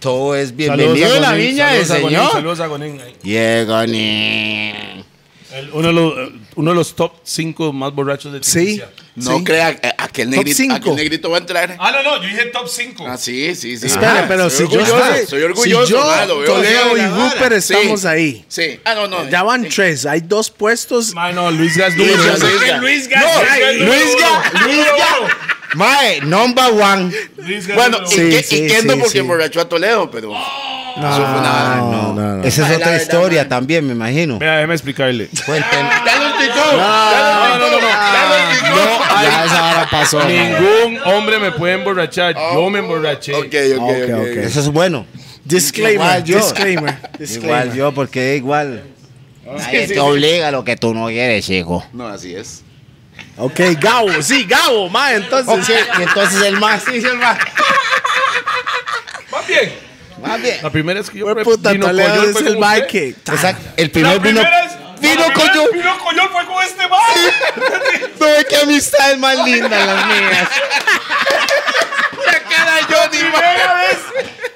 A: Todo es
D: Saludos
A: bienvenido
D: a
A: a la
D: Gonín,
A: viña del
D: saludos a Gonín,
A: señor.
D: Saludos a Gonín.
A: Llega ni.
D: El- uno, de los, eh, uno de los top 5 más borrachos de
C: Sí.
D: Tiquicia.
B: No
C: sí.
B: crea eh, aquel
C: Top
B: negrito,
C: cinco.
B: aquel negrito va a entrar.
D: Ah, no, no, yo dije top 5.
B: Ah, sí, sí, sí.
C: Espera,
B: Ah,
C: pero si
B: soy
C: yo,
B: orgulloso,
C: estoy-
B: soy orgulloso.
C: si yo,
B: ah, lo veo.
C: Toledo y
B: Sí,
C: Rupert estamos ahí.
B: Sí. Ah, no, no.
C: Ya van tres, hay dos puestos.
D: Mano, Luis Gas
B: Luis
D: duro.
B: Gas, Luis Gas.
D: Luis Gas. Luis Gas.
A: Luis Gas,
D: duro,
A: Luis
D: duro,
A: Gas.
D: duro.
A: Mae, number one.
D: Luis Gas.
B: Bueno,
D: duro.
B: y,
C: Sí,
B: que,
C: sí,
B: y entiendo
C: sí,
B: porque
C: sí.
B: emborrachó a Toledo, pero. eso fue una.
C: No, no, no.
A: Esa es
B: Ay, la
A: otra
B: verdad,
A: historia
B: mae.
A: también, me imagino.
D: Mira, déjeme explicarle.
A: Cuenten.
B: Dale un tico. Dale un tico. Dale un tico.
A: Ya esa vara pasó. mae.
D: Ningún hombre me puede emborrachar. Yo me emborraché.
B: Ok, ok,
C: Ok,
B: ok.
C: ok.
A: Eso es bueno.
C: Disclaimer,
A: Igual yo.
C: disclaimer, disclaimer.
A: Igual yo, porque igual. Nadie
D: sí,
A: te
D: sí.
A: obliga a lo que tú no quieres, hijo.
B: No, así es.
C: Ok, Gabo, sí, Gabo, ma,
A: Ok,
C: entonces.
A: y entonces el más, sí, el más.
D: Va bien.
A: Más bien.
D: La primera es que yo
C: Fue puta,
D: vino
C: Toledo
D: Coyol,
C: es
D: fue
C: el
D: con usted.
C: Mike.
A: Exacto. El
D: La
A: primer vino.
D: primera es.
A: Vino
D: la primera
A: con yo.
D: es Vino Coyol fue con este man.
A: No ve que amistades más lindas las mías.
D: Primera vez.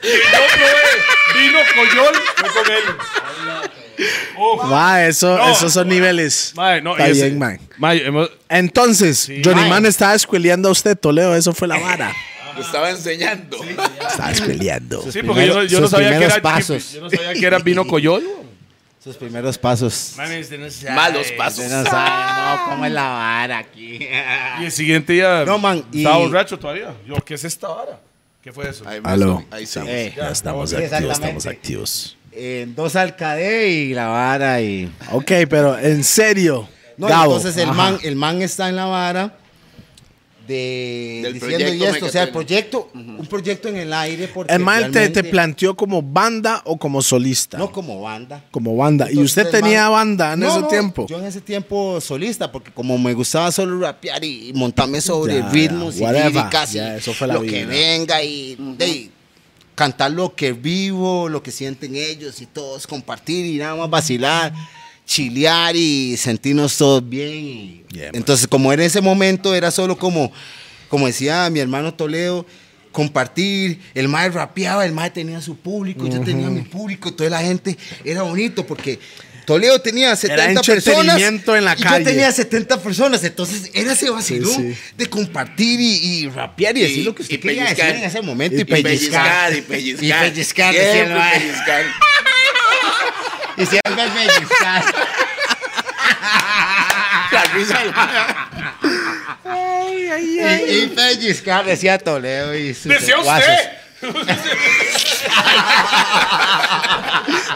D: que Yo probé. Vino Coyol fue con él. Uf.
C: Ma, eso,
D: No.
C: esos son niveles.
D: Mae, no,
C: Está
D: y ese-
C: bien, man.
D: Mae, hemos-
C: Entonces, Johnny
A: Mae.
C: Man estaba escueleando a usted, Toledo, eso fue la vara.
B: Lo estaba enseñando.
C: estaba escueleando.
D: Sí, porque yo no- yo no
A: sus
D: sabía que
A: primeros
D: era.
A: pasos.
D: Yo no sabía que era vino Coyol.
A: Sus primeros pasos.
B: Malos pasos.
A: No sabe, no, cómo es la vara aquí.
D: Y el siguiente día.
A: No, man, y-
D: Estaba borracho todavía. Yo, ¿qué es esta vara? ¿Qué fue eso?
B: Ahí
C: Aló.
B: Ahí sí.
A: Eh,
C: Ya estamos
A: sí,
C: activos,
A: exactamente.
C: estamos activos.
A: eh, dos al cadé y la vara y.
C: Ok, pero en serio,
A: No,
C: Gabo.
A: entonces el
C: ajá.
A: man, el man está en la vara de
B: Del
A: diciendo
B: proyecto
A: y esto, o sea, el
B: Mecatele.
A: proyecto, un proyecto en el aire porque
C: El man te, te
A: realmente-
C: planteó como banda o como solista.
A: no como banda.
C: como banda. y
A: Entonces,
C: usted
A: el
C: tenía
A: man-
C: banda en
A: No,
C: ese
A: no,
C: tiempo.
A: Yo en ese tiempo solista, porque como me gustaba solo rapear y montarme sobre
C: Ya,
A: ritmos
C: ya,
A: y
C: whatever.
A: líricas y
C: Ya, eso fue la
A: lo
C: vida.
A: que venga y de- cantar lo que vivo, lo que sienten ellos y todos, compartir y nada más vacilar, chilear y sentirnos todos bien. y-
C: Yeah, man.
A: Entonces, como en ese momento era solo como, como decía mi hermano Toledo, compartir, el mae rapeaba, el mae tenía su público, yo tenía mi público, toda la gente era bonito porque Toledo tenía 70 personas
C: entretenimiento en la
A: y
C: calle.
A: yo tenía 70 personas, entonces era ese vacilón
C: Sí, sí.
A: de compartir y, y rapear y,
B: Y-
A: decir lo que usted
B: y
A: quería
B: pellizcar.
A: decir en ese momento y,
C: Y
A: pellizcar.
B: Y pellizcar.
A: Y pellizcar, decía el
B: Siempre
A: mae.
B: pellizcar.
A: Y siempre pellizcar.
B: La risa del mae.
A: Y, y pellizcar, decía Toledo y sus
D: ¡Desea
A: secuaces.
D: usted!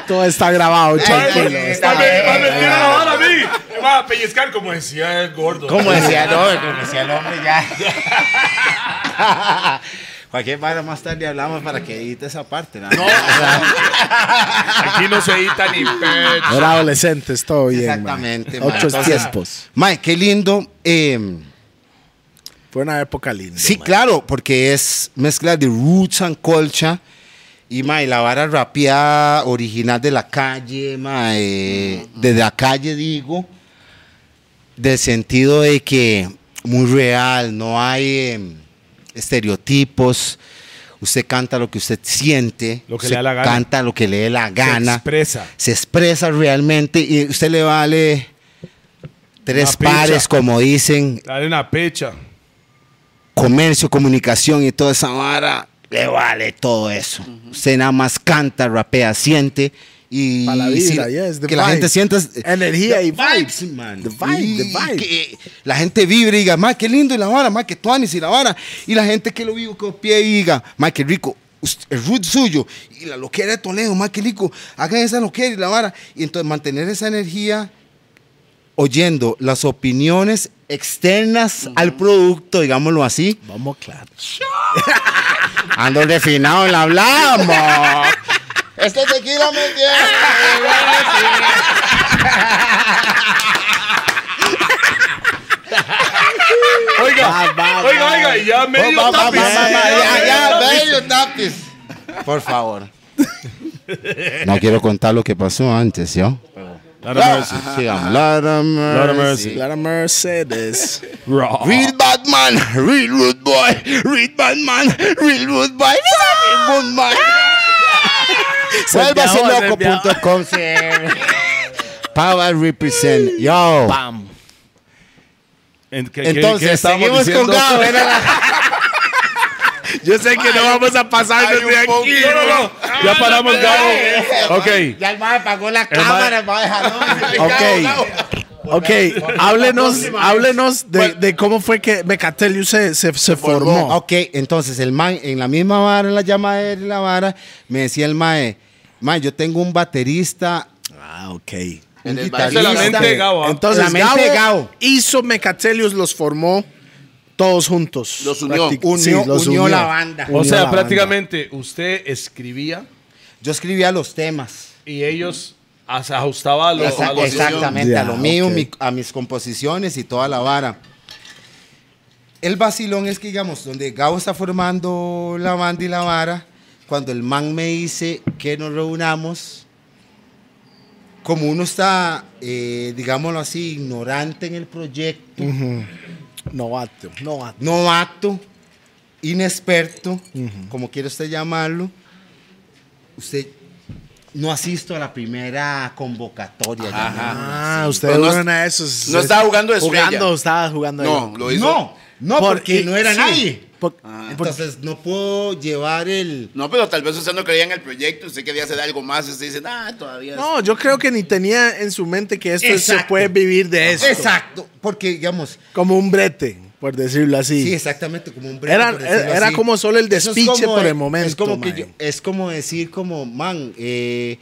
C: Todo está grabado, tranquilo.
A: ay,
D: Va a
A: ay,
D: me- va a
A: ay,
D: meter
A: ay,
D: la vara a mí. Me va a pellizcar como decía el gordo.
A: Como decía, no, como decía el hombre ya. Cualquier vara más tarde hablamos para que edite esa parte. No,
D: Aquí no se edita ni pecho.
C: Era adolescente, todo bien. mae.
A: Exactamente, mae.
C: Otros
A: Entonces-
C: tiempos.
A: Mae, qué lindo. eh,
C: Fue una época linda.
A: sí,
C: mae.
A: claro, porque es mezcla de roots and culture. Y mae, la vara rapeada original de la calle, mae, de la calle digo, del sentido de que muy real, no hay eh, estereotipos. Usted canta lo que usted siente,
D: Lo que
A: usted
D: le da la gana.
A: canta lo que le dé la gana.
D: expresa.
A: se expresa realmente y usted le vale tres
D: Una pincha.
A: pares, como dicen,
D: Dale una pecha.
A: comercio, comunicación y toda esa vara, le vale todo eso. Usted nada más canta, rapea, siente y,
C: Pa' la
A: y
C: vibra, yes, the
A: que la
C: vibe.
A: gente sienta
C: Energía y
A: eh, vibes,
C: vibes,
A: man.
C: The vibe, the
A: Y
C: vibe.
A: que la gente vibre y diga, más qué lindo y la vara, más que tuanis y la vara. Y la gente que lo vive copie y diga, más qué rico. us- El root suyo y la loquera de Toledo, más que rico. Hagan esa loquera y la vara. Y entonces mantener esa energía oyendo las opiniones externas al producto, digámoslo así.
C: Vamos, claro.
A: Ando refinado en la hablamos. Este tequila me tiene.
D: Oiga,
A: Va, va,
D: oiga,
A: va.
D: oiga, y ya medio
A: Va, va,
D: tapiz.
A: va, va, va, ya, ya,
D: Tapiz.
A: bello tapiz. Por favor. No quiero contar lo que pasó antes, ¿yo?
D: Lot
B: Ah,
D: of mercy.
A: Sigamos. Lot of
D: Lot of
A: mercy.
D: mercy.
C: Clara Mercedes.
D: Raw.
A: Real Batman, real rude boy, real Batman, real rude boy, real rude boy. Sálvase loco.com. Power represent. Yo.
C: Pam.
D: En- ¿qué- qué- qué
A: Entonces,
D: estábamos
A: seguimos con
D: diciendo?
A: Gabo. era la-
C: Yo sé que no vamos a pasar
B: Hay un
C: desde aquí.
B: poquito-
D: No, no, Ah, no. Ya paramos, Gabo. Ok.
A: Ya el mae apagó la cámara, el mae jaló.
C: Ok. Ok, háblenos, háblenos de, de cómo fue que Mecateliu se, se, se formó.
A: Ok, entonces el man, en la misma vara, en la llama de la vara, me decía el mae, mae, yo tengo un baterista,
C: Ah, ok.
A: un
B: En el
A: guitarrista.
B: baile.
D: Esa es la mente de Gabo. ¿ah?
C: Entonces,
A: La mente de
C: Gabo
A: Gabo.
C: hizo Mecatelius, los formó todos juntos.
B: Los unió.
C: Practic-
A: Unió-
C: sí, los
A: unió la banda.
D: O
C: Unió la
D: sea,
C: banda.
D: prácticamente usted escribía
A: Yo escribía los temas.
D: y ellos as- ajustaban a los-
A: Exact-
D: a los-
A: exactamente,
C: Ya,
A: a lo mío,
C: ok.
A: mi- a mis composiciones y toda la vara. El vacilón es que, digamos, donde Gabo está formando la banda y la vara, cuando el man me dice que nos reunamos, como uno está, eh, digámoslo así, ignorante en el proyecto,
C: Novato, novato.
A: novato, inexperto, como quiera usted llamarlo, usted no asisto a la primera convocatoria. llamémoslo
C: Ah, ustedes
B: Pero no
C: eran
B: es-
C: a esos.
B: no estaba jugando de estrella.
C: Jugando, estaba jugando.
B: No,
C: ahí.
B: lo hizo.
A: No, no,
C: Por-
A: porque
C: y-
A: no era
C: sí,
A: nadie.
C: por- por-
A: Entonces no puedo llevar el.
B: No, pero tal vez usted no creía en el proyecto, usted quería hacer algo más, usted dice, ah, todavía.
C: no, yo creo que ni tenía en su mente que esto se
A: Exacto.
C: puede vivir de eso.
A: Exacto, porque digamos,
C: Como un brete, por decirlo así.
A: sí, exactamente como un brete,
C: Era-
A: por decirlo
C: era
A: así.
C: como solo el
A: Eso es
C: despiche
A: como-
C: por el momento,
A: Es como, que
C: mae.
A: yo- es como decir, como, man, eh,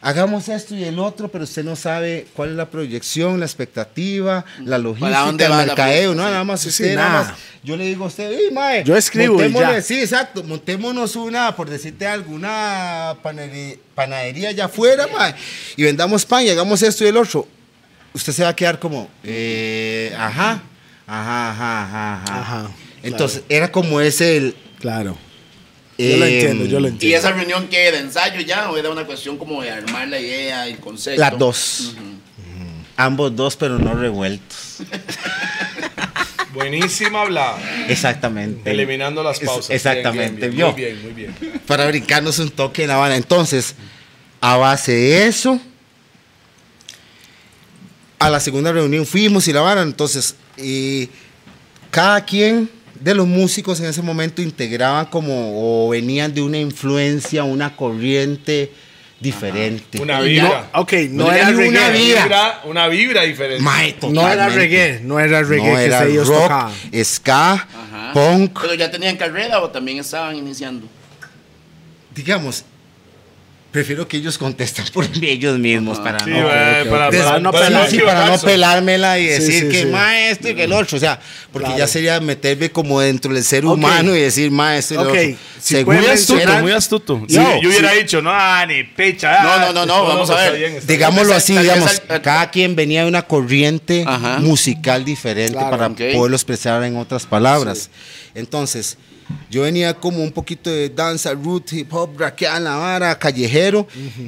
A: hagamos esto y el otro, pero usted no sabe cuál es la proyección, la expectativa, la logística,
B: dónde
A: el
B: va la
A: mercadeo,
B: proyección?
A: no, nada más
C: Sí, sí,
A: usted, nada
C: nada.
A: más. Yo le digo a usted, "Ey, mae,
C: Yo escribo y
A: montémosle-
C: ya.
A: Sí, exacto, montémonos una, por decirte alguna panadería, panadería allá afuera, mae, y vendamos pan y hagamos esto y el otro. Usted se va a quedar como, eh, ajá, ajá, ajá, ajá, ajá.
C: Ajá,
A: Entonces, era como ese el...
C: Claro. Yo lo
E: Eh,
A: em,
C: entiendo, yo lo
B: ¿Y
C: entiendo.
B: esa reunión qué era? ¿Ensayo ya? ¿O era una cuestión como de armar la idea, el concepto?
A: Las dos. Ambos dos, pero no revueltos.
D: Buenísima hablada.
A: Exactamente.
D: Eliminando las
A: Es-
D: pausas.
A: Exactamente. vio.
D: Bien, bien, bien, Muy bien, muy bien.
A: Para brincarnos un toque en la bala. Entonces, a base de eso, a la segunda reunión fuimos y la vara. Entonces, y cada quien de los músicos en ese momento integraban como o venían de una influencia, una corriente
E: diferente.
D: Una vibra.
C: ok, no,
E: No
C: era
E: le di una
C: reggae.
E: vida.
D: vibra, una vibra diferente.
E: Mae,
C: No era
E: totalmente.
C: reggae, no era reggae
E: No
C: que
E: era
C: ellos
E: rock,
C: tocaban.
E: ska,
B: Ajá.
E: punk.
B: Pero ya tenían carrera o también estaban iniciando.
E: Digamos, prefiero que ellos contesten por ellos mismos para
D: Sí,
E: no.
D: mae, para,
E: Des-
D: para-
C: no
E: para no-
C: pelar-
E: sí, para no
D: equivocarse.
E: pelármela y
C: Sí,
E: decir
C: sí,
E: que
C: sí.
E: mae esto y que el otro, o sea, porque
C: Claro.
E: ya sería meterme como dentro del ser
C: Ok.
E: humano y decir mae esto y el
C: Ok,
E: otro.
C: si
E: Según
C: pueden
E: eran-
D: Astuto, muy astuto.
E: Sí,
D: yo, yo
E: sí.
D: hubiera dicho, no, ah, ni pecha.
B: No,
D: ah,
B: no, no, no,
D: todo
B: vamos a
D: está
B: ver.
D: bien, está
E: Digámoslo
B: Tal vez-
E: así,
B: tal vez
E: digamos,
B: al-
E: cada quien venía de una corriente
B: Ajá.
E: musical diferente
C: Claro,
E: para
B: ok.
E: poderlo expresar en otras palabras. Entonces, yo venía como un poquito de danza, root, hip hop, raqueada, la vara, callejero.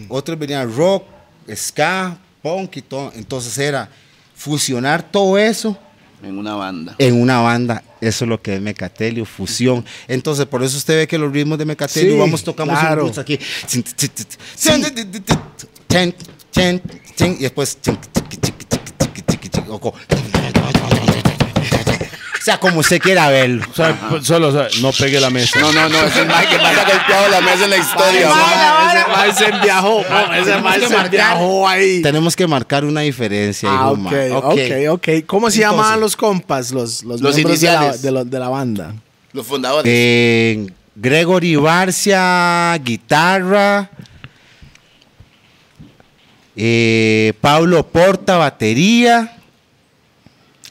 E: Otros venían rock, ska, punk y todo. Entonces era fusionar todo eso
B: En una banda.
E: en una banda. Eso es lo que es Mecatelio, fusión. Entonces, por eso usted ve que los ritmos de Mecatelio,
C: Sí,
E: vamos, tocamos un
C: claro.
E: roots aquí. Chin, chin, chin, chin, chin, chin, chin, Y después. chin, chiqui, chiqui, chiqui, chiqui, chiqui, chiqui, o co- O sea, como usted quiera verlo.
D: bien. O sea, pues, Solo, o sea, no pegue la mesa.
B: No, no, no, es el Mike que más ha golpeado la mesa en la historia. mae.
C: Ese mae se viajó, no, ese mae
E: que
C: se
E: marcar.
C: viajó ahí.
E: Tenemos que marcar una diferencia.
C: Ah,
E: hijo,
C: ok,
E: ma.
C: ok, ok. ¿Cómo se
E: Entonces-
C: llamaban los compas, los, los,
B: Los
C: miembros de la-
B: iniciales.
C: De, la, de la banda?
B: Los fundadores.
E: Eh, Gregory Barcia, guitarra. Eh, Pablo Porta, batería.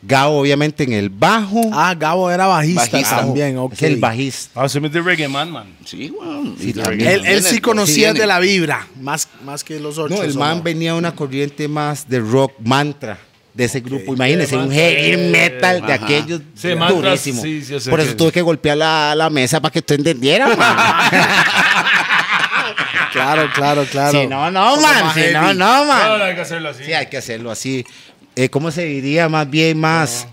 E: Gabo, obviamente, en el bajo.
C: Ah, Gabo era bajista,
B: Bajista.
C: también, ok.
E: Es el bajista.
D: Ah, se mete reggae man, man.
B: Sí, weón.
E: Sí,
B: Y
E: también.
B: también
C: Él, él sí
B: tienen,
C: conocía
B: tienen.
C: de la vibra, más, más que los otros.
E: No, el
C: ¿o
E: man
C: no?
E: venía de una corriente más de rock mantra de ese grupo. Imagínense, un heavy metal de
B: Ajá.
E: aquellos
D: Sí,
E: durísimo.
D: mantras, sí, yo sé
E: Por
D: que-
E: eso tuve que golpear la, la mesa para que tú entendieras, man.
C: Claro, claro, claro.
E: Si no, no,
C: Como
E: man.
C: más
E: Si
C: heavy.
E: no, no, man.
D: No, no, hay que hacerlo así.
E: Sí, hay que hacerlo así. Eh, ¿Cómo se diría? Más bien, más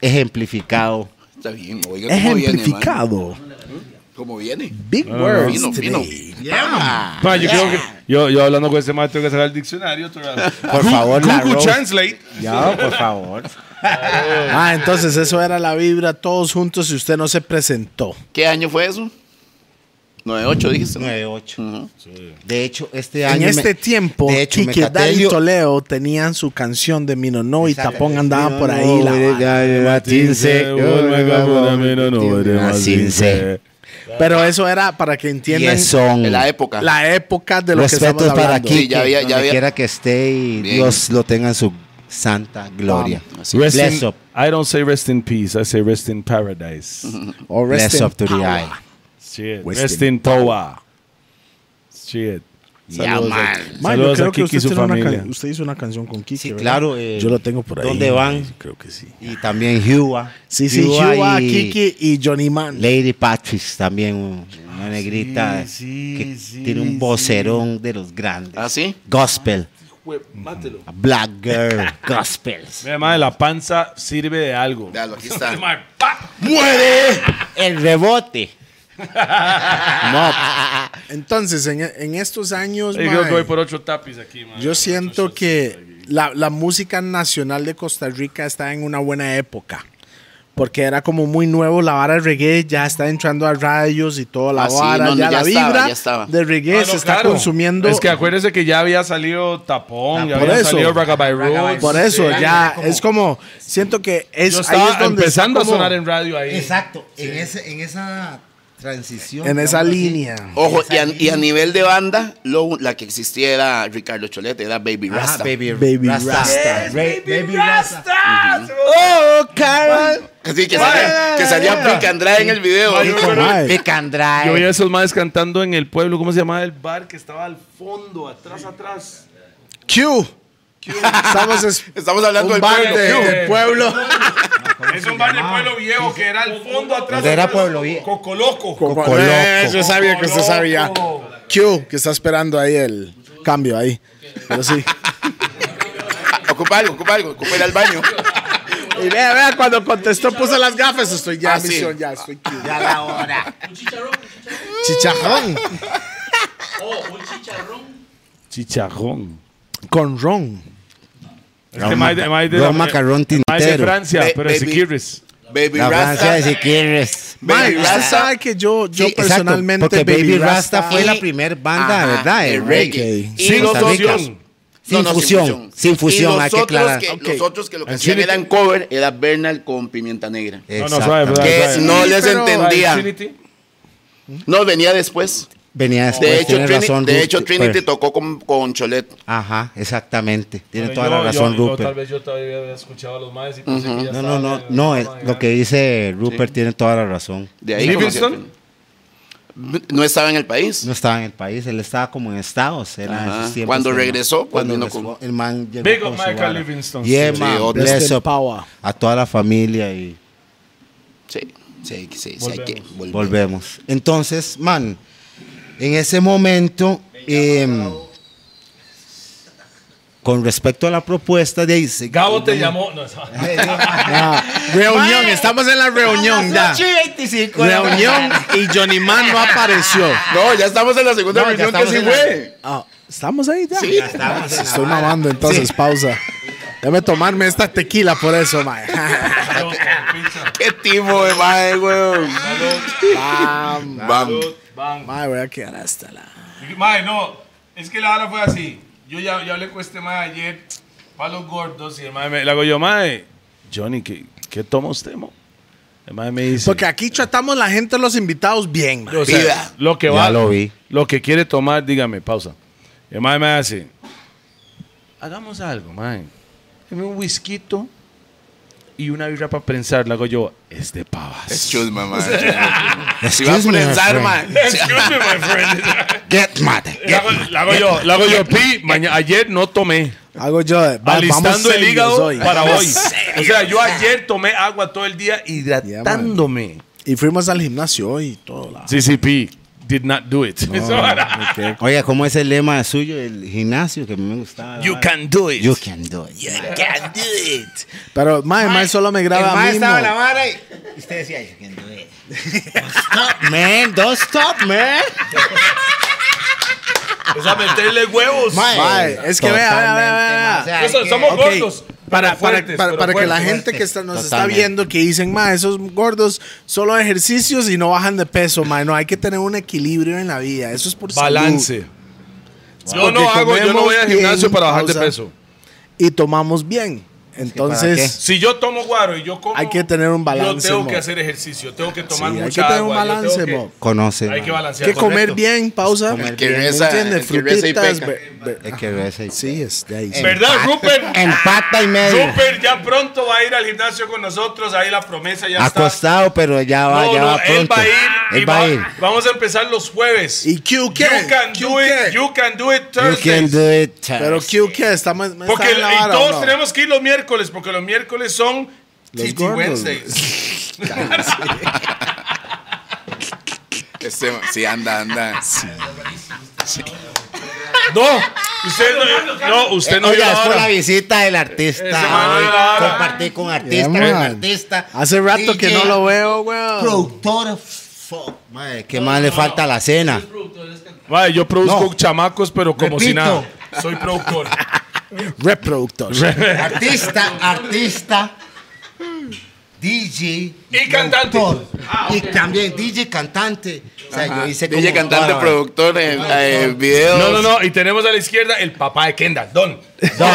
E: ejemplificado.
B: Está bien, oiga cómo viene, man.
C: Ejemplificado.
B: ¿Cómo viene?
C: Big
D: no,
C: words
B: Fino, fino.
C: today.
D: Ma, yo creo que yo, yo hablando con este maestro tengo que sacar el diccionario. otro lado.
E: Por favor, la
D: Google
E: Rose.
D: Translate.
E: Ya, por favor.
C: Ah, entonces eso era la vibra, todos juntos y usted no se presentó.
E: Este
B: ¿Qué año fue eso? 98 dijiste. ¿no?
E: 9-8.
B: Ujú.
E: De hecho, este
C: En
E: año. me-
C: este tiempo,
E: De hecho,
C: Kike Daddy y
E: Mecatelio.
C: Toleo tenían su canción de Minono y
E: Exacto.
C: Tapón andaban
E: No,
C: por
E: no,
C: ahí. la
E: mire,
C: vara.
E: ya lleva 15. Ah, 15.
C: Pero eso era para que entiendan
E: 10 son.
B: En la época.
C: la época de lo que
E: Respetos
C: estamos hablando.
E: para Kike.
B: Sí, ya había- ya
E: donde
B: había-
E: quiera que esté y
B: Bien.
E: Dios lo tenga en su santa gloria.
B: Así.
D: Rest
E: Bless
D: in-
E: up.
D: I don't say rest in peace, I say rest in paradise.
C: O rest
E: Bless
C: in
E: up to the
C: power.
E: eye.
D: Shit.
C: Rest
D: Rest in Toa. Shit.
E: Ya,
D: Saludos a-
E: man.
C: Man, yo
D: Saludos
C: creo
D: a
C: que usted,
D: Kiki y su
C: tiene una can-
D: familia.
C: usted hizo una canción con Kike.
E: Sí,
C: ¿verdad?
E: claro, eh,
C: Yo lo tengo por ahí.
E: ¿dónde van?
C: Creo que sí.
E: Y también Hua.
C: Sí, sí,
E: Hua
C: Hua,
E: y-
C: Kiki y Johnny Man.
E: Lady Patrick también, un- una negrita
D: sí,
E: que
D: sí,
E: tiene un vocerón de los grandes.
B: ¿Ah, sí?
E: Gospel,
D: Mátelo.
E: Black Girl, Gospel.
D: Mira, madre, la panza sirve de algo.
B: Dalo, aquí está.
D: Madre, pa.
E: ¡Muere! El rebote.
C: Entonces, en, en estos años,
D: Yo creo
C: mae,
D: que voy por ocho tapis aquí, madre.
C: yo
D: Ocho
C: siento
D: shots.
C: que la, la música nacional de Costa Rica está en una buena época. Porque era como muy nuevo, la vara de reggae ya está entrando a radios y toda la
B: Ah, sí,
C: vara.
B: no, no, ya
C: ya, la
B: estaba,
C: vibra
B: ya estaba.
C: de reggae
D: Ah, no,
C: se está
D: claro.
C: consumiendo.
D: Es que acuérdese que ya había salido Tapón, ya
C: por
D: había
C: eso.
D: salido Ragabay
E: Rock-a-bye
D: Road.
C: por eso,
E: Sí,
C: ya
E: era como-
C: es como. Siento que es,
D: Yo
C: ahí
D: estaba
C: es donde está
D: empezando
C: como
D: a sonar en radio ahí.
E: Exacto, en, ese, en esa transición.
C: en esa
E: digamos así.
C: línea.
B: Ojo, y a, y a nivel de banda, lo- la que existía era Ricardo Cholete, era Baby
E: Ajá,
B: Rasta.
E: baby,
C: Baby
E: Rasta.
C: Rasta.
E: Ra- baby Rasta.
C: Oh, Carol.
B: Así que salía, que salía Pink Andrade en el video.
D: Ay,
C: Rico,
D: Pero-
C: mae.
E: Picandrae.
D: Yo veía a esos madres cantando en el pueblo, ¿cómo se llamaba el bar que estaba al fondo, atrás, atrás?
C: Q. Estamos es-
B: Estamos hablando
C: un
B: del
C: bar
B: pueblo.
C: de-
D: Q.
C: del pueblo.
D: Es un bar del pueblo viejo que era al fondo, atrás.
E: Donde era
D: atrás,
E: pueblo viejo.
D: Cocoloco.
E: Cocoloco.
C: Eh, Yo sabía que usted sabía.
D: Cocoloco.
C: Q, que está esperando ahí el cambio ahí. Pero sí.
B: Ah, Ocupa algo, ocupa algo, ocupa ir al baño.
C: Y vea, vea, cuando contestó puse las gafas. Estoy ya,
B: Ah, sí.
C: misión, ya, estoy Q.
E: Ya la hora.
C: Chicharrón.
D: Chichajón.
C: Con ron.
D: Este mae de- mae de-
E: Ron Macarrón
D: mae de
E: Tintero.
D: Francia,
B: Ba-
D: pero es
B: baby-
D: Siquirres.
B: Baby
A: La
B: Rasta.
A: Francia, si quieres.
B: Baby
C: Mae, usted
B: Rasta.
C: sabe que yo, yo
A: Sí, exacto,
C: personalmente.
A: porque Baby Rasta, fue la
B: Y-
A: primera banda,
B: Ajá,
A: ¿verdad? De
B: de
A: reggae.
B: reggae.
A: en
B: Sin
A: Costa Rica.
D: fusión.
A: Sin,
B: No, no,
A: fusión, sin fusión,
B: Y los
A: hay que
B: otros
A: aclarar.
B: que-
C: Ok.
B: Los otros que lo que
D: En
B: hacían
D: Trinity-
B: eran cover era Bernal con pimienta negra.
D: No, no, suave,
A: Exactamente.
D: suave.
B: Que
D: Sí,
B: no les
C: pero-
B: entendía.
D: Trinity.
B: No, venía después.
A: Venía después,
B: De hecho,
A: Pues tiene
B: Trini-
A: razón.
B: de
A: Ruth, pues,
B: hecho,
A: pero-
B: Trinity tocó con, con Cholet.
A: Ajá, exactamente. Tiene
D: Bueno,
A: toda
D: yo-
A: la razón,
D: yo- yo
A: Rupert.
D: Tal vez yo todavía había escuchado a los maes y pensé que ya
A: No, no,
D: estaban
A: no,
D: en-
A: no, es-
D: estaban
A: lo que dice Rupert tiene toda la razón.
B: De ahí
D: ¿Livingston?
B: conocí a- No estaba en el país.
A: No estaba en el país, él estaba como en Estados. era
B: Ajá.
A: en sus tiempos
B: Cuando
A: que-
B: regresó, pues,
A: cuando
B: vino
A: regresó,
B: con-
A: el man llegó
D: Big
A: con
D: up
A: su
D: Michael
A: vara.
D: Livingston.
A: Yeah,
B: Sí,
A: man,
B: otro.
A: bless
C: Rest in
A: up
C: power.
A: a toda la familia y
B: Sí, sí, sí, sí, hay que volver.
A: volvemos. Entonces, man, en ese momento, em, con respecto a la propuesta de ahí, se-
D: Gabo te llamó. No, esa-
C: Ah, reunión, estamos en la reunión, da. Reunión y Johnny Man no apareció.
B: Ah, No, ya estamos en la segunda
A: No, ya
B: reunión que sí
A: estamos en
B: fue.
C: Ah, estamos ahí ya.
B: Sí.
C: Estoy mamando, entonces pausa. Debe tomarme esta tequila por eso, mae.
D: Salud, pizza.
B: Qué tipo de madre, weón.
C: Bam.
B: Vamos.
D: Bang.
C: Mae, voy a quedar hasta la.
D: Mae, no, es que la hora fue así. Yo ya, ya hablé con este mae ayer, palos gordos, y el mae me le hago yo, mae, Johnny, ¿qué, qué toma usted, mo? El mae me dice,
C: Porque aquí tratamos la gente, los invitados, bien, mae.
D: o sea,
B: Pida.
D: lo que
A: Ya
D: va,
A: lo vi.
D: lo que quiere tomar, dígame, pausa. El mae me hace, hagamos algo, mae. Deme un whisky y una birra para pensar. Le hago yo, es de pavas.
B: Excuse me, madre. Si va a
A: Excuse me, my
B: prensar,
A: friend.
B: madre.
D: Excuse me, my friend.
A: Get mad.
D: Le hago, le hago yo, le hago yo, pi, maña- ayer no tomé.
C: Hago yo. eh, va- vamos
D: alistando el
C: serios
D: hígado
C: hoy.
D: para Ah, hoy. O sea, yo ayer tomé agua todo el día hidratándome.
C: Y fuimos al gimnasio hoy y todo. La...
D: CCP did not do it. Eso era.
A: Oye, ¿cómo es el lema suyo del gimnasio que a mí me gustaba?
E: You can do it.
A: You can do it.
C: Pero, mae, mae solo me graba a mí. mo.
A: vara y usted decía, you can do it. Stop, man. Don't stop, man.
D: O sea, meterle huevos.
C: Mae, es que vea, vea, vea, vea.
A: Totalmente, man. O sea,
D: Eso,
A: hay que-
D: somos
C: Ok,
D: gordos.
C: Para,
D: pero
C: para-
D: fuertes,
C: para-
D: pero
C: para que la
D: fuertes.
C: gente que está- nos está
A: Totalmente.
C: viendo, que dicen, ma, esos gordos solo ejercicios y no bajan de peso, ma. No, hay que tener un equilibrio en la vida. Eso es por salud.
D: Balance. Yo
C: Porque
D: no hago, yo no voy
C: comemos
D: al gimnasio
C: bien,
D: para bajar de
C: pausa.
D: peso.
C: Y tomamos bien. Entonces,
D: Si yo tomo guaro y yo como.
C: Hay que tener un balance,
D: Yo tengo
C: mo.
D: que hacer ejercicio, tengo que tomar
C: sí,
D: mucha
C: hay que tener un
D: agua, yo
C: balance,
D: tengo que-
C: mo.
A: Conoce.
D: Hay que
A: man.
D: balancear.
C: Que comer
A: correcto.
C: bien, pausa.
A: Comer
B: que
A: bien.
B: reza-
C: ¿Entiendes?
B: el que reza y
C: Frutitas.
B: peca.
C: be- be-
A: Es que reza y-
C: Sí, es de ahí.
D: ¿Verdad, Rupert?
A: Empata y medio.
D: Rupert ya pronto va a ir al gimnasio con nosotros. Ahí la promesa ya está.
A: Acostado, pero ya va,
D: No,
A: ya
D: no,
A: va pronto.
D: él va a ir. y
A: Él va a ir.
D: Vamos a empezar los jueves.
C: ¿Y Q qué?
D: You can
C: ¿Q
D: do
C: qué?
D: it. You can do it
A: You
D: Thursday.
A: can do it.
C: Pero Q qué, estamos está
D: Porque
C: en la
D: y
C: vara,
D: todos
C: ¿o no?
D: tenemos que ir los miércoles, porque los miércoles son
C: Los
D: TT
C: gordos.
D: Wednesdays.
B: Este, sí, anda, anda.
D: No, usted no, no, usted
C: Eh,
D: no
A: Oye,
D: vio
A: es por
D: ahora.
A: la visita del artista.
D: Ese man no
A: hoy.
D: vio la hora.
A: Ah, Compartí con
C: Yeah,
A: artista, con
C: man.
A: artista.
C: Hace rato que
A: DJ,
C: no lo veo, weón.
A: Productor. Fuck, madre, ¿qué más le falta a la cena?
D: Mae, yo produzco
A: No.
D: chamacos, pero como si
A: Repito.
D: nada. Soy productor.
C: Reproductor.
A: Artista, artista, DJ.
D: Y cantante. Ah,
A: productor. Y también DJ cantante. O sea, yo hice
B: DJ
A: como-
B: cantante,
A: Bueno,
B: productor, eh, eh, videos.
D: No, no, no. Y tenemos a la izquierda el papá de Kendall, Don.
A: Bum,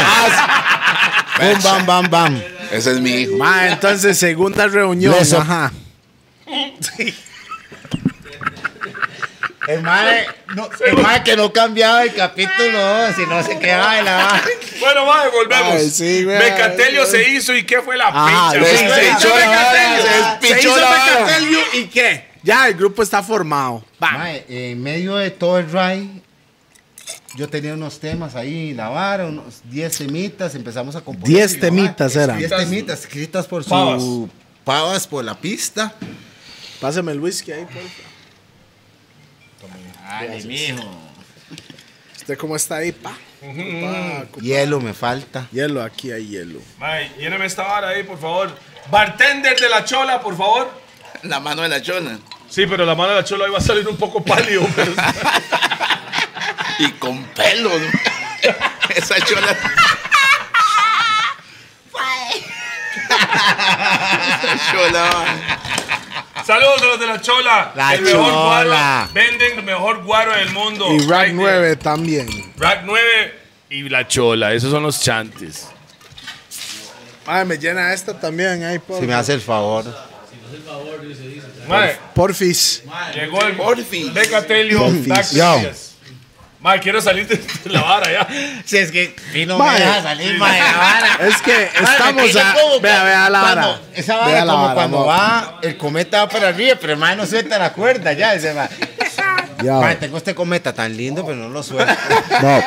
A: bam, bam, bam.
B: Ese es mi hijo.
C: Ma, entonces, segunda reunión.
A: Bless up.
C: Ajá.
A: El mae, no, el mae que no cambiaba el capítulo 2 y no se quedaba en la barra.
D: Bueno, mae, volvemos.
C: Ay, sí, güey.
D: Becatelio se hizo y qué fue la
C: Ajá,
D: pincha.
C: lo
D: mae?
B: hizo,
D: Se
B: se
D: hizo
B: hizo la
D: Becatelio.
B: vara,
C: Se hizo
B: Pichón la vara.
C: Becatelio y qué. Ya, el grupo está formado. Va.
A: Mae, en medio de todo el ray, yo tenía unos temas ahí, la vara, unos 10 temitas, empezamos a componer.
C: 10
A: y la
C: temitas
A: vara.
C: eran.
A: 10 temitas escritas por su.
D: Pavas.
A: Pavas por la pista.
C: Pásame el whisky ahí, por favor.
A: Ay, mijo.
C: ¿Usted cómo está ahí, pa? Pa, cu-
A: Hielo me falta.
C: Hielo, aquí hay hielo.
D: Mae, lléneme esta vara ahí, por favor. Bartender de la chola, por favor.
B: La mano de la chona.
D: Sí, pero la mano de la chola iba a salir un poco pálido. pero-
B: Y con pelo. ¿no? Esa chona. Chola.
D: Saludos a los de la Chola.
A: La
D: el mejor guaro.
A: Chola.
D: Venden el mejor guaro del
A: Oh,
D: mundo.
C: Y Rack
D: Ahí tiene.
C: 9 también.
D: Rack 9 y la Chola. Esos son los chantes.
C: Ay, me llena esta también. Ay, por,
A: Si me hace el favor.
D: Mae,
C: porfis.
D: llegó el
B: Porfis.
D: Decatelio
C: Porfis.
D: Taxi.
A: Yo.
D: Mae, quiero salir de de la vara ya.
A: Si es que si no
C: Mae.
A: me deja salir, mae, la vara.
C: Es que estamos
A: Mae,
C: a.
A: como
C: Vea, vea la
A: cuando-
C: vara.
A: Esa
C: Vea
A: vara
C: la
A: como
C: vara,
A: cuando
C: mo.
A: va, el cometa va para arriba, pero el mae no suelta la cuerda ya. Ese mae.
C: Ya.
A: Mae, tengo este cometa tan lindo, pero no lo suelto.
C: Bob.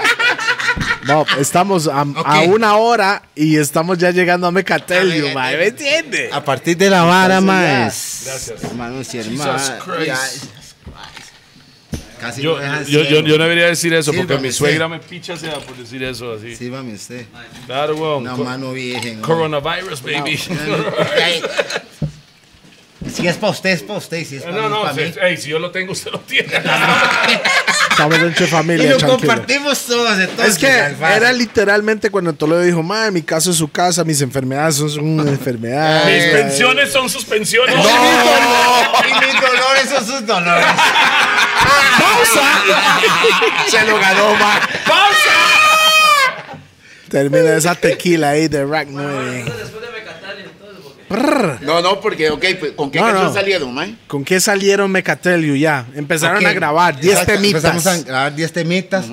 C: Bob, estamos a, a
A: Ok.
C: una hora y estamos ya llegando a Mecatelio,
A: Ay,
C: mae,
A: ay,
C: ¿me
A: ay.
C: entiende?
A: A partir de la vara, mae.
D: Gracias.
A: Hermanos y
D: Jesus
A: hermanas.
D: Christ.
A: Ya, Jesus Christ. Casi
D: Yo,
A: me dejan
D: yo, yo,
A: ciego.
D: yo no debería decir eso porque
A: Sírvame,
D: mi
A: ah, sí.
D: suegra me picha sea por decir eso así.
A: Sírvame usted.
D: Claro, weón.
A: Una
D: Co-
A: mano virgen. hombre.
D: Coronavirus, baby.
A: Ay. Si es para usted, es para usted. y Si es para
D: No,
A: mí,
D: no,
A: para
D: si,
A: mí.
D: ey, si yo lo tengo, usted lo tiene.
C: Estamos entre
A: Y
C: familia,
A: lo
C: tranquilo.
A: compartimos todos. Entonces,
C: Es que
A: Alfaro.
C: era literalmente cuando Toledo dijo, mae, mi caso es su casa, mis enfermedades son sus enfermedades.
D: Mis pensiones son suspensiones.
A: ¡No! Y mis dolores son sus dolores.
B: Se lo ganó, ma.
C: Termina esa tequila ahí de Rack eh. 9. Brr.
B: No, no, porque, ok, pues, ¿con qué
C: No,
B: canción
C: no.
B: salieron, ma?
C: ¿Con qué salieron Mecatelio ya? Empezaron
A: Ok.
C: a grabar 10
A: Exacto,
C: temitas.
A: Empezamos a grabar 10 temitas.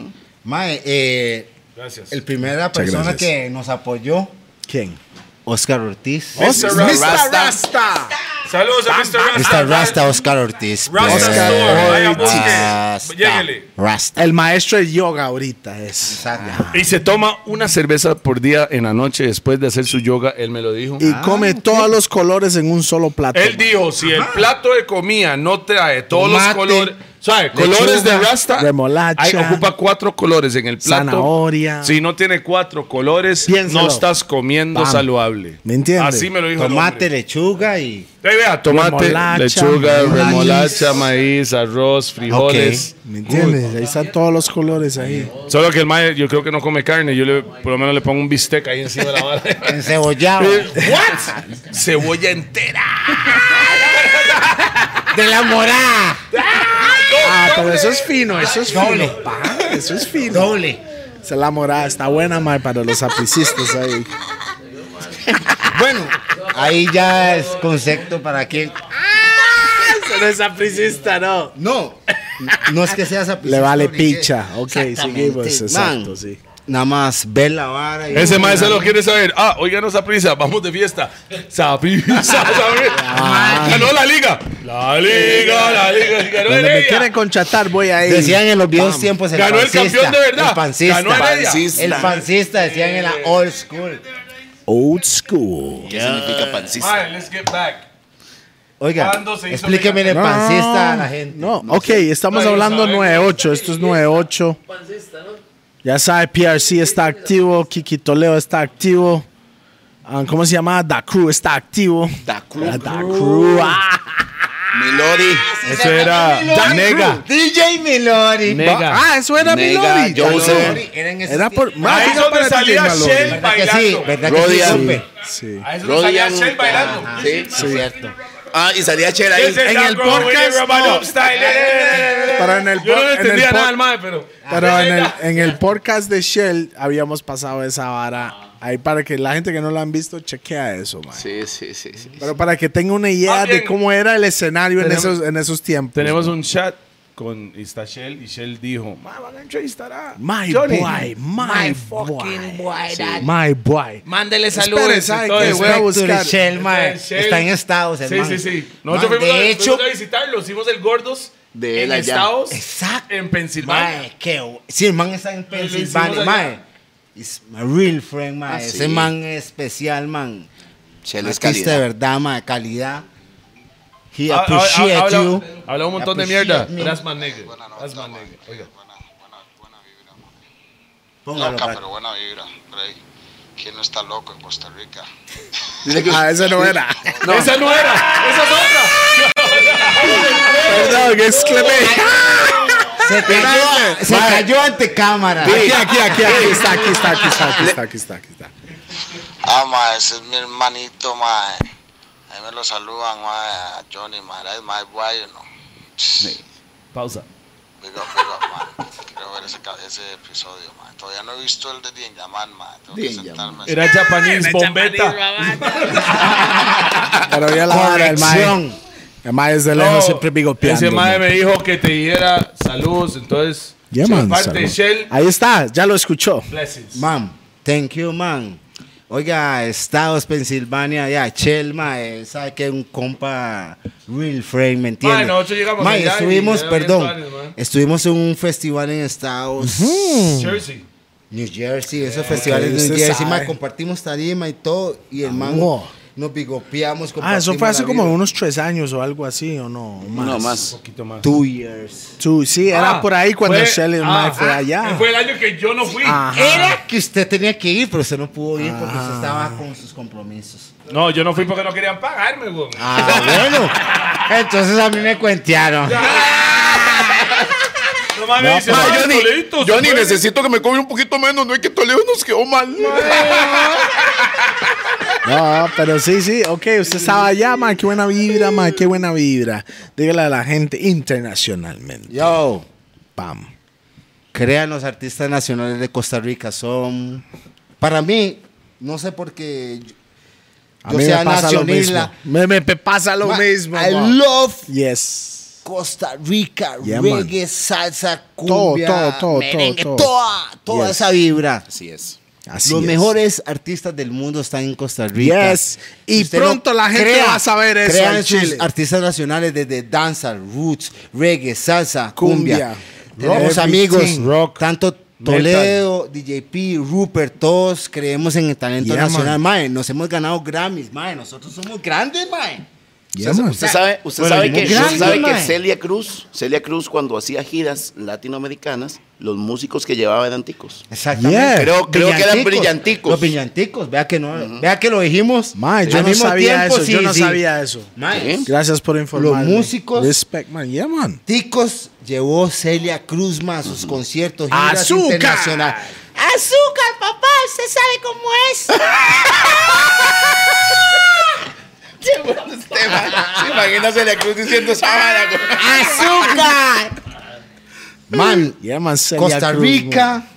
A: Mae, eh,
D: Gracias.
A: el primera persona
C: gracias.
A: que nos apoyó, Oh,
C: ¿Quién?
A: Oscar Ortiz.
D: Mr.
C: Mr.
B: Rasta.
C: Oh, Rasta.
D: Saludos a Mr. Rasta.
A: Está Rasta Oscar Ortiz.
D: Rasta
A: Oscar
D: Store. Vaya, busque. Ah,
A: Rasta.
D: Lléguele.
A: Rasta.
C: El maestro de yoga ahorita es.
A: Exacto.
D: Y se toma una cerveza por día en la noche después de hacer su yoga, él me lo dijo.
C: Y come todos los colores en un solo plato.
D: él dijo, si el plato de comida no trae todos
A: Tomate,
D: los colores, ¿sabes? Colores de
A: lechuga,
D: rasta,
C: remolacha,
D: hay- ocupa cuatro colores en el plato.
C: zanahoria.
D: Si no tiene cuatro colores,
C: Piénselo.
D: no estás comiendo
C: Vamos.
D: saludable.
C: ¿Me entiende?
D: Así me lo dijo el
A: Tomate,
D: hombre.
A: lechuga y.
D: Ahí vea, tomate,
C: Remolacha,
D: lechuga,
C: maíz.
D: remolacha, maíz, arroz, frijoles.
C: ¿Me entiendes? Ahí están todos los colores ahí.
D: Solo que el mae, yo creo que no come carne. Yo le, por lo menos le pongo un bistec ahí encima de la vara.
A: Encebollado.
D: ¿What? Cebolla entera.
A: de la morada.
C: Ah, pero eso es fino, eso es
A: Doble.
C: fino. pa, Eso es fino.
A: Doble.
C: Se la morada está buena, mae, para los apicistas ahí.
A: Bueno, ahí ya es concepto para quien.
C: Eso no es apricista, no.
A: No, no es que seas
C: Le vale
A: aplicador,
C: picha.
A: ¿qué?
C: Ok,
A: Exactamente.
C: seguimos. Exacto,
A: Man,
C: sí.
A: Nada más ver la vara. y-
D: Ese mae se lo quiere saber. Ah, oiganos a prisa, vamos de fiesta. Saprisa, saprisa. Ganó la liga. La liga, la liga. Ganó
C: Donde me quieren
D: Heredia.
C: contratar, voy ahí.
A: Decían en los viejos tiempos el
D: Ganó el
A: pancista,
D: campeón de verdad. Eh,
A: El pancista.
D: Ganó Heredia.
B: Pancista.
A: El pancista, decían en la old school.
C: Old school.
B: ¿Qué significa pancista?
D: Mae, let's get back.
A: Oiga,
D: ¿Cuándo se hizo
A: explíqueme el
C: No,
A: pancista a la gente.
C: No, ok, estamos
D: No, ellos
C: hablando
D: saben.
C: 9-8. Esto es 9-8. Ya sabe, PRC está activo. Kiki Toledo está activo. ah, ¿Cómo se llama? Da Crew está activo.
B: Da Crew.
C: Ah, Da Crew. ah.
B: Melody.
D: Eso era Nega.
A: DJ Milori.
D: Nega.
C: Ah, eso era
B: Nega,
C: Melody.
B: Joseph.
C: Era por. Ma,
D: Ahí es
C: diga
D: donde
C: para ti,
D: salía
C: Melody.
D: Shell
A: ¿Verdad que sí?
D: bailando.
A: ¿Verdad que sí?
B: Rodean.
A: supe?
C: Sí.
D: Ahí es donde salía
B: Rodian.
D: Shell bailando.
B: Ajá, Sí,
A: Sí, cierto.
B: Ah, y salía Cher ahí.
D: Ese
C: En
D: está
C: el
D: como Willy
C: podcast,
D: Romanov
C: no.
D: style. Eh, eh, eh, eh.
C: Pero en el
D: Yo
C: po-
D: no
C: en el
D: entendía
C: po-
D: nada al mae, pero.
C: Pero en el, eh, en el podcast de Shell habíamos pasado esa vara. Ahí para que la gente que no la han visto chequea eso, man.
B: Sí, sí, sí, sí.
C: Pero para que tenga una idea
D: Ah, bien.
C: de cómo era el escenario en
D: Tenemos-
C: esos, en esos tiempos.
D: Tenemos un chat con y está Shell y Shell dijo, "Ma, van a entrevistar a
C: My
D: Johnny".
C: boy, my, boy.
F: boy, that.
C: My boy.
F: Mándele
C: Espere,
F: saludos.
C: ¿sabe
D: todo
C: qué?
D: el
C: Voy a
D: huevo.
A: Respecto de
C: buscar.
A: Shell, mae.
D: Shell.
A: Está en Estados,
D: Sí,
A: hermano.
D: sí, sí.
A: Man,
D: Nosotros fuimos, a,
A: de hecho,
D: fuimos a visitarlo, hicimos el gordos
B: De él
D: en
B: allá.
D: Estados,
A: Exacto.
D: en Pensilvania.
A: Mae, qué bu- Sí, el man está en
D: hicimos
A: Pensilvania,
D: allá.
A: mae. It's my real friend, mae.
B: Ah,
A: Ese
B: sí.
A: man es especial, man.
B: Cher es
A: Artista de
B: calidad.
A: verdad, mae, calidad. He
D: Ha- ha-
A: appreciate
D: habla,
A: you.
D: habla un montón de
A: Appreciate
D: mierda.
A: me.
D: That's my nigga. That's my nigga. Oiga. ah,
A: Póngalo
G: Loca,
A: para
G: pero buena vibra, Rey. ¿Quién no está loco en Costa Rica?
B: Dile que-
C: Ah, ese no era.
D: Esa no era, esa es otra.
C: Perdón, exclamé.
A: Se cayó, se
C: Mae.
A: cayó ante cámara.
C: Aquí, aquí, aquí, aquí está, aquí está, aquí está, aquí está, aquí está, aquí está.
G: Ah, ma, ese es mi hermanito, ma. Ahí me lo saludan, ma, a Johnny, ma. Es my boy, you know.
D: Pausa.
G: Big up, big up, ma. Quiero ver ese, ca- ese episodio, ma. Todavía no he visto el de Dien Yaman, ma. Tengo que
B: Dien
G: sentarme. a
D: Era Japanese bombeta.
C: Pero ya la vara, el mae.
A: Corrección.
C: El mae desde
D: No,
C: lejos siempre bigopeando.
D: Ese mae
C: mae.
D: me dijo que te dijera saludos, entonces.
C: Yeah,
D: sí,
C: man,
D: parte
C: salud.
D: de Shell,
C: Ahí está, ya lo escuchó.
D: blessings.
A: Man, thank you, man. Oiga, Estados, Pensilvania, ya, Chelma, eh, sabe que un compa real friend, ¿me entiendes?
D: Mae, nosotros llegamos
A: Mae,
D: allá y
A: estuvimos,
D: era bien
A: perdón,
D: tuanes, mae.
A: estuvimos en un festival en Estados,
D: Jersey.
A: New Jersey, esos festivales de New
C: usted
A: Jersey, mae,
C: sabe.
A: compartimos tarima y todo, y el man,
C: wow.
A: nos bigopeamos,
C: Ah, eso fue
A: compartimos
C: hace
A: la
C: como
A: vida.
C: unos tres años o algo así, ¿o no? Más.
B: No, más.
D: Un poquito más.
A: Two years.
C: Tú, sí, era
D: Ah,
C: por ahí cuando
D: fue-
C: Shell
D: ah,
C: mae fue
D: ah,
C: allá.
D: Fue el año que yo no fui.
A: Era que usted tenía que ir, pero usted no pudo ir porque
C: Ah.
A: usted estaba con sus compromisos.
D: No, yo no fui porque no querían pagarme, weón.
A: Ah, bueno. Entonces a mí me cuentearon.
D: No mames, dice,
B: Ma,
D: "Ay,
B: yo ni-
D: Toledo, se
B: yo ni
D: fue".
B: necesito que me cobre un poquito menos, no es que Toledo nos quedó mal.
C: No, pero sí, sí, ok, usted estaba allá, mae, qué buena vibra, mae, qué buena vibra. Dígale a la gente internacionalmente.
A: Yo.
C: Pam.
A: Crean los artistas nacionales de Costa Rica son para mí no sé por qué yo-
C: A
A: yo
C: mí
A: sea
C: me pasa lo mismo.
A: nacionalista.
C: Me, me pe- pasa lo
A: Ma-
C: mismo.
A: I
C: ma.
A: love
C: Yes.
A: Costa Rica,
C: Yeah, man.
A: reggae, salsa, cumbia,
C: todo, todo,
A: merengue,
C: todo, todo.
A: toda, toda
C: Yes.
A: esa vibra.
B: Así es.
C: Así
A: los
C: es.
A: mejores artistas del mundo están en Costa Rica.
C: Yes. Y
A: Usted
C: pronto
A: no-
C: la gente
A: crea-
C: va a saber eso.
A: Crean
C: en
A: sus
C: Chile.
A: artistas nacionales desde danza, roots, reggae, salsa, cumbia.
C: Cumbia.
A: Tenemos
C: Rock.
A: amigos,
C: Everything.
D: Rock.
A: tanto Toledo, DJP, Rupert, todos creemos en el talento
C: Yeah,
A: nacional.
C: man.
A: Mae, nos hemos ganado Grammys, mae, nosotros somos grandes, mae.
C: Yeah,
B: usted,
C: man.
B: usted sabe, usted
A: Bueno,
B: sabe
A: yo-
B: que, usted
A: Grande,
B: sabe que
A: mae.
B: Celia Cruz, Celia Cruz cuando hacía giras latinoamericanas, los músicos que llevaba eran ticos.
A: Exactamente.
C: Yeah.
B: Creo- creo que eran brillanticos.
A: Los brillanticos, vea que no, vea que lo dijimos.
C: Mae, yo
A: Al
C: no
A: mismo
C: sabía
A: tiempo,
C: eso, yo
A: sí,
C: no
A: sí.
C: sabía eso.
A: Mae,
B: Sí.
C: Gracias por informarme.
A: músicos-
C: Respect, man. Yeah, man.
A: Ticos llevó Celia Cruz más a sus conciertos giras
C: ¡Azúcar!
A: internacionales.
F: Azúcar, papá, usted sabe cómo es.
B: Te ima- ¿Se imagina Celia Cruz diciendo esa vara, güey?
A: ¡Azúcar! Man,
C: Yeah, man. Celia
A: Costa
C: Cruz, man.
A: Rica,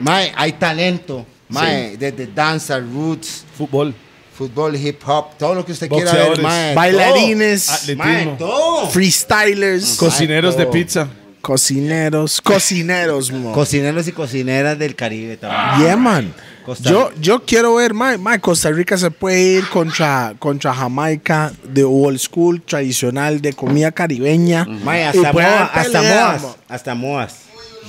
A: mae, hay talento. Mae, desde danza, roots,
D: Fútbol.
A: fútbol, hip hop, todo lo que usted quiera ver,
D: Boxeadores.
A: mae.
C: Bailarines,
A: todo. Mae,
D: Atletismo.
A: todo.
C: freestylers,
D: Cocineros de pizza.
C: cocineros, cocineros, man.
A: Cocineros y cocineras del Caribe también.
C: Yeah, man.
A: Costa
C: Yo, yo quiero ver, man, man, Costa Rica se puede ir contra, contra Jamaica de old school tradicional de comida caribeña.
A: Mae,
C: Y
A: hasta,
C: pueden
A: moa- hasta
C: pelear,
A: moas,
C: man.
A: hasta moas.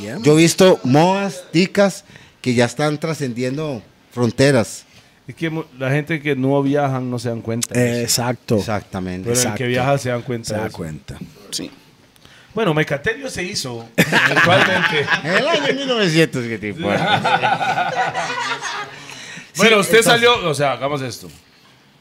C: Yeah,
A: Yo he visto moas, ticas, que ya están trascendiendo fronteras.
D: Es que mu- la gente que no viajan no se dan cuenta. de eso.
C: Eh, Exacto.
A: Exactamente.
D: Pero el
C: exacto.
D: que viaja se dan cuenta.
C: Se
D: de
C: da
D: eso.
C: cuenta.
B: Sí.
D: Bueno, Mecatelio se hizo eventualmente.
A: En el año 1900, que te importa.
D: bueno, usted
A: entonces-
D: salió, o sea, hagamos esto.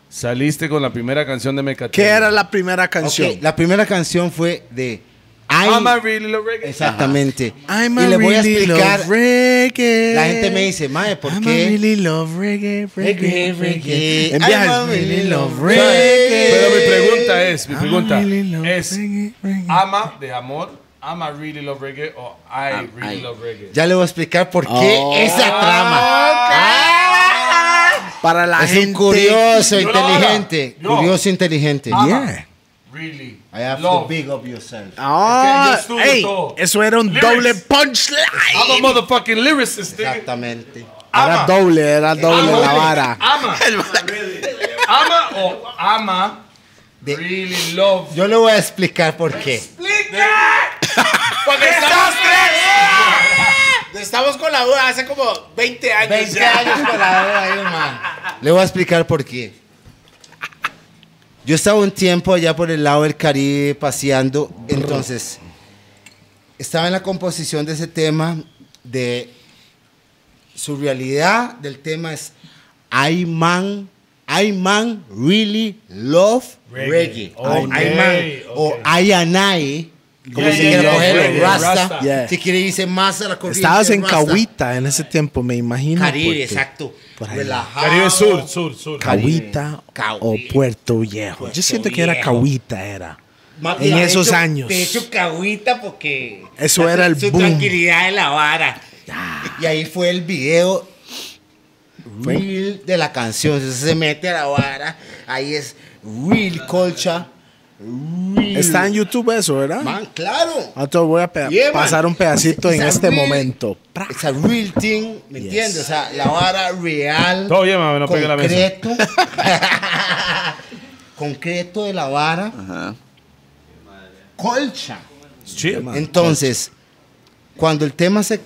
D: Saliste con la primera canción de Mecatelio.
C: ¿Qué era la primera canción?
A: Ok, la primera canción fue de I-
D: I'm a really love reggae.
A: Exactamente.
C: I'm
A: y
C: a
A: le voy a
C: really
A: explicar.
C: love reggae.
A: La gente me dice, mae, ¿por
C: I'm
A: qué?
C: a really love reggae, reggae,
A: Reggae, reggae.
C: reggae. En
A: I'm
C: viajes,
A: a really love reggae.
D: Pero mi pregunta es, mi
C: I'm a
D: pregunta
C: really love
D: es,
C: reggae, reggae.
D: ama de amor, ama really love reggae o I really love reggae.
A: Ya le voy a explicar por qué
C: Oh,
A: esa trama. Ah,
C: Para la
A: es
C: gente.
A: un curioso,
D: Yo la
A: inteligente.
D: hora. Yo.
A: Curioso, inteligente.
C: Ah, Yeah.
D: Really
A: I have to
D: love.
A: big up yourself.
C: Ah,
D: Es que yo estudio
C: ey,
D: todo.
C: eso era un
D: Lyrics.
C: doble punchline.
D: I'm a motherfucking lyricist. nigga.
A: Exactamente.
C: Era
D: Ama.
C: doble, era doble
D: Ama.
C: la vara.
D: Ama. ama o ama. Really love.
A: Yo le voy a explicar por qué.
D: Porque estamos
B: Estamos con la duda hace como 20 años.
A: 20 años con la droga ahí, man. Le voy a explicar por qué. Yo estaba un tiempo allá por el lado del Caribe paseando, entonces estaba en la composición de ese tema de su realidad del tema es I man, I man really love reggae,
D: Reggae.
A: o I man
D: Ok,
A: o I and I Como
D: Yeah,
A: si
D: yeah,
A: quiere
D: yeah,
A: cogerlo,
D: yeah, yeah,
A: Rasta.
D: Rasta.
C: Yeah.
A: Si quiere irse más a la corriente.
C: Estabas en
A: Rasta.
C: Cahuita en ese tiempo, me imagino.
A: Caribe,
C: porque-
A: exacto.
C: por ahí.
A: Relajado.
D: Caribe Sur, Sur, Sur.
C: Cahuita
A: Caribe.
C: o Puerto Viejo.
A: Puerto
C: Yo siento que era
A: Viejo.
C: Cahuita, era.
A: Ma-
C: en
A: de
C: esos
A: hecho-
C: años.
A: De hecho, Cahuita, porque.
C: Eso
A: la-
C: era el
A: su
C: boom.
A: tranquilidad de la vara. Y ahí fue el video. Real de la canción. Entonces se mete a la vara. Ahí es Real Colcha. Real.
C: Está en YouTube eso, ¿verdad?
A: Man, claro.
C: Ah, entonces voy a pe-
A: Yeah, man.
C: pasar un pedacito en
A: It's a
C: este
A: real-
C: momento. Pra.
A: It's a real thing, ¿me
C: Yes.
A: entiendes? O sea, la vara real.
D: Todo bien, mami, no pegue la mesa.
A: concreto, concreto de la vara.
B: Ajá.
A: Colcha.
D: Sí,
C: man.
A: Entonces, cuando el tema se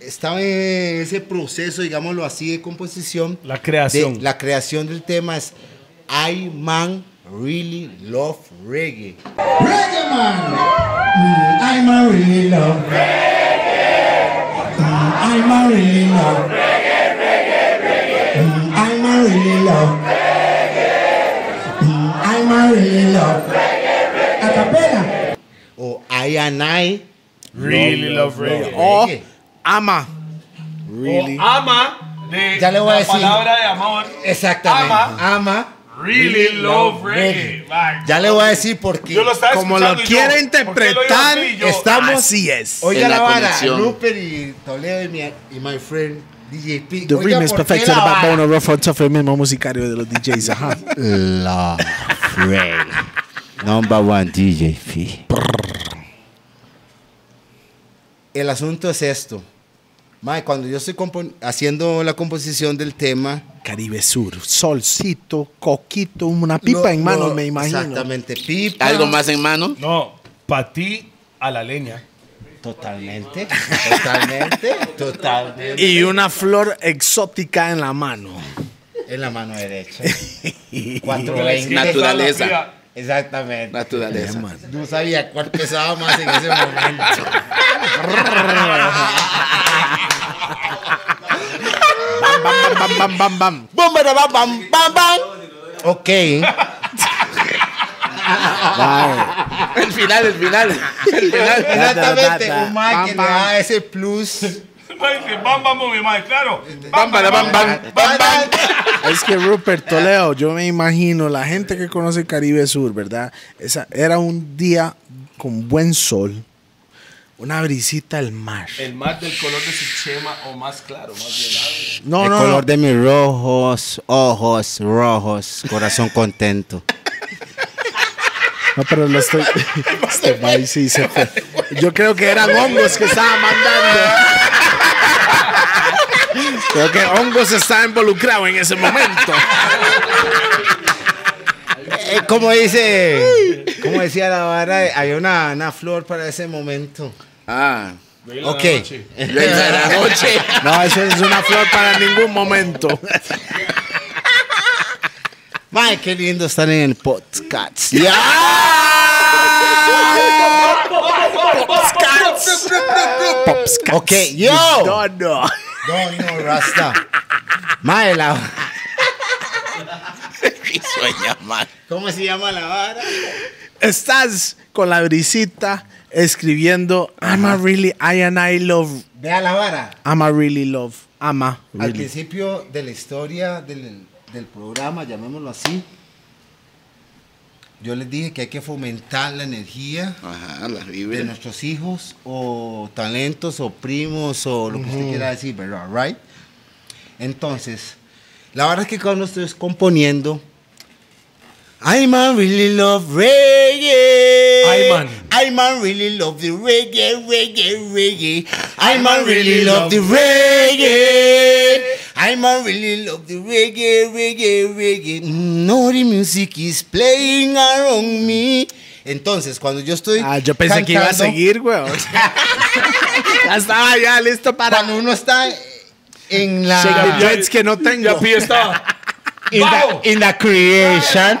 A: estaba en ese proceso, digámoslo así, de composición,
D: La creación.
A: de- la creación del tema es I Man Really Love Reggae. Reggae Man. Mm, I Man Really Love Reggae. I Man Really Love Reggae. Mm, I Man Really Love Reggae. Mm, I Man Really Love A capella. O I and I.
D: Really love reggae.
C: O
A: Reggae.
C: ama. Really.
D: O ama de
A: Ya le voy a
D: la
A: decir.
D: palabra de amor.
A: Exactamente.
D: Ama.
A: Ama.
D: Really love reggae. Like,
A: Ya le voy a decir porque.
D: Yo lo estaba
C: Como lo
D: escuchando y yo,
C: quiera
D: ¿por qué lo digo
C: interpretar,
D: así? Yo,
C: estamos así es.
A: Oiga
B: en
A: la,
B: la
A: vara,
B: conexión.
A: Rupert y Toledo y mi, y my friend DJ P.
C: The
A: Oiga,
C: remix
A: ¿por qué
C: perfected
A: la
C: by
A: vara?
C: Bono Rough Hot Tough, el mismo musicario de los DJs. Ajá.
A: La Frey. Number one DJ P. El asunto es esto. Mae, cuando yo estoy compon- haciendo la composición del tema,
C: Caribe Sur, solcito, coquito, una pipa
A: lo-
C: en mano,
A: lo-
C: me imagino.
A: Exactamente, pipa.
B: ¿Algo más en mano?
D: No, para ti a la leña.
A: Totalmente, totalmente, totalmente.
C: Y una flor exótica en la mano.
A: En la mano derecha.
B: esquina.
A: 420.
B: Naturaleza.
A: Exactamente.
B: Naturaleza.
A: No sabía cuál pesaba más en ese momento.
C: Bam, bam, bam, bam, bam, bam.
A: ¡Bum, bada, bam, bam, bam, bam! Ok.
B: El final, el final. El final.
A: Exactamente. Un
C: Bam,
A: man que le
C: bam.
A: da ese plus.
D: Mae, dice, Bam, bam, bam, mi mae, claro.
B: Bam, bam, bam, bam, bam, bam.
C: Es que Rupert Toleo, yo me imagino, la gente que conoce Caribe Sur, ¿verdad? Esa, era un día con buen sol, una brisita al mar.
D: El mar del color de su chema o más claro, más
C: No,
A: El
C: no,
A: color
C: no.
A: de mis rojos, ojos rojos, corazón contento.
C: No, pero lo estoy. Este mae sí se fue. Yo creo que eran hongos que estaba mandando. Creo que hongos está involucrado en ese momento.
A: Eh, como dice, como decía la vara, había una, una flor para ese momento.
B: Ah.
D: bien.
A: Ok.
B: Reina de la noche.
C: No, eso es una flor para ningún momento.
A: Mae, qué lindo estar en el podcast.
B: ¡Ah!
A: Ok, yo.
C: No, no.
A: No, no, Rasta. Mae, la.
B: Y sueña mal.
A: ¿Cómo se llama la vara?
C: Estás con la brisita escribiendo I'm a really I and I love
A: Vea la vara.
C: I'm a really love ama
A: Al
C: really.
A: principio de la historia del, del programa, llamémoslo así, yo les dije que hay que fomentar la energía
B: Ajá, la
A: de
B: vibra.
A: nuestros hijos o talentos o primos o lo que usted quiera decir, ¿verdad? Right? Entonces, la verdad es que cuando estoy componiendo, I man really love reggae.
D: I man.
A: I man really love the reggae, reggae, reggae. I man really love the reggae. I man really love the reggae, reggae, reggae. No, the music is playing around me. Entonces, cuando yo estoy.
C: Ah, yo pensé que iba a
A: cantando,
C: seguir, weón. ya estaba ya listo para
A: Cuando uno está en la.
C: Shake the dreads que no tengo.
D: Ya pie estaba.
A: in
D: Wow.
C: Oh.
A: the, in the creation.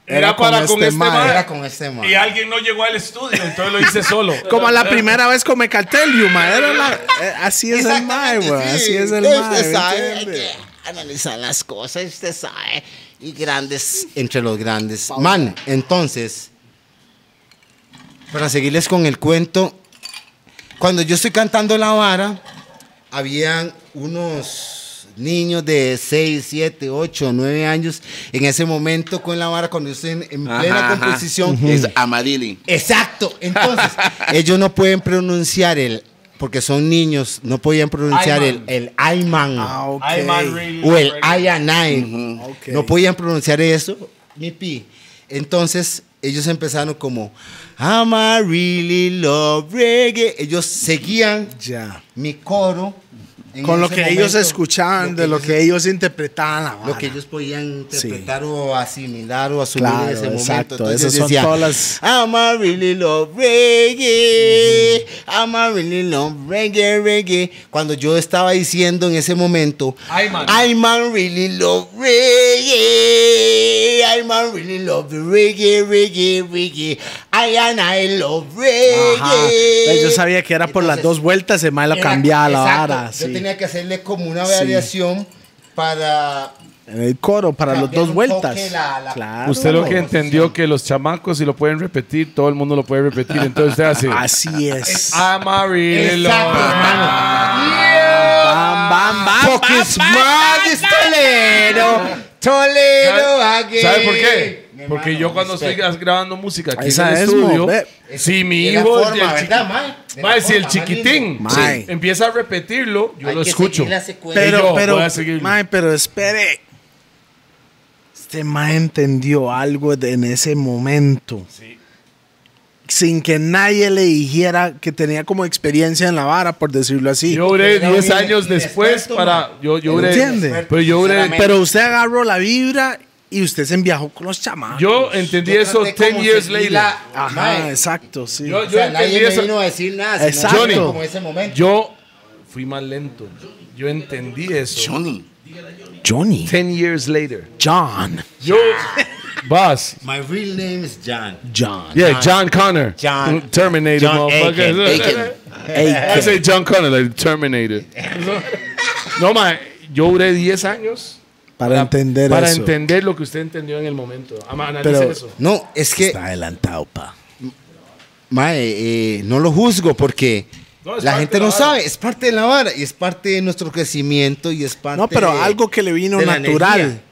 C: era,
D: Era
C: para
D: para
C: con este,
D: con este
C: mae.
D: mae.
A: Era con este, man.
D: Y alguien no llegó al estudio, entonces lo hice solo.
C: Como la primera vez con Mecartelium, mae. Era la- eh, así es el mae,
A: Exactamente,
C: güey.
A: sí. eh,
C: Así es el
A: Usted
C: mae. ¿me
A: sabe, hay
C: entiende?
A: que analizar las cosas, usted sabe. Y grandes entre los grandes. Man, entonces, para seguirles con el cuento, cuando yo estoy cantando la vara, habían unos niños de 6, 7, 8, 9 años en ese momento con la vara, cuando yo estoy en, en plena
B: Ajá, ajá.
A: composición.
B: Es Amarili.
A: Exacto. Entonces, ellos no pueden pronunciar el, porque son niños, no podían pronunciar
D: Ayman.
A: el, el Ayman
C: Ah, ok.
D: Ay, man, really,
A: o el
D: really.
A: Ayanay.
C: Ok.
A: No podían pronunciar eso, mi pi. Entonces, ellos empezaron como, I'm a really love reggae. Ellos seguían
C: Ya.
A: mi coro. en
C: Con lo
A: ese
C: que ellos
A: momento,
C: escuchaban, de lo que ellos interpretaban la
A: lo que
C: vara.
A: ellos podían interpretar o asimilar o asumir
C: Claro,
A: en ese
C: exacto.
A: momento. Entonces
C: Esas son
A: decía,
C: todas las-
A: I'm a really love reggae, I'm a really love reggae, reggae. Cuando yo estaba diciendo en ese momento,
D: I'm a-
A: I'm a really love reggae, I'm a really love the reggae, reggae, reggae, I and I love reggae.
C: Ajá. Pues Yo sabía que era por las
A: Entonces,
C: dos vueltas, el mae lo
A: era-
C: cambiaba la
A: exacto,
C: vara.
A: Yo
C: sí.
A: tenía que hacerle como una variación para
C: En el coro, para las
A: Cambiar
C: dos
A: un
C: vueltas.
A: toque la- la-
C: Claro.
D: Usted lo que entendió que los chamacos, si lo pueden repetir, todo el mundo lo puede repetir. Entonces usted hace.
H: Ah,
C: Así es.
D: I'm a real
A: Exacto, hermano.
C: Bam, bam, bam.
A: Fucking smart is Toledo. Toledo again.
D: ¿Sabe por qué?
A: Mi
D: Porque
A: hermano,
D: yo cuando estoy
A: respeto.
D: grabando música aquí
C: Esa
D: en el
C: es, mo,
D: estudio,
C: ve.
D: si mi
A: De la
D: hijo,
A: forma,
D: el,
A: ¿verdad,
D: chiqui-
A: mae? De la
D: mae, si el
A: forma,
D: chiquitín
C: más lindo.
D: sí, empieza a repetirlo, yo
A: Hay
D: lo
A: que
D: escucho.
A: seguir la secuencia.
D: Pero
C: Pero,
D: yo
C: pero,
D: voy a seguirlo.
C: mae, pero espere. Este mae entendió algo de- en ese momento. Sin que nadie le dijera que tenía como experiencia en la vara, por decirlo así.
D: Yo duré
A: Era
D: 10
A: un
D: años después
A: inexperto,
D: para. Yo, yo duré-
C: ¿Entiende?
D: Pero yo duré-
A: Sinceramente.
C: pero usted agarró la vibra y usted se enviajó con los chamacos.
D: Yo entendí
A: Yo
D: eso
A: traté
D: 10
A: como
D: years
A: seguir
D: later.
A: la-
C: Ajá,
A: Mae,
C: exacto, sí.
D: Yo-
A: o sea, nadie
D: entendí
A: me
D: eso.
A: vino a decir nada. sino
C: Exacto.
A: Johnny, Como ese momento.
D: Yo fui más lento. Yo entendí eso.
B: Johnny.
C: Johnny.
D: 10 years later.
C: John.
D: Yo. Vas.
A: My real name is John.
C: John.
D: Yeah, John Connor.
A: John-
D: Terminator,
A: John
D: motherfucker.
B: Aiken.
D: I say John Connor, like Terminator. no, man. Yo duré 10 años
C: Para entender
D: para
C: eso.
D: entender lo que usted entendió en el momento. Ama, analice
C: Pero-
D: eso.
A: No, es que,
C: Está adelantado, pa.
A: mae, eh, no lo juzgo porque
D: No, es
A: la
D: parte
A: gente
D: de la
A: no
D: vara.
A: sabe. Es parte de la vara y es parte de nuestro crecimiento y es parte
C: No, pero
A: de-
C: algo que le vino
A: de la
C: natural.
A: energía.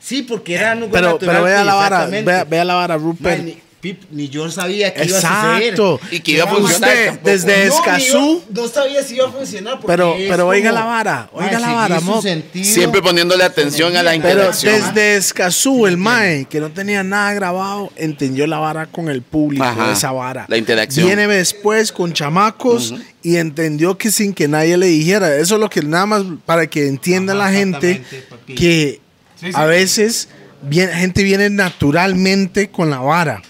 A: Sí, porque era algo
C: Pero,
A: natural,
C: pero vea
A: sí,
C: la vara,
A: exactamente.
C: vea, vea la vara, Rupert.
A: Mae, ni, Pip, ni yo sabía que iba a suceder.
C: Pues, Exacto.
B: Y que iba a
A: Vamos,
B: funcionar
C: usted,
B: tampoco.
C: desde-
A: No,
C: Escazú.
A: ni yo- No, sabía si iba a funcionar. porque
C: Pero-
A: es
C: pero oiga
A: como-
C: la vara, oiga
A: Mae,
C: la vara,
A: seguir su
C: mo.
A: sentido.
B: Siempre poniéndole atención a la
C: Pero
B: interacción.
C: desde Escazú, el Mae, que no tenía nada grabado, entendió la vara con el público,
B: Ajá,
C: esa vara.
B: la interacción.
C: Viene después con chamacos y entendió que sin que nadie le dijera. Eso es lo que nada más para que entienda
A: Ajá,
C: la gente
A: exactamente, papi.
C: que
D: Sí, sí.
C: a veces bien, gente viene naturalmente con la vara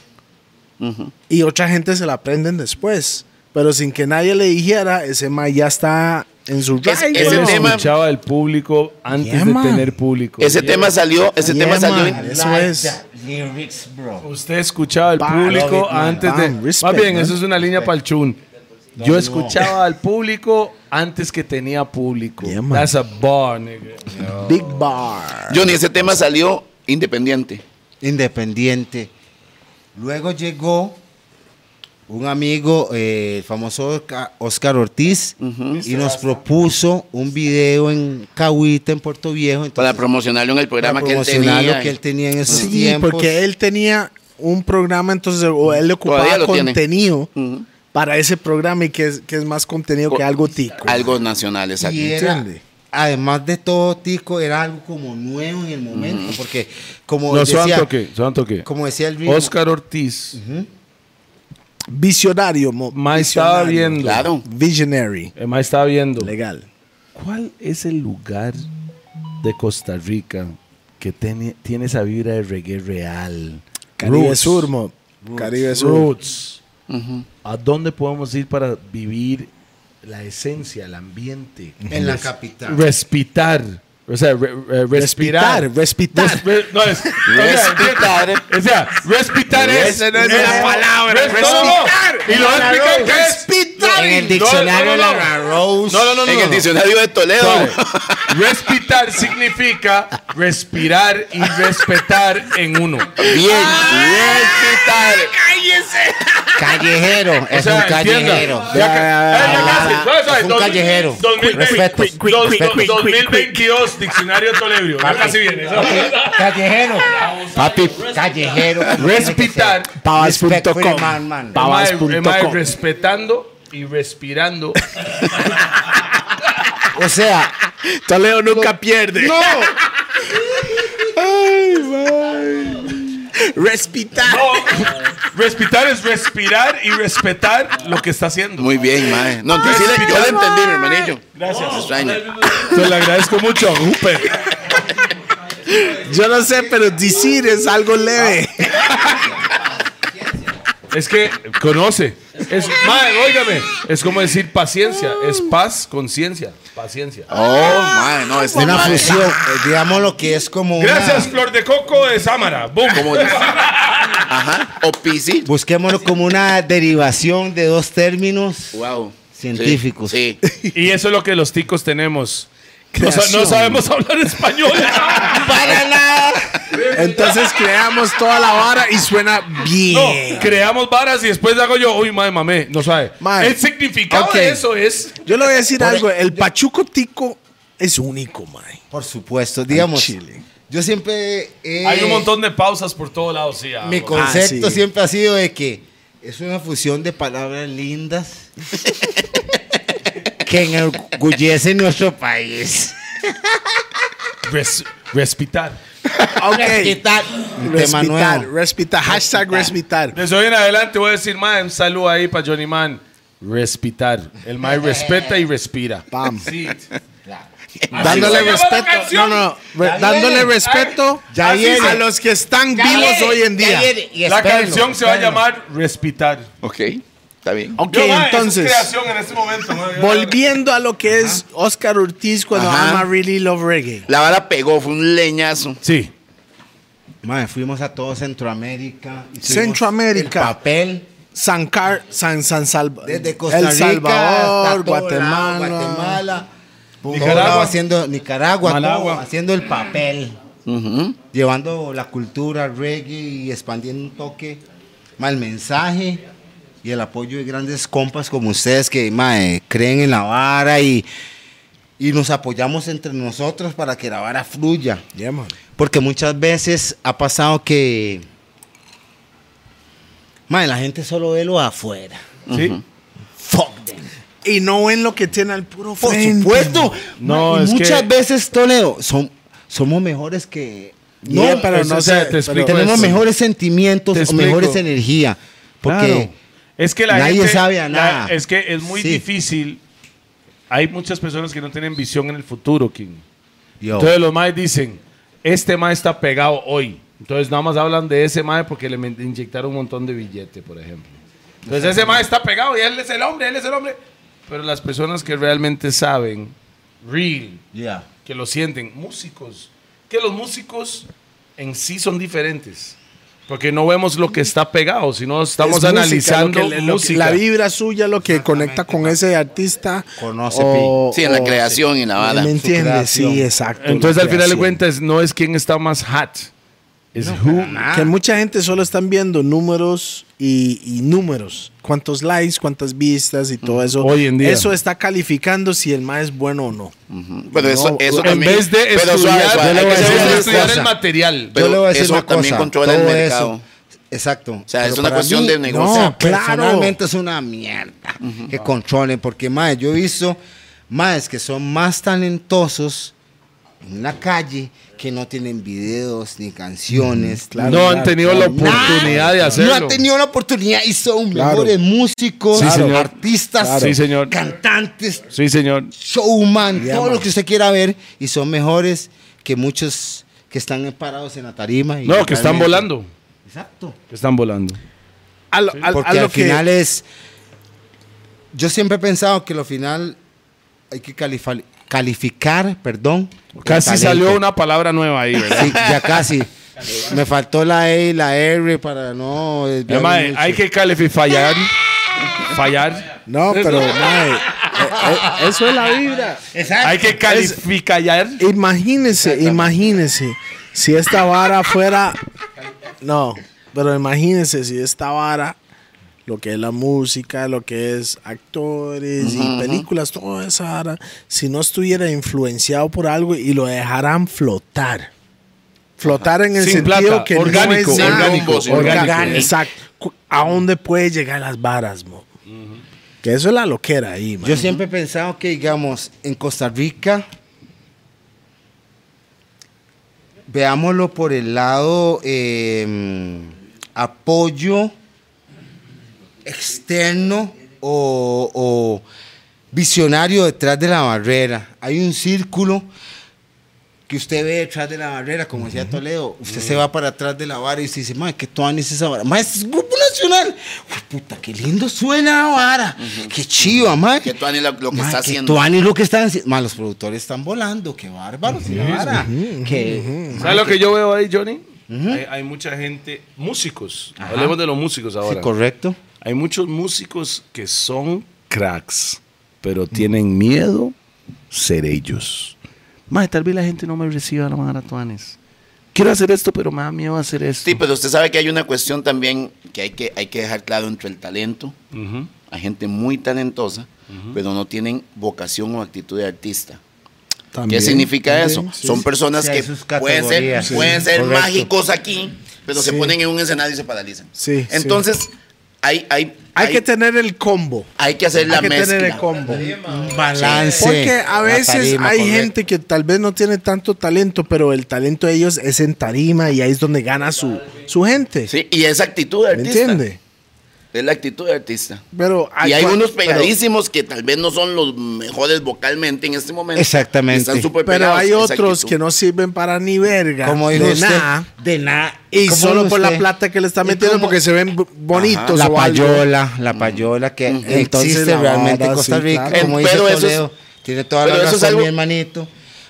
C: y otra gente se la aprenden después. Pero sin que nadie le dijera, ese Mae ya está en su
B: Es-
C: drive,
B: ese
D: Yo
C: weón.
B: tema-
D: escuchaba al público antes
C: Yeah,
D: de
C: man.
D: tener público.
B: Ese
D: Yeah.
B: tema salió, ese
C: Yeah,
B: tema salió.
C: man.
B: en-
C: Eso
A: Like
C: es.
A: the lyrics, bro.
D: Usted escuchaba al
C: Bam,
D: público
A: love it, man.
D: antes de.
C: Bam, respect,
D: más bien,
C: man.
D: eso es una línea para el chun. Yo escuchaba al público antes que tenía público.
C: Yeah, man.
D: That's a bar, nigga.
C: Big Bar.
B: Johnny, ese tema salió independiente.
A: Independiente. Luego llegó un amigo, eh, el famoso Oca- Oscar Ortiz, y nos propuso un video en Cahuita, en Puerto Viejo.
B: Para
A: entonces,
B: promocionarlo en el programa
A: para
B: que él
A: promocionar
B: tenía.
A: lo que él tenía en esos
C: Sí,
A: tiempos.
C: porque él tenía un programa, entonces, o él le
B: Todavía
C: ocupaba
B: lo tiene.
C: contenido
B: Ujú.
C: para ese programa y que es, que es más contenido que algo tico.
B: Algo nacional, exacto.
A: Y era,
C: ¿Entiende?
A: además de todo, Tico, era algo como nuevo en el momento, porque como
D: No,
A: decía,
D: santo que, santo que.
A: como decía el ritmo,
D: Oscar Ortiz,
C: Visionario, mo-
D: Mae estaba viendo.
B: Claro.
C: Visionary.
D: El Mae estaba viendo.
C: Legal.
D: ¿Cuál es el lugar de Costa Rica que tiene, tiene esa vibra de reggae real?
C: Caribe
D: Roots.
C: Sur, mo. Caribe Sur.
D: Roots. ¿A dónde podemos ir para vivir la esencia, el ambiente?
A: En la capital.
D: Respirar. O sea, re- re-
C: Respirar,
D: respirar.
C: respirar.
D: Res- re- no, es,
B: Respirar.
D: o sea, respirar es.
B: Esa no es la palabra.
D: Res- no, no, no. Y lo voy a explicar qué es.
A: En el diccionario de la Rose.
D: No, no, no, no.
B: En el
D: no.
B: diccionario de Toledo.
D: Suave. Respirar significa respirar y respetar en uno.
B: Bien, respirar.
A: Callejero. Es
D: sea,
A: un
D: entienda.
A: callejero.
D: Ya que- eh, ya casi.
A: ah,
D: Suave, suave.
A: es un
D: Dos-
A: callejero.
I: 2020,
A: Respeto,
I: dos-
A: respeto.
I: dos- 2022, diccionario Tolebrio. Ya casi viene. ¿sabes?
A: Callejero. Papi. Callejero.
D: Respirar.
A: Pavas.com. Man, man.
D: Mae, mae, respetando y respirando.
A: O sea,
C: Toledo nunca pierde. No. Respirar.
D: respirar es respirar y respetar lo que está haciendo.
B: Muy bien, mae. No, yo sí le, yo le entendí, mi hermanillo. Gracias. Extraño.
D: Se le agradezco mucho a Hooper.
C: Yo no sé, pero decir es algo leve.
D: Es que conoce. Es, mae, óigame. Es como decir paciencia. Es paz, conciencia. Paciencia.
B: Oh, mae, no, es
A: una fusión. eh, Digamos lo que es como. una-
I: Gracias, Flor de Coco de Sámara. Boom.
B: Como dice. Ajá. O pisil.
A: Busquémoslo como una derivación de dos términos.
B: Wow.
A: Científicos.
B: Sí. sí.
D: Y eso es lo que los ticos tenemos. No, sa-
C: Creación.
D: no sabemos hablar español.
A: Para nada.
C: Entonces creamos toda la vara y suena
D: No,
C: bien.
D: creamos varas y después hago yo, uy, madre, mamé, no sabe.
C: Mae.
D: El significado
C: Ok.
D: de eso es.
C: Yo le voy a decir algo. El pachuco tico es único, mae.
A: Por supuesto, digamos.
C: Chile.
A: Yo siempre. eh,
I: Hay un montón de pausas por todos lados, sí. ah,
A: Mi
I: bueno.
A: concepto
C: Ah, sí.
A: siempre ha sido de que es una fusión de palabras lindas que enorgullece nuestro país.
D: Res, respirar.
C: Ok.
A: Respetar. Tema
C: Respirar,
A: nuevo.
C: respirar. Hashtag respirar.
D: Desde hoy en adelante voy a decir, madre, un saludo ahí para Johnny Man. Respirar. El mae respeta y respira.
C: Pam.
I: Sí.
C: Dándole
I: se llama la
C: respeto. No,
I: canción.
C: no. re- dándole respeto
A: Ya
C: así
A: viene.
C: a los que están vivos hoy en día.
D: La canción se va a llamar Respirar.
B: Ok. Está bien.
C: Ok,
I: Yo, mae,
C: entonces.
I: Es creación en este momento. mae. Yo-
C: Volviendo a lo que es Oscar Ortiz cuando
B: Ajá.
C: ama Really Love Reggae.
B: La vara pegó, fue un leñazo.
D: Sí.
A: Mae, fuimos a todo Centroamérica. y tuvimos
C: Centroamérica.
A: el papel
C: San Car, San San Salva-
A: desde Costa
C: El
A: Rica,
C: Salvador,
A: hasta todo
C: Guatemala.
A: lado, Guatemala, todo
D: Nicaragua.
A: lado haciendo Nicaragua, todo,
D: Managua.
A: haciendo el papel. llevando la cultura reggae y expandiendo un toque mal mensaje y el apoyo de grandes compas como ustedes que mae, creen en la vara y, y nos apoyamos entre nosotros para que la vara fluya.
C: Yeah, man.
A: Porque muchas veces ha pasado que mae, la gente solo ve lo afuera.
D: Sí.
A: Fuck them.
C: Y no ven lo que tiene al puro
A: Por
C: frente,
A: supuesto.
C: man.
D: No,
A: Ma- y
D: es que-
A: muchas veces, Toledo, son, somos mejores que.
C: No,
D: Yeah,
C: pero
D: es-
C: no
D: o sea,
C: sé,
D: te
C: pero-
D: explico
A: tenemos
D: eso.
A: mejores sentimientos
D: Te
A: o mejores
D: explico.
A: energía. Porque
D: Claro. es que la
A: nadie
D: gente-
A: sabe a
D: la-
A: nada.
D: es que es muy
A: Sí.
D: difícil. Hay muchas personas que no tienen visión en el futuro, King.
A: yo,
D: Entonces los maes dicen, este mae está pegado hoy. Entonces nada más hablan de ese mae porque le men- inyectaron un montón de billete, por ejemplo. Entonces ese mae está pegado y él es el hombre, él es el hombre. Pero las personas que realmente saben, real,
A: yeah.
D: que lo sienten, músicos, que los músicos en sí son diferentes. Porque no vemos lo que está pegado, sino estamos
C: Es música,
D: analizando
C: lo que le- lo que-
D: música.
C: la vibra suya, lo que conecta con ese artista.
A: Conoce,
B: Sí,
A: Oh,
B: en la creación y en la bala.
C: ¿Me entiendes?
A: creación.
C: Sí, exacto.
D: Entonces
C: la
D: al final de
C: creación.
D: cuentas no es quién está más hot, es who
C: Que mucha gente solo están viendo números y, y números. Cuántos likes, cuántas vistas y todo eso.
D: Hoy en día.
C: Eso está calificando si el más es bueno o no.
B: Pero eso, eso
D: en
B: también.
D: vez de
B: pero suave,
D: estudiar,
B: suave,
A: yo le voy
B: hay
A: a
B: que
A: decir
B: ser
A: una
B: honestos.
D: estudiar
A: cosa.
D: el material.
B: Pero
A: Yo le voy a decir
B: eso
A: una cosa.
B: también controla el
A: todo
B: mercado.
A: eso- exacto. O
B: sea, es una cuestión de negocio.
C: No, Oh, claro.
A: Personalmente es una mierda que controlen. Porque, mae, yo he visto maes que son más talentosos en la calle que no tienen videos ni canciones.
C: claro.
D: No han tenido la
A: Nada.
D: oportunidad de hacerlo.
A: No han tenido la oportunidad y son
C: Claro.
A: mejores músicos,
D: Sí, señor.
A: artistas,
D: Claro. Sí, señor.
A: cantantes,
D: Sí, señor.
A: showman,
C: Yeah,
A: todo
C: man.
A: lo que usted quiera ver y son mejores que muchos que están parados en la tarima. y
D: No, que están
A: realmente-
D: volando.
A: Exacto.
D: Que están volando.
C: a lo, a- a
A: Porque
C: lo
A: al
C: que,
A: final es. Yo siempre he pensado que lo final hay que califa- calificar, perdón. el
H: Casi
A: talento.
H: salió una palabra nueva ahí, ¿verdad?
A: Sí, ya casi. Me faltó la E y la R para no. desviar
H: Además,
A: mucho.
H: hay que calificar. Fallar.
C: No, pero, mae, e- e- eso es la vibra.
H: Hay que calificar.
C: Imagínese, imagínese si esta vara fuera. No, pero imagínese si esta vara, lo que es la música, lo que es actores y películas, toda esa vara, si no estuviera influenciado por algo y lo dejaran flotar. Flotar en el
H: Sin
C: sentido
H: plata,
C: que no
H: orgánico,
C: es nada.
B: orgánico, sin
C: Orga-
B: orgánico.
C: Exacto. Cu- ¿A dónde puede llegar las varas, mo? Que eso es la loquera ahí, man.
A: Yo siempre he pensado que, digamos, en Costa Rica, veámoslo por el lado eh, apoyo externo o, o visionario detrás de la barrera. Hay un círculo que usted ve detrás de la barrera, como decía Toledo, usted se va para atrás de la vara y se dice, madre, qué tuanis es esa vara. Madre, es Grupo Nacional. Uy, puta, qué lindo suena la vara. Qué chiva, madre.
B: Qué tuanis lo- lo que está
A: qué
B: haciendo.
A: tuanis lo que están haciendo. Madre, los productores están volando. Qué bárbaros. la vara. Qué-
H: ¿Sabes lo que yo veo ahí, Johnny? hay, hay mucha gente, músicos. Hablemos de los músicos
A: Sí,
H: ahora.
A: correcto.
H: hay muchos músicos que son cracks, pero tienen miedo ser ellos. Más tal vez la gente no me reciba la maratones. Quiero hacer esto, pero me da miedo hacer esto.
B: Sí, pero usted sabe que hay una cuestión también que hay que, hay que dejar claro entre el talento.
H: Ujú.
B: Hay gente muy talentosa, pero no tienen vocación o actitud de artista. ¿Qué
C: También.
B: significa
C: También,
B: eso?
C: sí,
B: Son
C: sí.
B: personas
A: Sí, hay
B: que
A: sus
B: pueden ser,
A: categorías, sí,
B: pueden ser
A: correcto.
B: mágicos aquí, pero se
C: Sí.
B: ponen en un escenario y se paralizan.
C: Sí, sí.
B: Entonces, hay, hay,
C: Hay,
B: hay-
C: que tener el combo.
B: hay que hacer la
C: hay que
B: mezcla.
C: tener el combo.
A: Balance.
C: Porque a
A: la
C: veces
A: tarima,
C: hay
A: correcto.
C: gente que tal vez no tiene tanto talento, pero el talento de ellos es en tarima y ahí es donde gana su, su gente.
B: Sí, y esa actitud de
C: ¿Me
B: artista.
C: entiende?
B: Es la actitud de artista.
C: Pero
B: y hay
C: cua-
B: unos
C: pero-
B: pegadísimos que tal vez no son los mejores vocalmente en este momento.
A: Exactamente.
B: Están súper
C: Pero,
B: pegados,
C: hay
B: esa
C: otros
B: actitud.
C: que no sirven para ni verga.
A: Como dijo
C: de
A: usted,
C: nada.
A: de nada.
C: Y
A: Como
C: solo por la
A: usted.
C: plata que le están
A: Y
C: metiendo
A: como-
C: porque se ven b- bonitos.
A: la
C: o algo.
A: payola, la payola que
C: Entonces,
A: existe
C: Mm. la
A: realmente
C: vara,
A: en Costa
C: sí,
A: Rica,
C: claro.
A: como
B: Eh,
A: dice
B: pero eso es-
A: Toledo, tiene toda la
B: pero eso es
A: razón
B: algo-
A: mi hermanito.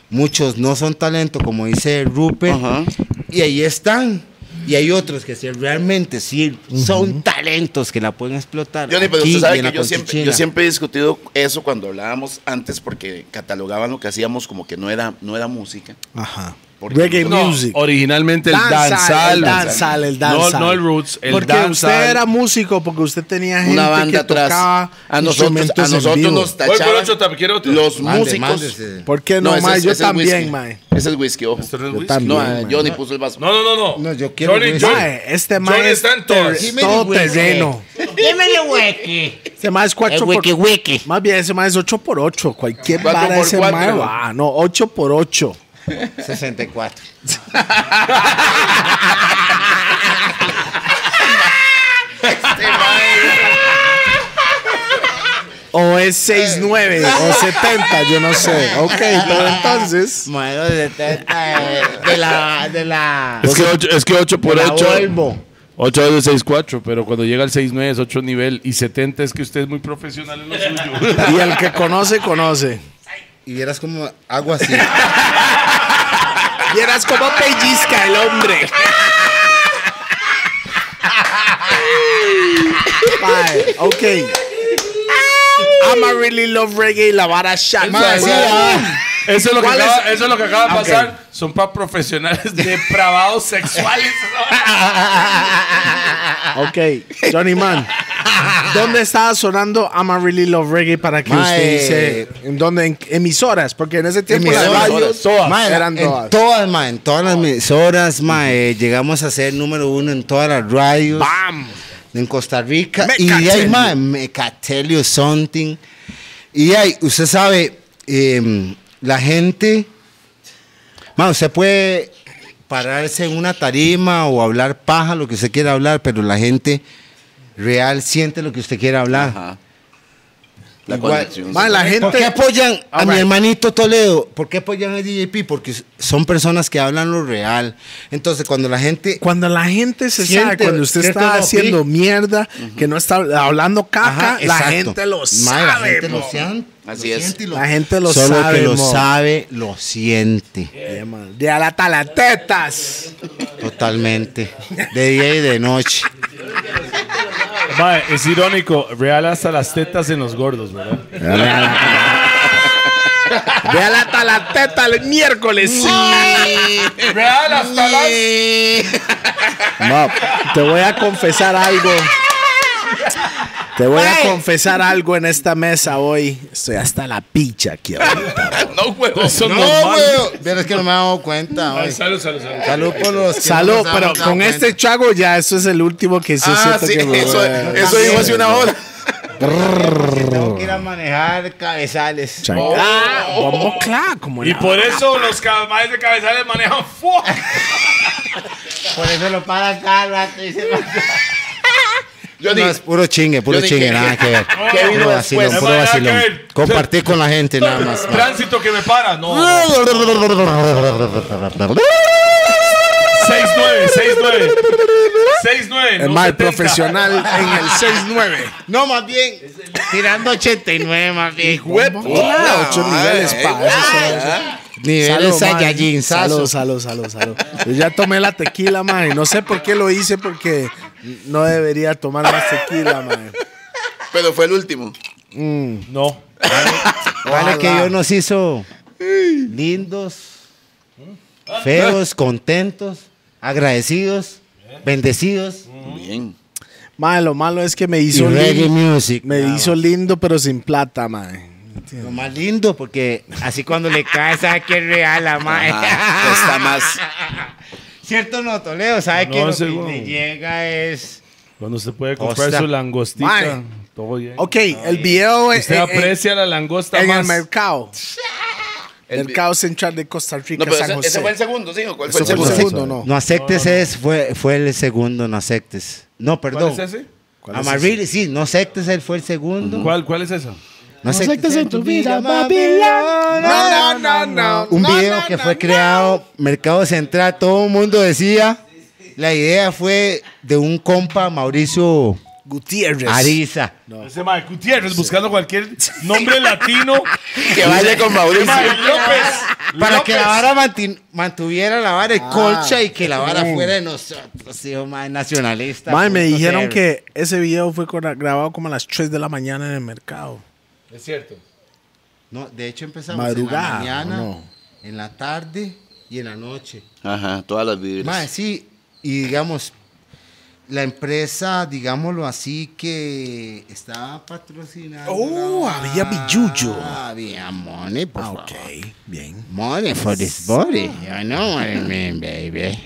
A: Muchos no son talento, como dice Rupert,
B: Ajá.
A: y ahí están. Y hay otros que sí, realmente sí son talentos que la pueden explotar.
B: Johnny, pero
A: aquí
B: usted
A: y
B: sabe
A: en la
B: que yo siempre, yo
A: Conchichina.
B: siempre he discutido eso cuando hablábamos antes porque catalogaban lo que hacíamos como que no era, no era música.
C: Ajá.
B: Porque-
C: Reggae
H: No,
C: music.
H: originalmente el danzal.
C: Este, El danzal, el danzal.
H: No, no el roots, el
C: porque
H: danzal.
C: usted era músico, porque usted tenía gente
B: Una banda
C: que
B: atrás.
C: tocaba
B: A nosotros,
C: instrumentos
B: a
C: en
B: nosotros
C: vivo.
B: nos
H: Voy por
B: tachaban
H: otro tap, quiero otro.
B: los
A: Mande,
B: músicos.
A: mándese.
C: ¿Por qué no,
B: ese-
C: mae?
B: ese
C: Yo
B: es
C: también,
B: whisky.
C: mae.
B: Ese es whisky, ojo.
H: Esto no es
C: Yo
H: whisky.
C: también,
B: No,
C: mae.
B: Johnny puso el vaso.
H: No, no, no, no.
A: No, yo quiero
H: Johnny,
A: whisky.
H: Johnny.
C: Mae, este
H: Johnny
C: mae es
H: está en todas.
C: ter-
A: Dime
C: todo
A: el whisky.
C: terreno.
F: Dímelo, hueque.
C: Ese mae es
F: El
C: 4 por
F: hueque, hueque.
C: Más bien, ese mae es 8 por 8 Cualquier
B: Cuatro
C: vara
B: por
C: ese
B: cuatro.
C: mae va. No, 8 por 8
A: 64.
C: O es 69 o 70, yo no sé. Ok, pero entonces.
A: Madre, de, teta, de la. De
D: Ah.
A: la
H: Es que 8, es que ocho por
A: de la
H: 8.
A: Volvo.
H: 8 veces 6, 4. Pero cuando llega al 6, 9 es 8 nivel. Y 70 es que usted es muy profesional en lo suyo.
C: Y el que conoce, conoce.
A: Y vieras como hago así.
C: Vieras como pellizca el hombre. Mae, ok. I'm a really love reggae y la vara shot.
A: Madre, sí, ah.
H: Eso es lo que
C: ¿Cuál
H: acaba,
C: es?
H: eso es lo que acaba de
C: Ok.
H: pasar. Son para profesionales depravados sexuales.
C: Ok, Johnny Man. ¿Dónde estaba sonando I'm a Really Love Reggae para que
A: Mae.
C: usted dice? ¿En dónde? ¿En emisoras? Porque en ese tiempo las
A: Emisoras.
C: radios
A: Todas. Ma,
C: eran
A: en
C: todas.
A: todas, ma, en todas las emisoras, ma, eh, llegamos a ser número uno en todas las radios
C: ¡Bam!
A: en Costa Rica. y de
C: Mecatelio.
A: ahí, ma, Mecatelio something. Y de ahí, usted sabe, em, la gente, ma, usted puede pararse en una tarima o hablar paja, lo que usted quiera hablar, pero la gente real siente lo que usted quiera hablar.
B: Ajá. La
C: Igual,
B: conexión.
C: mae, la
A: ¿Por qué
C: gente.
A: apoyan a
C: Alright.
A: mi hermanito Toledo? ¿Por qué apoyan a DJP? Porque son personas que hablan lo real. Entonces, cuando la gente
C: Cuando la gente se
A: Siente,
C: sabe, cuando usted
A: ¿cierto
C: está
A: o no,
C: haciendo
A: Pi?
C: mierda, que no está hablando caca,
A: Ajá,
C: la
A: exacto.
C: gente lo
A: Mae,
C: sabe.
A: Ah, la gente lo
C: mo.
A: sian- lo
B: Así es.
A: siente y lo-
C: La gente lo
A: Solo
C: sabe,
A: que lo
C: mo.
A: sabe, lo siente.
C: Yeah, man. De alata a las tetas.
A: Totalmente. De día y de noche.
D: Mae, es irónico, real hasta las tetas en los gordos, ¿verdad?
C: De alata a las tetas el miércoles.
D: Real hasta las...
C: No, te voy a confesar algo. Te voy a confesar algo en esta mesa hoy. Estoy hasta la picha aquí. ahorita.
A: No, güey. Pero es que no me he dado cuenta. güey.
D: Salud, salud, salud.
A: Salud por los. que no nos
C: Salud, pero
A: hemos dado
C: con
A: cuenta.
C: este chago ya, eso es el último que se
B: Ah,
C: siento
B: sí,
C: que me-
B: eso, eso dijo hace una hora.
A: Tengo que ir a manejar cabezales.
C: Chago. Ah, vamos, claro, como
D: Y
C: la-
D: por eso los cabezales de cabezales manejan fuck.
A: Por eso lo para acá, rato, y se va.
B: Yo
A: No,
B: dije,
A: es puro chingue, puro
B: Yo dije-
A: chingue, nada que ver.
B: ¿Qué vino
A: Puro vacilón,
B: después? Pues,
A: puro
D: No hay nada
A: vacilón.
D: que ver.
A: Compartir con la gente nada más. man.
D: Tránsito que me para, no. 6-9, 6-9. 6-9.
C: Es
D: no
C: más
D: 70.
C: profesional en el 6-9.
A: No, más bien. Tirando 89, más bien.
D: pues,
C: Claro, ocho niveles
B: eh,
C: pa.
B: güey.
C: Eso son-
A: Niveles
C: Salud, man.
A: Saiyajin,
C: Salud,
A: salud.
C: salud, salud, salud. Yo ya tomé la tequila, man. No sé por qué lo hice, porque no debería tomar más tequila, man.
B: pero fue el último.
D: No.
A: Vale que Dios nos hizo lindos, feos, contentos, agradecidos, bendecidos.
B: Bien.
C: Man, lo malo es que me
A: Y
C: hizo
A: reggae
C: lindo,
A: music.
C: me hizo lindo, pero sin plata, man.
A: Lo más lindo, porque así cuando le cae, sabe que es real la madre.
B: Ajá, está más.
A: ¿Cierto o no, Toledo? ¿Sabe
D: No,
A: que lo
D: seguro.
A: que le llega es.
D: Cuando se puede comprar
A: Hostia.
D: su langostita,
C: Mae.
D: todo bien.
C: Ok, el video en,
D: Usted
C: en-
D: aprecia la langosta
C: en el
D: más.
C: mercado.
B: El-
C: mercado central de Costa
B: No,
C: Rica,
B: pero
C: San
B: ese,
C: José.
B: ese fue el segundo, ¿sí? ¿O ¿Cuál
C: Eso
B: fue el
C: fue el
B: segundo?
C: segundo. no.
A: No aceptes es, fue, fue el segundo, no aceptes. No, perdón.
D: ¿Cuál es ese?
C: ¿Cuál es
A: Amaril, sí, no aceptes, él fue el segundo.
D: ¿Cuál, cuál es esa?
A: No aceptes
C: este
A: en tu vida,
C: Babilón.
A: Babilón.
C: No, no, no, no.
A: Un
C: No,
A: video
C: no,
A: que
C: no,
A: fue
C: no.
A: creado, Mercado Central, todo el mundo decía. La idea fue de un compa, Mauricio
C: Gutiérrez.
A: Ariza.
D: Ese Mae Gutiérrez buscando cualquier nombre latino.
B: Que vaya con Mauricio.
D: Mae López.
A: Para que la
D: López.
A: vara mantin- mantuviera la vara de colcha y que la vara fuera de nosotros, hijo más nacionalista.
C: Man, Mm. me
A: punto
C: dijeron
A: cero.
C: que ese video fue cora- grabado como a las 3 de la mañana en el mercado.
D: Es cierto.
A: No, de hecho empezamos
C: Madrugada,
A: en la mañana,
C: ¿o no?
A: en la tarde y en la noche.
B: Ajá, todas las vibras.
A: Más, sí, y digamos, la empresa, digámoslo así, que estaba patrocinando.
C: Oh,
A: la
C: había
A: vara.
C: billuyo.
A: Había money, por
C: Ah,
A: favor.
C: ok. Bien.
A: Money for this body. You know what I mean, baby.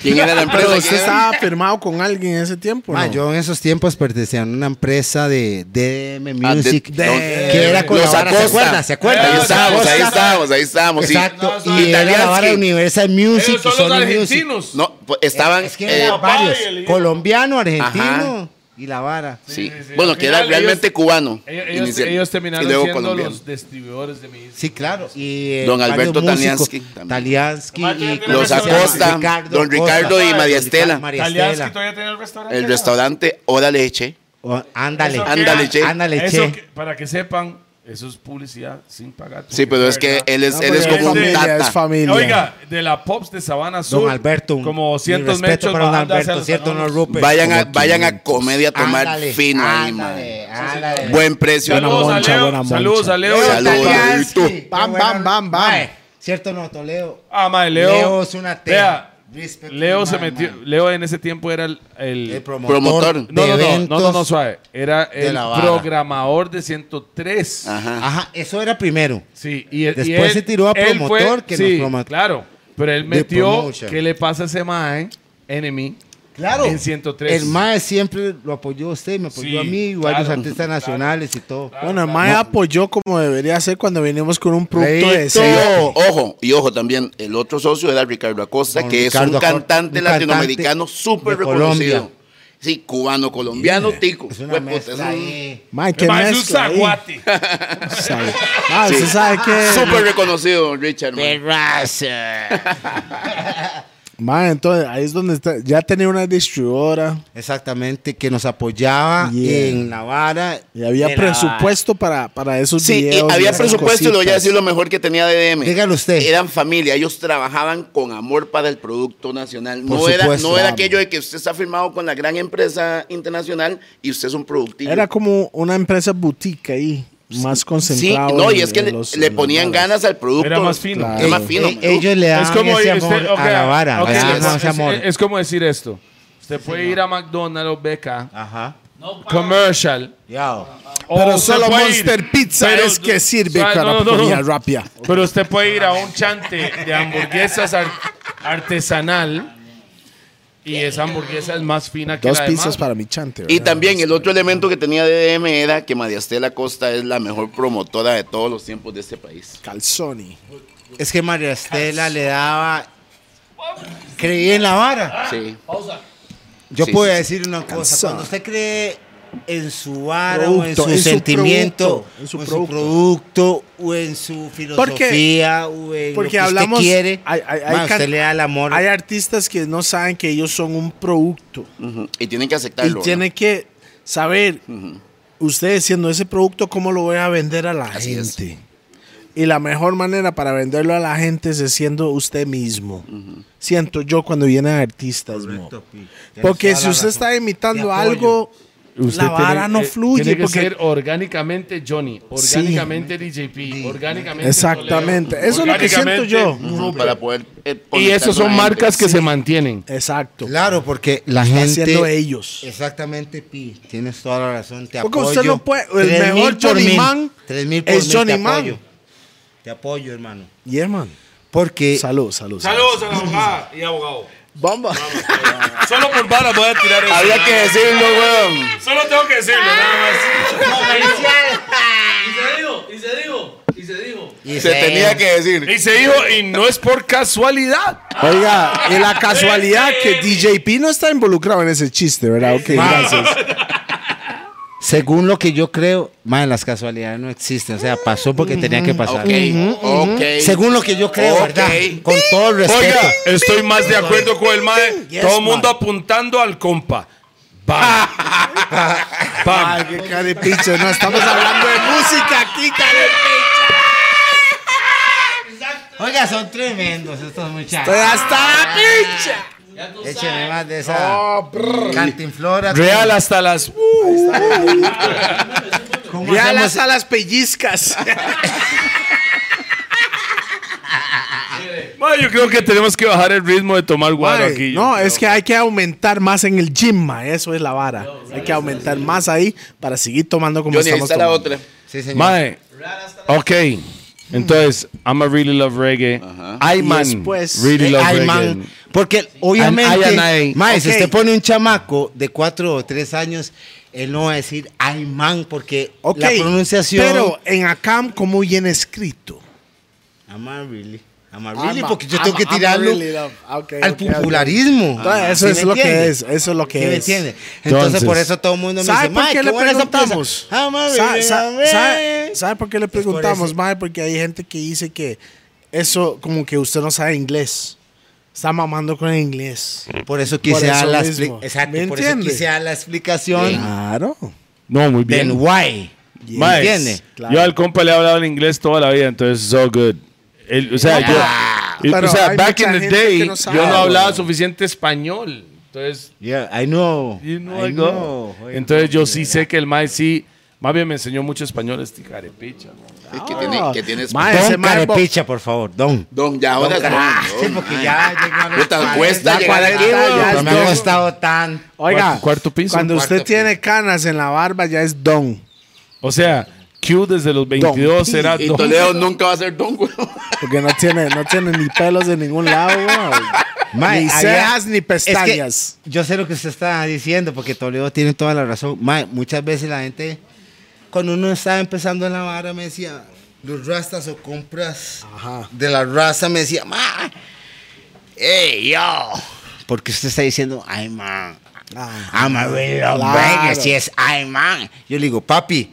B: ¿Quién era la empresa?
C: Pero
B: ¿Quién
C: usted
B: era?
C: estaba firmado con alguien en ese tiempo, ¿no?
A: Ma, yo en esos tiempos pertenecía a una empresa de DDM
B: Ah, de-
A: Music.
B: de-
A: que era con
B: Los
A: la vara, ¿Se
B: Acosta.
A: acuerdan? ¿Se acuerdan?
B: Ahí
A: Los
B: estábamos, ahí
A: Acosta.
B: estábamos, ahí estábamos. sí.
A: Exacto.
D: No,
A: y era la vara
B: Italiansky.
A: Universal Music.
D: Ellos son
A: y
D: los
A: Sony Music.
D: argentinos.
B: No, pues, estaban.
A: Es que
B: eh,
A: eran varios.
D: Papá y el-
A: Colombiano, argentino
B: Ajá.
A: y la vara.
B: sí.
D: sí, sí.
B: Bueno,
D: Al
B: que era
D: final
B: realmente
D: ellos-
B: cubano.
D: Ellos, ellos-
B: inicial.
D: ellos terminaron
B: Y luego
D: siendo
B: colombiano.
D: los distribuidores de mi disco.
A: Sí, claro. Y, eh,
B: Don
A: varios
B: Alberto
A: músicos.
B: Taliansky también.
A: Taliansky
D: Además,
A: y-
D: tiene
A: ¿cómo
B: Los
A: se llama?
B: Acosta, Don Ricardo y
A: Don
B: María
A: Rica-
B: Estela.
A: María
D: Taliansky
A: Estela.
D: todavía tenía el restaurante.
B: El
D: ¿no?
B: restaurante Oda Leche.
A: O- Oh, Ándale.
D: Eso que-
B: Ándale, che.
A: Ándale,
D: Eso
A: che.
D: que- para que sepan, eso es publicidad sin pagar.
B: Sí, pero es que
D: ¿verdad?
B: él es,
C: No,
B: él
C: pero
B: es como un
D: familia,
C: Es
B: tata.
C: familia.
D: Oiga, de la Pops de Sabana Sur.
A: Don Alberto. un-
D: Como 200
A: mi respeto
D: metros
A: para Don
D: bajando hacia
A: Alberto,
D: los
A: ¿cierto? No,
D: Anonos.
A: Rupert.
B: Vayan a,
A: Como
B: vayan a
A: 500.
B: comer y a tomar
A: Ándale,
B: fino ahí,
A: ándale,
B: man.
A: ándale.
B: Buen precio.
D: Saludos
C: Buena
D: a
C: moncha,
D: Leo.
C: buena
D: Saludos
C: moncha.
D: a Leo.
A: Leo
B: Saludos,
A: Taliansky.
B: Leito.
A: Qué
C: Bam,
A: bueno.
C: bam, bam, bam.
A: Mae, ¿Cierto o no, Toledo?
D: Ah, mae, Leo.
A: Leo es una T.
D: Vea,
A: Respeto,
D: Leo se
A: mae,
D: metió.
A: mae.
D: Leo en ese tiempo era el. el-
A: El
B: Promotor.
A: promotor. de
D: no, no, no, no, no, no,
A: eventos.
D: suave. Era el
A: la vara.
D: programador de 103.
B: Ajá.
A: Ajá, eso era primero.
D: Sí, y, y
A: Después
D: él-
A: se tiró a
D: él
A: promotor que nos
D: sí,
A: promo-
D: Claro, pero él
A: De
D: metió
A: promotion.
D: que le pasa a ese mae, enemy.
A: Claro.
D: En 103.
A: El MAE siempre lo apoyó a usted, me apoyó
D: Sí,
A: a mí, y varios
D: claro,
A: artistas nacionales y todo.
D: Ah,
C: Bueno, el Mae apoyó como debería ser cuando venimos con un producto
A: Leito.
C: de
B: Y
C: sello.
B: ojo, ojo, y ojo también, el otro socio era Ricardo Acosta,
A: Don
B: que es
A: Ricardo
B: un
A: Acosta,
B: cantante
A: un
B: latinoamericano
A: cantante
B: súper
A: de Colombia.
B: reconocido. Sí, cubano, colombiano, tico.
A: Es
B: Fue
A: una
B: puta, es
A: mezcla
B: un-
A: ahí.
C: Mae, qué
D: El mae es un
C: mezcla ahí.
D: zaguate.
C: Sabe- Ah, ¿usted sabe qué?
B: Súper reconocido, Richard. man.
C: Mae, entonces ahí es donde está. Ya tenía una distribuidora
A: Exactamente, que nos apoyaba
C: Yeah.
A: en Navarra.
C: y había
A: De la-
C: presupuesto para, para esos
B: Sí, y
C: videos. y
B: había
C: esas
B: presupuesto y lo voy a
C: cositas.
B: decir lo mejor que tenía DDM.
A: Dígalo usted.
B: Eran familia, ellos trabajaban con amor para el producto nacional.
A: Por
B: No era,
A: supuesto,
B: no era
A: amo.
B: aquello de que usted está firmado con la gran empresa internacional y usted es un productivo.
C: Era como una empresa boutique ahí, más
B: sí,
C: concentrada.
B: no, y es que le, le ponían ganas al producto.
D: Era más fino.
C: Claro.
B: Era más
A: Ey,
B: fino.
A: ey, E- ellos le daban
D: Es como
A: ese
D: ir-
A: amor
D: usted- ok,
A: a Navarra.
D: ok,
A: le daban
D: es,
A: ese
D: es-
A: amor.
D: es como decir esto. Usted puede ir a McDonald's o Beca,
A: Ajá.
D: commercial.
A: Yao.
D: Oh, o
C: Pero
D: usted
C: solo
D: puede ir-
C: Monster Pizza
D: pero-
C: es que sirve
D: Ah,
C: para
D: no, no, no.
C: comida rápida.
D: Pero usted puede ir a un chante de hamburguesas ar- artesanal y esa hamburguesa es más fina que
C: Dos
D: la
C: pizzas
D: demás.
C: para mi chante.
B: Y
C: ¿verdad?
B: también el otro elemento que tenía DDM era que María Estela Costa es la mejor promotora de todos los tiempos de este país.
C: Calzoni.
A: Es que María Estela le daba. Creí en
D: Ah,
A: Navarra.
B: Sí.
A: Yo
B: Sí,
A: puedo
B: sí, sí.
A: decir una cosa.
C: Cansado.
A: Cuando usted cree en su vara o en
C: Producto,
A: su
C: en su
A: sentimiento,
C: producto, en su
A: o en su
C: producto.
A: producto, o en su filosofía, o en
C: Porque
A: lo que
C: hablamos.
A: usted quiere,
C: hay, hay- hay
A: ma, usted
C: can-
A: le da el amor.
C: hay artistas que no saben que ellos son un producto.
B: Ujú. Y tienen que
C: Y
B: aceptarlo.
C: tiene que saber, ustedes siendo ese producto, cómo lo voy a vender a la
B: Así es.
C: gente. Y la mejor manera para venderlo a la gente es siendo usted mismo. Siento yo cuando vienen artistas. mo. Porque si usted está imitando
A: Te apoyo.
C: algo,
H: Usted
C: la vara
H: tiene-
C: no
H: eh,
C: fluye.
H: Tiene que
C: porque
H: ser orgánicamente Johnny,
C: Sí.
H: orgánicamente DJP, orgánicamente.
C: Exactamente.
H: Toledo,
C: Eso es lo que siento yo.
B: ¿no? Ujú, Para poder. eh,
H: Y
B: conectar
H: esas
B: con
H: son
B: la gente.
H: marcas que se mantienen.
C: Exacto.
A: Claro, porque la
C: Está haciendo
A: gente.
C: ellos.
A: Exactamente, Pi. Tienes toda la razón. Te
C: Porque
A: apoyo.
C: usted no puede- el
A: Tres
C: mejor
A: mil por
C: Johnny
A: mil.
C: Man
A: Tres mil por
C: es
A: mil,
C: Johnny
A: te
C: Man.
A: apoyo. Te apoyo, hermano.
C: Yeah, man.
A: Porque
C: Salud, salud.
D: Saludos a la abogada y abogado.
C: Bomba.
D: Solo por vara voy a tirar eso.
B: Había que decirlo, weón.
D: Solo tengo que decirlo, nada
A: y
B: Se tenía que decir.
D: más. Y se dijo, y no es por casualidad.
C: Oiga, y la casualidad que DJP no está involucrado en ese chiste, ¿verdad? Ok, gracias.
A: Según lo que yo creo, más las casualidades no existen. O sea, pasó porque tenía que pasar.
B: Ok, ok.
A: Según lo que yo creo,
B: Ok.
A: ¿verdad? Con todo el respeto.
D: Oiga, estoy más de acuerdo con el mae.
C: Yes,
D: Todo el mundo
C: man.
D: apuntando al compa. Bam.
C: Ay,
D: Bam.
C: qué carepicho. No, estamos hablando de música aquí, carepicho.
A: Oiga, son tremendos estos muchachos.
C: Hasta la pincha.
A: Écheme más
C: Ah,
A: de esa cantinflora.
D: Real hasta las. uh.
A: ¿Cómo
C: Ya
A: hacemos?
C: las a las pellizcas.
D: Mae, yo creo que tenemos que bajar el ritmo de tomar guaro
C: Ay,
D: aquí.
C: no, es que hay que aumentar más en el gym, ma. Eso es la vara. Hay que aumentar más ahí para seguir tomando como
B: Johnny, ahí
C: estamos
B: está la
C: tomando.
B: otra.
A: Sí, señor.
D: Mae. Ok. Entonces, I'm a really love reggae. I
C: Y
D: man.
C: después-
D: really love
A: Eh, Ay,
D: reggae.
A: man, Porque obviamente,
D: And I and I.
A: mae, si
C: Ok.
A: usted pone un chamaco de cuatro o tres años, él no va a decir ay man, porque
C: Ok,
A: la pronunciación.
C: Pero en ACAM, ¿cómo viene escrito? Ah,
A: I'm a really. I'm a really, porque yo tengo que tirarlo al
C: popularismo.
A: popularismo.
C: Ah,
A: Ah,
C: Eso
A: ¿Sí
C: es
A: me
C: lo que
A: entiende?
C: es. Eso es lo
A: ¿Sí
C: que
A: me
C: es.
A: entiende? Entonces,
D: Entonces,
A: por eso todo el mundo me
C: ¿Sabe
A: dice,
C: por
A: mae,
C: qué
A: qué,
C: le
A: buena Ah,
C: preguntamos?
A: sorpresa. I'm a
C: Sa-
A: really,
C: sa-
A: I'm a
C: sabe-
A: really.
C: ¿Sabe por qué le
A: por
C: preguntamos,
A: eso.
C: mae? Porque hay gente que dice que eso, como que usted no sabe inglés. Está mamando con el inglés.
A: Por eso quise
C: Por eso
A: dar la
C: mismo.
A: expli- Exacto,
C: ¿Me
A: por eso
C: entiende?
A: quise dar la explicación
C: Claro.
D: No, muy
A: del
D: bien.
A: why.
D: Mae,
A: ¿Entiende?
C: Claro.
D: Yo al compa le he hablado en inglés toda la vida, entonces so good. El- o sea,
C: No,
D: yo-
C: pero-
D: y-
C: pero
D: o sea,
C: hay
D: back
C: mucha
D: in the
C: gente
D: day
C: que no
D: yo
C: sabe,
D: no hablaba
C: weón.
D: suficiente español. Entonces,
A: Yeah, I know.
D: you know,
A: I
D: I go.
A: know.
D: entonces yo sí sé que el mae sí, más bien me enseñó mucho español este carepicha.
B: Es que tiene, que tiene
C: Mae, ese
A: Don
C: mae-
A: Carepicha, por favor, Don. Ah,
B: Don, ya ahora es Don, Ah,
A: Sí,
B: don,
A: porque
B: mae.
A: ya llegó a los
B: Puta,
A: 40,
B: cuesta llegar
A: ya
B: aquí,
A: está,
C: weón.
A: ya Me
C: Don.
A: ha gustado tan.
C: Oiga,
D: Cuarto- cuarto piso.
C: cuando
D: Cuarto
C: usted tiene canas en la barba, ya es don.
D: O sea, Q desde los 22
C: P.
D: era
B: Y
D: don.
B: Toledo nunca va a ser Don, weón.
C: Porque no tiene, no tiene ni pelos de ningún lado, weón.
A: Mae,
C: ni
A: había-
C: cejas ni
A: es que
C: pestañas.
A: yo sé lo que usted está diciendo, porque Toledo tiene toda la razón. Mae, muchas veces la gente, cuando uno estaba empezando en la vara, me decía, los rastas o compras de la raza, me decía, ma, hey, yo, porque usted está diciendo, ay, ma, I'm a real
C: Claro.
A: reggae, yes, I'm man. Yo le digo, papi,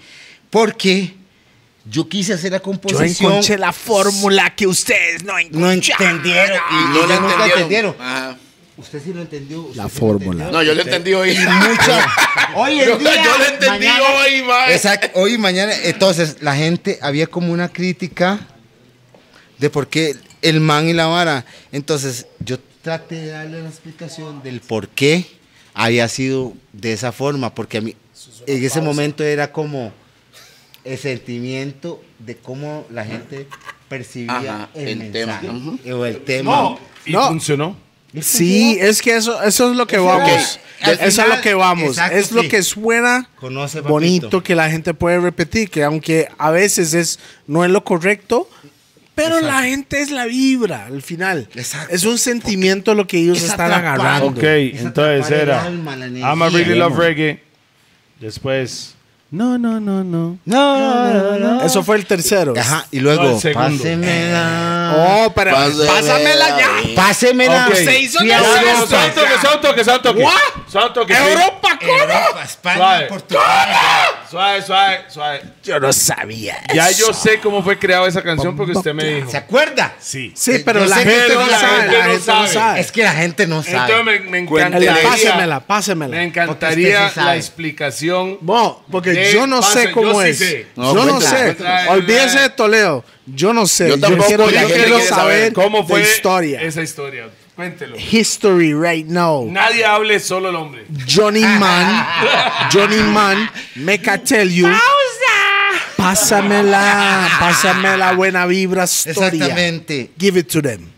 A: porque yo quise hacer la composición.
C: la fórmula que ustedes no
A: no entendieron. Y, y
B: No
A: ellos
B: la
A: nunca
B: entendieron.
A: entendieron.
B: Ajá.
A: Usted sí lo entendió. usted sí
C: La
A: lo
C: fórmula.
B: No, yo lo entendí hoy.
A: Hoy
B: Yo-
A: en día,
B: yo lo entendí
A: mañana-
B: hoy, mae.
A: Exacto, hoy y mañana. Entonces, la gente había como una crítica de por qué el man y la vara. Entonces, yo traté de darle la explicación del por qué había sido de esa forma, porque a mí en ese momento era como el sentimiento de cómo la gente percibía
B: Ajá,
A: el,
B: el tema.
A: mensaje
B: Ujú.
A: o el tema.
D: No, y
C: No.
D: funcionó.
C: Sí, es que eso, eso es lo que
A: Ese
C: vamos.
A: era- al
C: eso es
A: final-
C: lo que vamos.
A: exacto,
C: es lo
A: sí.
C: que suena
A: Conoce, papito.
C: bonito que la gente puede repetir, que aunque a veces es no es lo correcto, pero la gente es la vibra al final.
A: Exacto.
C: Es un sentimiento lo que ellos
A: Es
C: están
A: atrapante.
C: agarrando.
D: Ok,
A: Es
D: entonces
A: atrapar el
D: era
A: alma, la
D: I'm a
A: energía.
D: really love reggae. Después, no, no, no, no.
A: No, no, no.
C: Eso fue el tercero.
A: Ajá, y luego,
D: No, el segundo.
A: pásemela.
C: Oh, pero pásamela ya.
A: Pásemela.
D: Ok.
A: Usted hizo que
D: Son toques, son toques, son toques. Son toques. sí.
A: Eh, Europa, España,
D: Suave.
A: Portugal.
D: Suave, suave, suave.
C: Yo no sabía.
D: Ya yo sé cómo fue creada esa canción porque usted me dijo.
A: ¿Se acuerda?
D: Sí.
C: Sí,
A: Eh,
C: pero
A: yo
C: la
A: sé que
C: gente
A: todo
C: no
A: la
C: sabe.
A: gente
C: La
D: no
C: gente no
D: sabe.
C: sabe. Eh,
A: Es que la gente no
D: Entonces
A: sabe.
D: me, me
C: El
D: encantaría.
C: pásemela, pásemela.
D: Me
A: Porque
D: encantaría
A: usted sí
D: la
A: sabe.
D: explicación.
C: No, porque
D: Sí,
C: yo no
D: pasa,
C: sé cómo
D: yo sí
C: es.
D: sé.
B: No,
C: yo no
B: cuéntala,
C: sé.
D: cuéntala.
C: Olvídese de Toledo. Yo no sé.
B: Yo tampoco,
C: quiero,
B: y la
C: yo
B: gente
C: quiero
B: quiere
C: saber
B: saber
D: ¿Cómo fue
C: de historia. Oh.
D: esa historia? Cuéntelo.
C: History right now.
D: Nadie hable, solo el hombre.
C: Johnny Man. Johnny Man. Make I tell you. Pásamela. Pásamela buena vibra historia.
A: Exactamente.
C: Give it to them.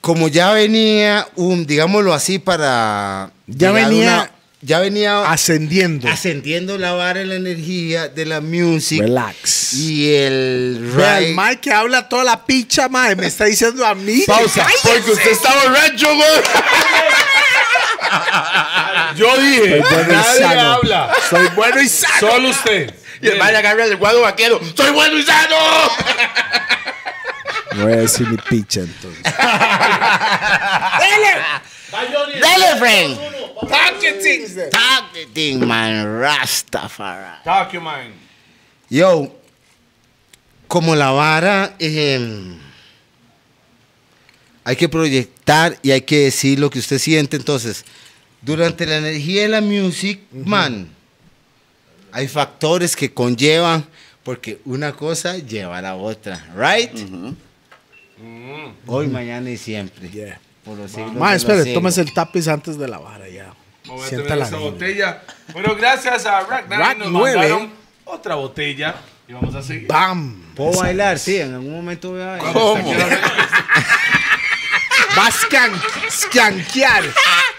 A: Como ya venía un, digámoslo así, para.
C: Ya
A: llegar a
C: venía-
A: una- ya venía
C: Ascendiendo.
A: ascendiendo la vara en la energía de la music
C: Relax.
A: y el
C: Vea, el
A: reggae.
C: Mike que habla toda la picha, mae, me está diciendo a mí.
B: Pausa. Porque usted está borracho, güey.
D: Yo dije,
C: bueno y
D: nadie
C: sano.
D: habla.
C: Soy bueno y sano.
D: Solo usted.
B: Y el man agarra el guado vaquero. ¡Soy bueno y sano!
C: Voy a decir mi picha entonces.
A: Dale, friend. Talk the thing, man. Rastafari.
D: Talk your mind.
A: Yo, como la vara, eh, hay que proyectar y hay que decir lo que usted siente. Entonces, durante la energía de la music, man, hay factores que conllevan, porque una cosa lleva a la otra, ¿right? Hoy, mañana y siempre.
C: Yeah.
A: Por los siglos
C: Mae,
A: de los
C: espere,
A: siglos.
C: tómese el tapiz antes de la vara ya.
D: Vamos a
C: Sienta
D: tener
C: la
D: esa
C: vibra.
D: botella. Bueno, gracias a Rack Nine
C: Rack
D: nos
C: nueve.
D: mandaron otra botella y vamos a seguir.
C: ¡Bam!
A: ¿Puedo bailar? Sí, en algún momento voy a bailar.
B: ¿Cómo?
C: Va a scan- scanquear. Va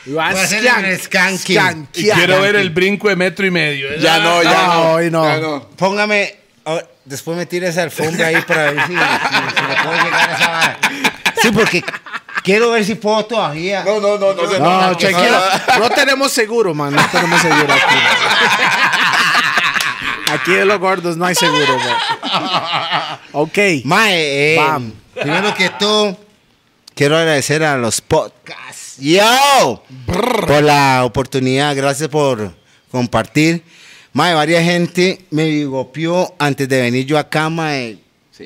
A: Voy a
C: a
A: hacer
C: scan-
A: el skanking.
D: Y quiero
C: scanquear.
D: ver el brinco de metro y medio. ¿eh?
B: Ya no, ya
C: No,
B: no.
C: hoy no.
B: Ya no.
A: Póngame. ah, después me tira esa alfombra ahí para ver si, si- si le puedo llegar a esa vara. Sí, porque quiero ver si puedo todavía.
B: No, no, no, no se
C: No,
B: enoja.
C: chequeo. No tenemos seguro, man. No tenemos seguro aquí. Aquí de los gordos no hay seguro, man. Ok.
A: Mae, eh,
C: Bam.
A: primero que todo, quiero agradecer a los podcasts. Yo, por la oportunidad, gracias por compartir. Mae, varias gente me bigopió antes de venir yo acá, mae.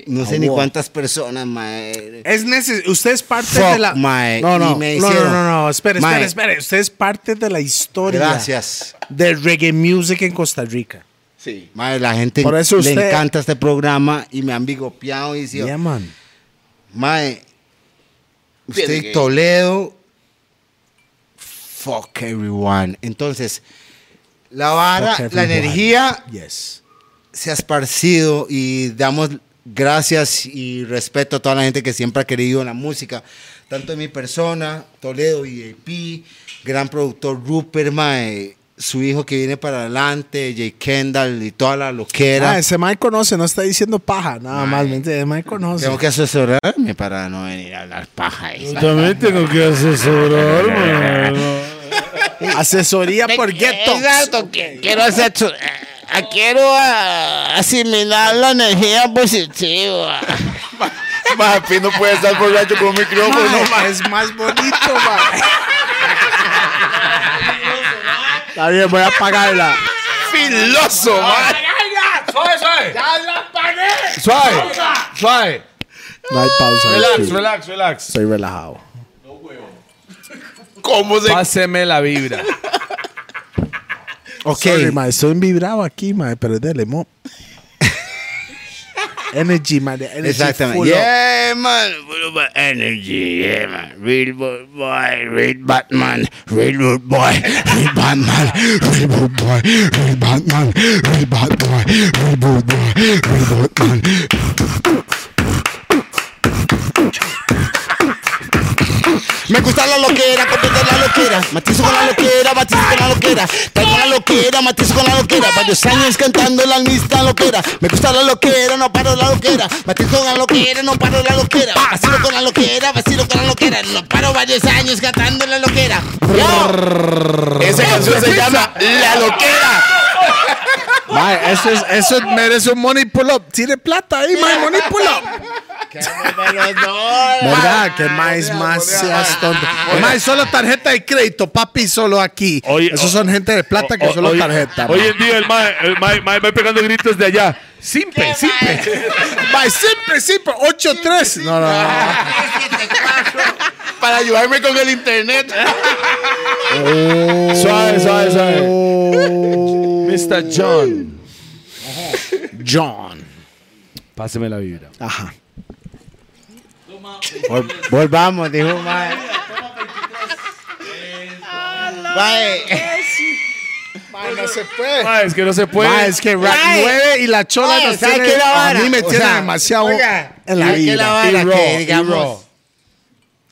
A: No sé ni
C: wow.
A: cuántas personas, mae.
C: Es neces usted es parte
A: Fuck,
C: de la.
A: mae.
C: No, no,
A: Y me
C: no, no,
A: hicieron-
C: no, no, Espere,
A: Mae.
C: espere, espere. Usted es parte de la historia.
A: Gracias.
C: De reggae music en Costa Rica.
B: Sí.
A: Mae, la gente
C: Por eso
A: le
C: usted-
A: encanta este programa y me han bigopeado y dice,
C: Yeah, man.
A: Mae, usted
B: Tiene
A: y
B: que-
A: Toledo, fuck everyone. Entonces, la vara,
C: Fuck
A: la
C: everyone.
A: energía
C: Yes.
A: se ha esparcido y damos gracias y respeto a toda la gente que siempre ha querido la música. Tanto de mi persona, Toledo VIP, gran productor Rupert, mae, su hijo que viene para adelante, Jay Kendall y toda la loquera.
C: Ah, ese Mike conoce, no está diciendo paja, nada más. ¿me entiende? Mike conoce.
A: Tengo que asesorarme para no venir a hablar paja. esa.
E: También tengo que asesorarme.
C: Asesoría por Get Talks.
A: Exacto, que- quiero hacer tu- ah, quiero ah, asimilar la energía positiva.
B: Papi, no puede estar borracho con un micrófono.
C: Mae, es más bonito, mae. Está bien, voy a apagarla.
B: Filoso, mae.
D: ¡Suave, suave! ¡Ya la pagué! ¡Suave! ¡Suave!
C: No hay pausa.
D: Relax,
C: sí.
D: relax, relax.
C: Soy relajado.
B: ¿Cómo se
D: Páseme la vibra.
E: Ok.
C: Sorry, mae, Estoy vibrado aquí, mae, pero dele, mo. energy, mae. de Energy
E: Exactamente.
C: full up.
B: Yeah, man. Full of energy. Yeah, man. Real boy, boy. Real Batman. Real good boy. Real Batman. Real good boy. Real Batman. Real bad boy. Real good boy. Real Batman.
E: Me gusta la loquera, completa la loquera. Matizo con la loquera, matizo con la loquera. Traigo la loquera, matizo con la loquera. Varios años cantando la lista loquera. Me gusta la loquera, no paro la loquera. Matizo con la loquera, no paro la loquera. Vacilo con la loquera, vacilo con la loquera. No paro varios años cantando la loquera. Yo,
B: Esa canción se llama La Loquera.
C: Mae, eso, es, eso merece un money pull up. Tiene plata ahí, mae, money pull up. ¿Verdad? Que más, más seas tonto. Mae, solo tarjeta de crédito, papi, solo aquí.
J: Oye,
C: Esos son gente de plata que solo tarjeta.
J: Hoy en día el mae, el mae, mae va pegando gritos de allá. Simple, simple.
C: mae, siempre, siempre, 8-3. No, no, no.
B: Para ayudarme con el internet.
D: Suave, suave, suave. Mr. John.
C: John.
D: Páseme la vibra.
C: Ajá.
E: volvamos, dijo Mae. Mae,
C: no se puede.
D: es que no se
E: Pues,
D: puede.
C: Mae, es que Rack
E: Mae.
C: 9 y la chola
E: Mae,
C: nos
E: ¿sabe
C: tiene-
E: qué la
C: A
E: vara?
C: mí me
E: O
C: tiene
E: sea,
C: demasiado
E: oiga,
C: en la
E: ¿sabe qué
C: vida.
E: vara
D: Y raw,
E: que,
D: y raw.
E: digamos,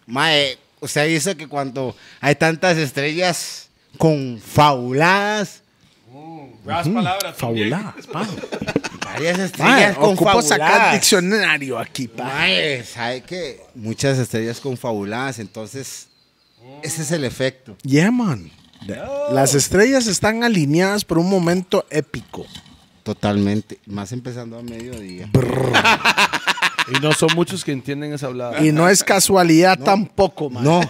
E: Mae, usted dice que cuando hay tantas estrellas confabuladas,
A: palabras.
C: Fabuladas, pa.
E: varias
C: Mae,
E: estrellas
C: ocupo sacar
E: confabuladas.
C: diccionario aquí, pa.
E: Mae, ¿sabe qué? Muchas estrellas confabuladas, entonces ese es el efecto.
C: Yeah, man. Las estrellas están alineadas por un momento épico.
E: Totalmente, más empezando a mediodía.
D: Y no son muchos que entienden esa hablada.
C: Y no es casualidad tampoco, man.
E: No,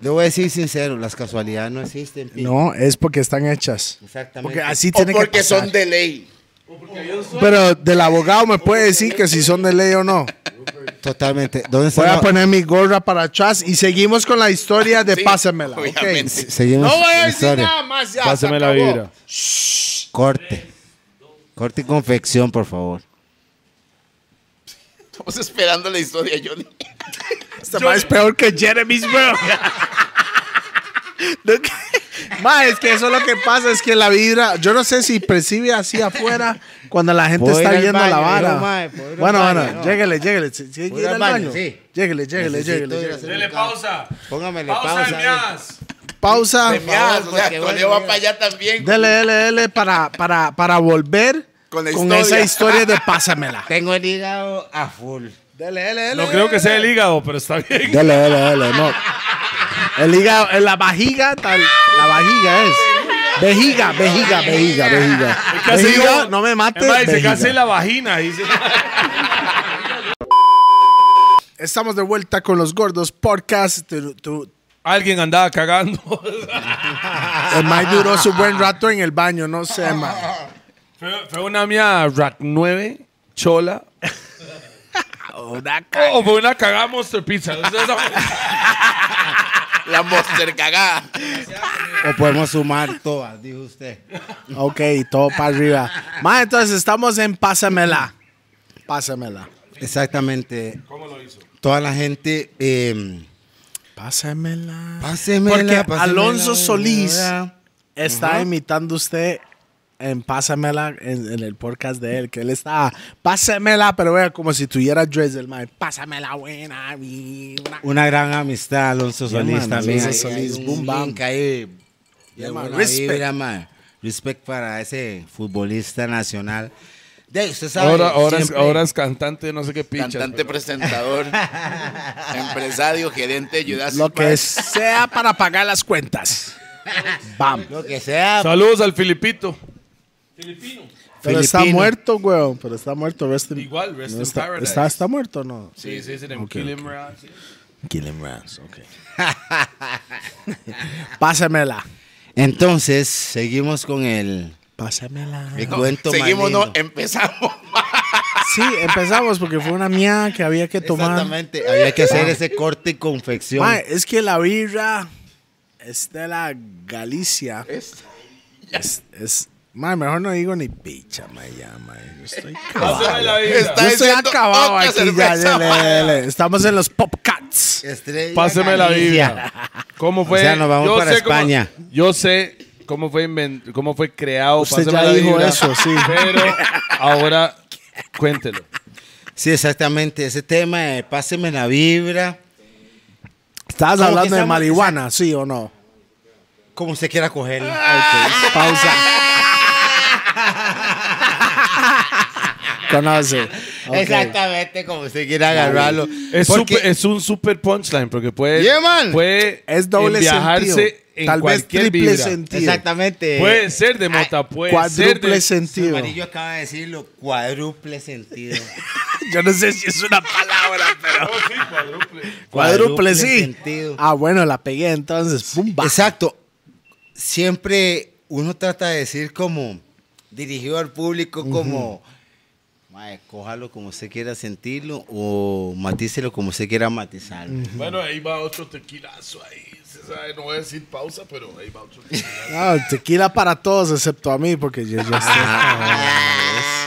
E: le voy a decir sincero, las casualidades no existen. pi.
C: No, es porque están hechas.
E: Exactamente.
C: Porque así
B: O
C: tiene que
B: porque
C: pasar.
B: son de ley.
C: Pero del abogado me puede decir que si son de ley o no.
E: Totalmente. ¿Dónde está
C: Voy
E: la-
C: a poner mi gorra para atrás y seguimos con la historia de
B: Sí,
C: Pásamela. ok.
B: obviamente.
E: Seguimos.
C: No voy a
E: la
C: decir
E: historia.
C: nada más ya. se
D: Páseme la
C: acabó.
D: vibra.
E: Corte. Corte y confección, por favor.
B: Estamos esperando la historia, Johnny.
C: Este mae es peor que Jeremy's, bro. Mae, es que eso lo que pasa es que la vibra, yo no sé si percibe así afuera cuando la gente
E: Puedo
C: está
E: ir al
C: viendo
E: baño,
C: la vara.
E: yo, mae, puedo ir al
C: bueno,
E: baño,
C: bueno,
E: no.
C: lléguele, lléguele. Si, si hay que
E: Voy
C: ir al baño,
E: sí.
C: lléguele, lléguele,
E: Necesito
C: lléguele,
E: ir a
C: lléguele.
E: hacer
A: Dele
E: mercado.
A: pausa.
E: Póngamele pausa.
A: Pausa,
E: ahí.
A: mias.
C: Pausa.
B: Ah, Ya, o
C: pues,
B: sea,
E: porque
B: Toledo
E: bueno,
B: va para allá también.
C: Dele, dele, dele para, para, para volver
B: Con la
C: con
B: historia.
C: esa historia de pásamela.
E: Tengo el hígado a full.
C: Dele, dele, dele.
D: No creo que sea el hígado, pero está bien.
C: Dele, dele, dele, no. El hígado, eh, la vajiga, tal, la vajiga es. Vejiga, vejiga, vejiga, vejiga.
D: Casi
C: Vejiga,
D: digo-
C: no me mates.
D: Es más, dice,
C: vejiga.
D: casi la vagina. Dice.
C: Estamos de vuelta con los gordos podcast. Tu- tu-
D: Alguien andaba cagando.
C: el Mike eh, duró su buen rato en el baño, no sé, ma.
D: fue, fue una mía Rack 9, Chola.
C: Una
D: O fue una cagada Monster Pizza.
B: La monster cagada.
E: O podemos sumar todas, dijo usted.
C: Ok, todo para arriba. Ma, entonces estamos en Pásamela. Pásamela.
E: Exactamente. ¿Cómo lo hizo? Toda la gente. Eh,
C: Pásamela.
E: pásemela,
C: Porque
E: pásemela,
C: Alonso Solís
E: señora.
C: está imitando usted en Pásamela en, en el podcast de él, que él está Pásamela, pero vea como si tuviera Dresel, mae. Pásamela buena vida.
E: Una gran amistad, Alonso Solís
C: man,
E: también.
C: Alonso
E: Ahí hay
C: Solís,
E: un
C: boom, bam.
E: link ahí de
C: man,
E: buena
C: respect.
E: vibra, man. Respect para ese futbolista nacional. De, usted sabe,
D: ahora, ahora, es,
E: siempre-
D: ahora es cantante, de no sé qué pinche.
B: Cantante, presentador, empresario, gerente, ayudas.
C: Lo que sea para pagar las cuentas. Bam.
E: Lo que sea.
D: Saludos al Filipito.
C: Pero está
E: Filipino.
C: muerto, weón. Pero está muerto. Rest in-
D: Igual, rest
C: no
D: in
C: está,
D: paradise.
C: está, está muerto o no?
D: Sí, sí, sí.
C: Ok,
D: Kill him
C: ok.
D: Rats, sí.
C: Killing Rams, ok. Pásamela.
E: Entonces, seguimos con el
C: Pásamela.
E: recuento
B: Seguimos, no,
E: maldito.
B: empezamos.
C: Sí, empezamos porque fue una mía que había que tomar.
E: Exactamente, había que hacer ese corte y confección.
C: Mae, es que la birra es de la Galicia. Es, es, mae, mejor no digo ni picha, mae, ya, mae. Yo estoy acabado.
A: la vida.
C: Yo estoy
B: diciendo
C: acabado
B: otra
C: aquí, ya,
B: cerveza,
C: dele,
B: mae.
C: dele. Estamos en los Popcats.
E: Estrella
D: Páseme la
E: Galicia.
D: Biblia. ¿Cómo fue?
E: O sea, nos vamos para
D: sé cómo-
E: España.
D: yo sé cómo fue, inven- cómo fue creado.
C: Usted
D: Páseme
C: ya
D: la
C: dijo
D: Biblia,
C: eso, sí.
D: Pero ahora cuéntelo.
E: Sí, exactamente. Ese tema de páseme la vibra,
C: Estabas
E: Como que
C: hablando de
E: estamos-
C: marihuana, ¿sí o no?
E: como usted quiera cogerla.
B: Ah.
C: Pausa. Conoce. Ok.
E: Exactamente, como usted quiera agarrarlo.
D: Es,
E: Porque-
D: super- es un super punchline porque puede,
E: Yeah, man.
D: puede
C: Es doble
D: viajarse
C: sentido.
D: en
C: Tal vez
D: cualquier
C: triple
D: vibra.
C: sentido.
E: Exactamente.
D: Puede ser de mota, puede ser
C: Cuádruple
D: de...
E: El
C: sentido.
E: amarillo acaba de decirlo, cuádruple sentido.
C: Yo no sé si es una palabra, pero.
E: Cuádruple
C: Cuádruple sí.
E: sentido.
C: Ah, bueno, la pegué entonces. Pumba.
E: Exacto. Siempre uno trata de decir como dirigido al público, como "Mae, cójalo como usted quiera sentirlo o matícelo como usted quiera matizarlo.
A: Bueno, ahí va otro tequilazo ahí. se sabe, no voy a decir pausa, pero ahí va otro tequilazo.
C: No, tequila para todos, excepto a mí, porque yo ya
A: Ah.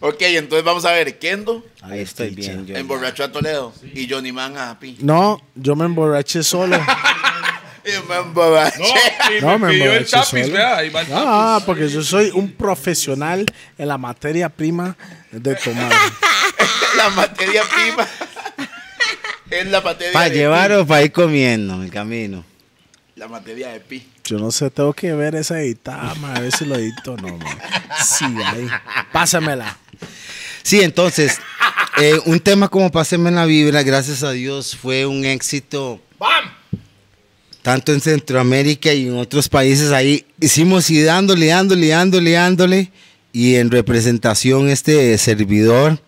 B: Ok, entonces vamos a ver. Kendo
E: Ahí estoy bien. yo
B: emborrachó a Toledo y Johnny Man a Pi.
C: No, yo me emborraché solo.
B: Y me emborraché.
A: No, y
C: No, me
A: me pidió el
C: emborraché
A: tapiz,
C: solo.
A: vea, ahí va el tapiz.
C: Ah, porque yo soy un profesional en la materia prima de tomar.
B: La materia prima. es la materia
E: ¿Para
B: de
E: llevar
B: Pi.
E: o para ir comiendo en el camino?
B: La materia de Pi.
C: Yo no sé, tengo que ver esa editada, ma, a ver si lo edito o no, ma. Sí, ahí. Pásamela.
E: Sí, entonces, eh, un tema como Páseme la Vibra, gracias a Dios, fue un éxito. Tanto en Centroamérica y en otros países ahí hicimos y dándole, dándole, dándole, dándole. Y en representación este servidor,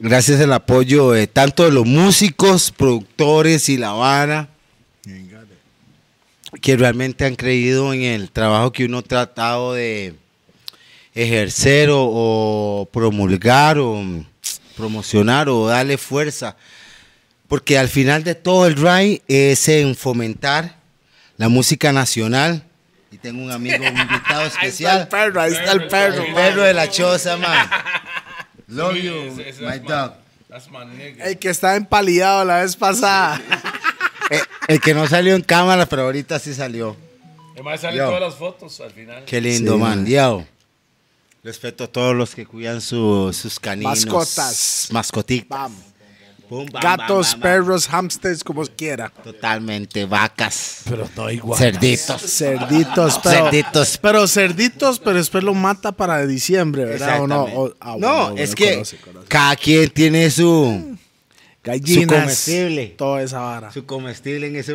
E: gracias al apoyo de tanto de los músicos, productores y la vara, que realmente han creído en el trabajo que uno ha tratado de, ejercer o, o promulgar o mm, promocionar o darle fuerza. Porque al final de todo el RAI es en fomentar la música nacional. Y tengo un amigo, un invitado especial.
C: perro, ahí está el perro.
E: El perro de la choza, man. Love you,
A: Ese- ese
E: my
A: es
E: dog.
A: That's my nigga.
C: El que estaba empalillado la vez pasada.
E: Eh, El que no salió en cámara, pero ahorita sí salió.
A: El mae sale
E: Yo.
A: todas las fotos al final.
E: Qué lindo,
C: Sí,
E: man.
C: man.
E: Yo. Respeto a todos los que cuidan su- sus caninos.
C: Mascotas.
E: Mascotitas.
C: Vamos.
E: Pum, bam,
C: Gatos,
E: bam, bam, bam.
C: perros, hamsters, como quiera.
E: Totalmente, vacas. Pero no igual. Cerditos.
C: Cerditos, pero.
E: Cerditos.
C: Pero cerditos, pero después lo mata para diciembre, ¿verdad? ¿O no? O- ah, bueno,
E: no,
C: bueno,
E: es que
C: conoce, conoce.
E: cada quien tiene su,
C: Gallinas.
E: comestible.
C: Toda esa vara.
E: su comestible en ese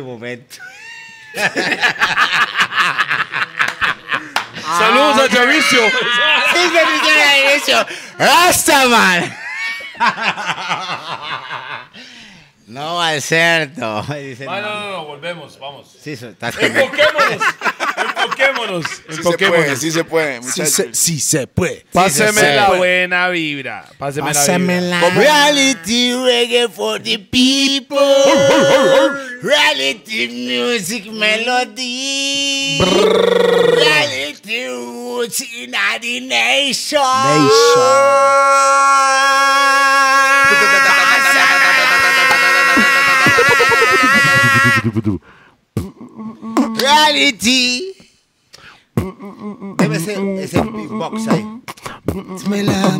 E: momento.
D: Saludos a Chavicio.
E: ¡Sí, derecho! ¡Hasta mal! No, al cerdo. Dice,
A: Ah, no,
E: no.
A: no, no, volvemos, vamos.
E: Sí, so- está comiendo.
A: Enfoquémonos, enfoquémonos.
B: Sí se
A: Enfoquémonos.
B: puede, sí se puede,
C: Sí
B: muchachos.
C: se, sí se puede.
D: Páseme
E: sí.
D: la buena vibra. Páseme, la vibra.
C: Pásamela.
E: Reality reggae for the people. Reality music melody. Reality roots in our nation. Reality. Debe ser ese beatbox ahí. Pásemela,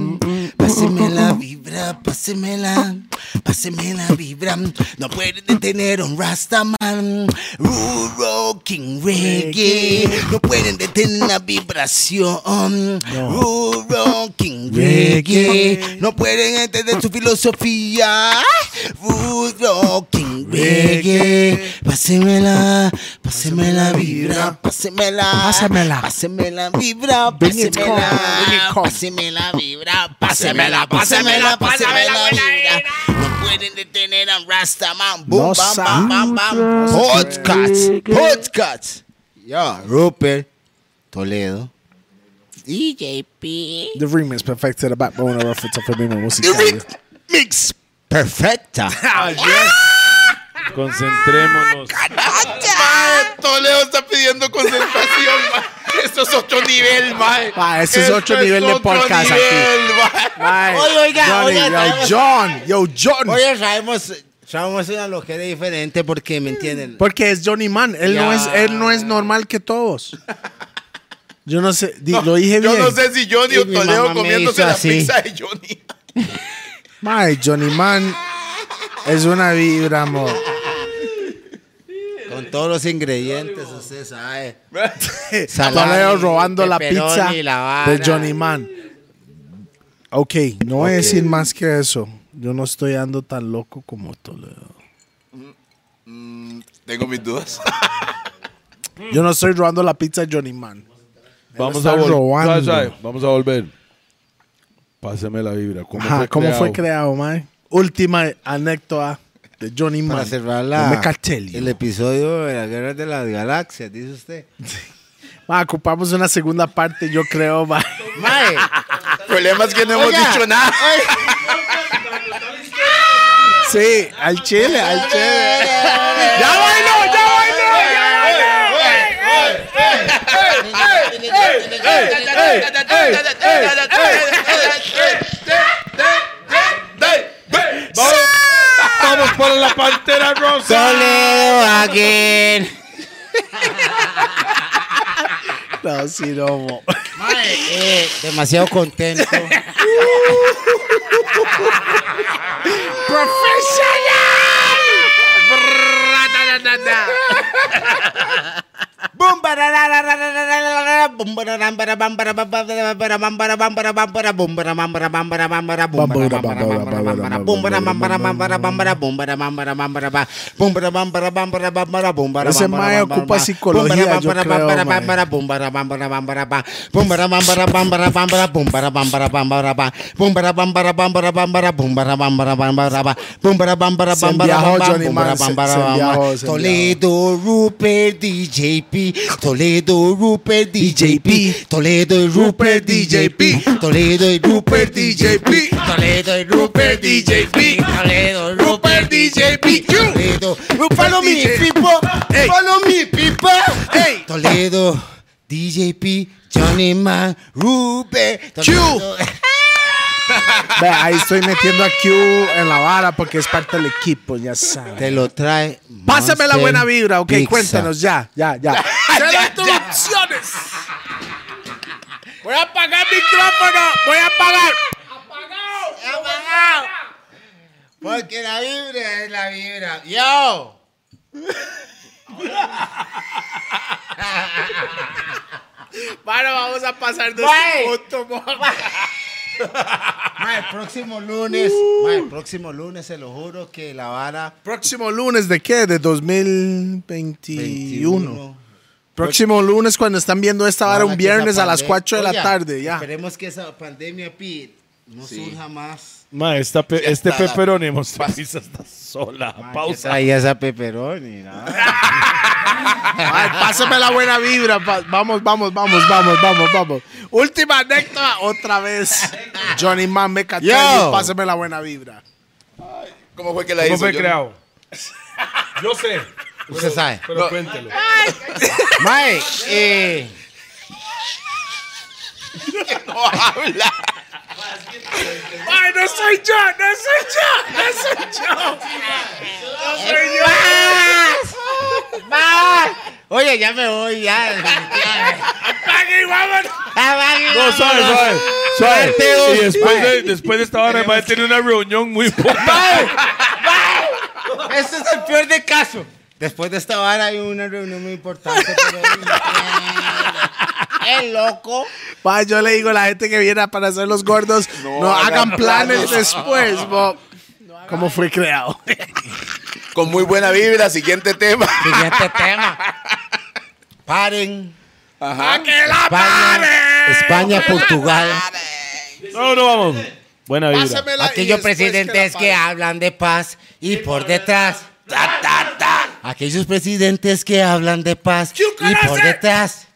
E: pásemela vibra, pásemela, pásemela vibra. No puede detener a un Rastaman, uh, rocking reggae. No pueden detener la vibración, uh, rocking reggae. No pueden entender su filosofía, uh, rocking reggae. Pásemela, pásemela vibra, pásemela,
C: Pásamela.
E: pásemela vibra,
C: Bring it come, bring it
E: pásemela,
C: come.
E: pásemela vibra, pásemela, pásemela, pásemela vibra. No pueden detener a Rastaman. Boom,
C: No
E: bam, bam, bam, bam.
C: sabe.
E: Podcast, podcast. Ya, Rupert, Toledo. Y JP.
C: The remix perfected the backbone of reference of Rima musical.
E: Mix perfecta.
K: Concentrémonos.
B: Toledo está pidiendo concentración, mae. Esto es otro nivel, mae.
C: Ma, ese es otro nivel de podcast aquí.
B: aquí.
E: Oye, oiga,
C: Johnny, yo,
E: oiga, traemos-
C: John, yo, John.
E: Oye, traemos, traemos una loquera diferente porque, ¿me entienden?
C: Porque es Johnny Man. Él, no
E: Ya.
C: es, él no es normal que todos. Yo no sé, di- lo dije bien.
B: Yo no sé si Johnny
E: Y
B: o
E: mi
B: Toledo
E: mamá me
B: comiéndose
E: hizo
B: la
E: así.
B: pizza de Johnny.
C: Ma, Johnny Man es una vibra, amor.
E: Con todos los ingredientes, usted sabe. Salami,
C: Toledo robando la
E: pepperoni,
C: pizza
E: la vara.
C: de Johnny Man. Ok, no voy a decir más que eso. Yo no estoy ando tan loco como Toledo.
B: Tengo mis dudas.
C: Yo no estoy robando la pizza de Johnny Man.
H: Vamos
C: está
H: a, vol-
C: robando.
H: Suave, suave. Vamos a volver. Páseme la vibra. ¿Cómo,
C: Ajá,
H: fue,
C: ¿Cómo fue creado,
H: creado?
C: mae? Última anécdota de Johnny Man.
E: Para cerrar la-
C: No me cartel.
E: el episodio de la guerra de las galaxias, dice usted.
C: Ma, ocupamos una segunda parte, yo creo, ma.
E: Mae,
B: El problema es que no hemos
E: Oiga.
B: dicho nada.
C: Sí, al chile, al chile.
B: ¡Ya bailó! ¡Ya bailó!
H: Vamos por la pantera rosa.
E: Toledo again.
C: No, sí, no, mo.
E: Mae, eh, demasiado contento. Boom, barararararararara, boom, bararán, barabán, barabán, barabán, barabán, barabán, barabán, barabán, boom, barabán, barabán, barabán, barabán, boom, barabán, barabán, barabán, barabán, boom, barabán, barabán, barabán, barabán, boom, barabán, barabán, barabán, boom, barabán, barabán, barabán, barabán, boom, barabán,
C: Ese
E: barabán,
C: mae
E: barabán,
C: ocupa
E: barabán,
C: psicología,
E: boom, barabán,
C: yo
E: barabán,
C: creo,
E: barabán,
C: mae.
E: barabán, boom, barabán, barabán, barabán, boom, barabán, barabán, barabán, barabán, boom, barabán, barabán, barabán, boom, barabán, barabán, barabán, barabán, boom, barabán, barabán, barabán, boom, barabán, barabán,
C: Se enviajó,
E: barabán,
C: Johnny
E: boom,
C: Man,
E: barabán,
C: se- se
E: barabán,
C: enviajó,
E: barabán.
C: se enviajó.
E: Toledo, Rupert, DJP. Toledo, Rupert, DJP. Toledo, Rupert, DJP. Toledo, Rupert, DJP. Toledo, Rupert, DJP. Toledo, Rupert, DJP. Toledo, follow me, people. Follow me, people. Toledo, DJP. Johnny Man, Rupert. Toledo.
C: Ve, ahí estoy metiendo a Q en la vara porque es parte del equipo, ya sabes.
E: Te lo trae.
C: Pásame la
E: Monster
C: buena vibra, ok,
E: Pizza.
C: cuéntanos ya, ya, ya.
B: ya.
C: interrupciones! Voy a apagar el micrófono, voy a apagar.
E: Porque la vibra es la vibra. ¡Yo!
C: Bueno, vamos a pasar de
E: Mae.
C: punto, mo.
E: Ma, el próximo lunes, ma, el próximo lunes se lo juro que la vara
C: Próximo lunes de qué? De 2021.
E: 21.
C: Próximo lunes cuando están viendo esta vara un
E: Ojalá que esa
C: viernes a las
E: pande-
C: 4 de la
E: Oiga,
C: tarde, ya.
E: Esperemos que esa pandemia, Pete, no surja más.
H: Ma, esta pe- este
B: está la-
H: peperoni Monster Pizza está sola. Pausa.
E: Ahí esa peperoni.
C: Ay, pásame la buena vibra. pa- Vamos, vamos, vamos, vamos, vamos, vamos. Última anécdota otra vez. Johnny Man me cantó.
E: Yo.
C: Pásame la buena vibra.
B: ¿Cómo fue que la hizo?
H: ¿Cómo fue
B: Johnny?
H: creado? Yo sé,
E: Usted sabe.
H: pero cuéntelo.
E: Mae, eh,
B: No habla.
C: Ay, no soy yo, no soy yo, no soy yo.
E: ¡Más! ¡Más! Oye, ya me voy, ya.
C: Apague y vámonos.
H: No, suave, suave. suave.
E: Parte dos.
H: Y después de, Pues, eh, después de esta hora va a tener una reunión muy buena.
E: Este es el peor de caso. Después de esta vara hay una reunión muy importante. Pero... El loco.
C: Pa, yo le digo a la gente que viene para hacer los gordos, no, hagan planes después, bo. ¿Cómo fue creado?
B: Con muy buena vibra, siguiente tema.
E: Siguiente tema. Paren.
B: Ajá.
E: España, España Portugal.
H: No, no, vamos. Buena vibra.
E: pues, Aquellos presidentes que hablan de paz y por detrás. ta, ta, ta, Aquellos presidentes que hablan de paz y por detrás.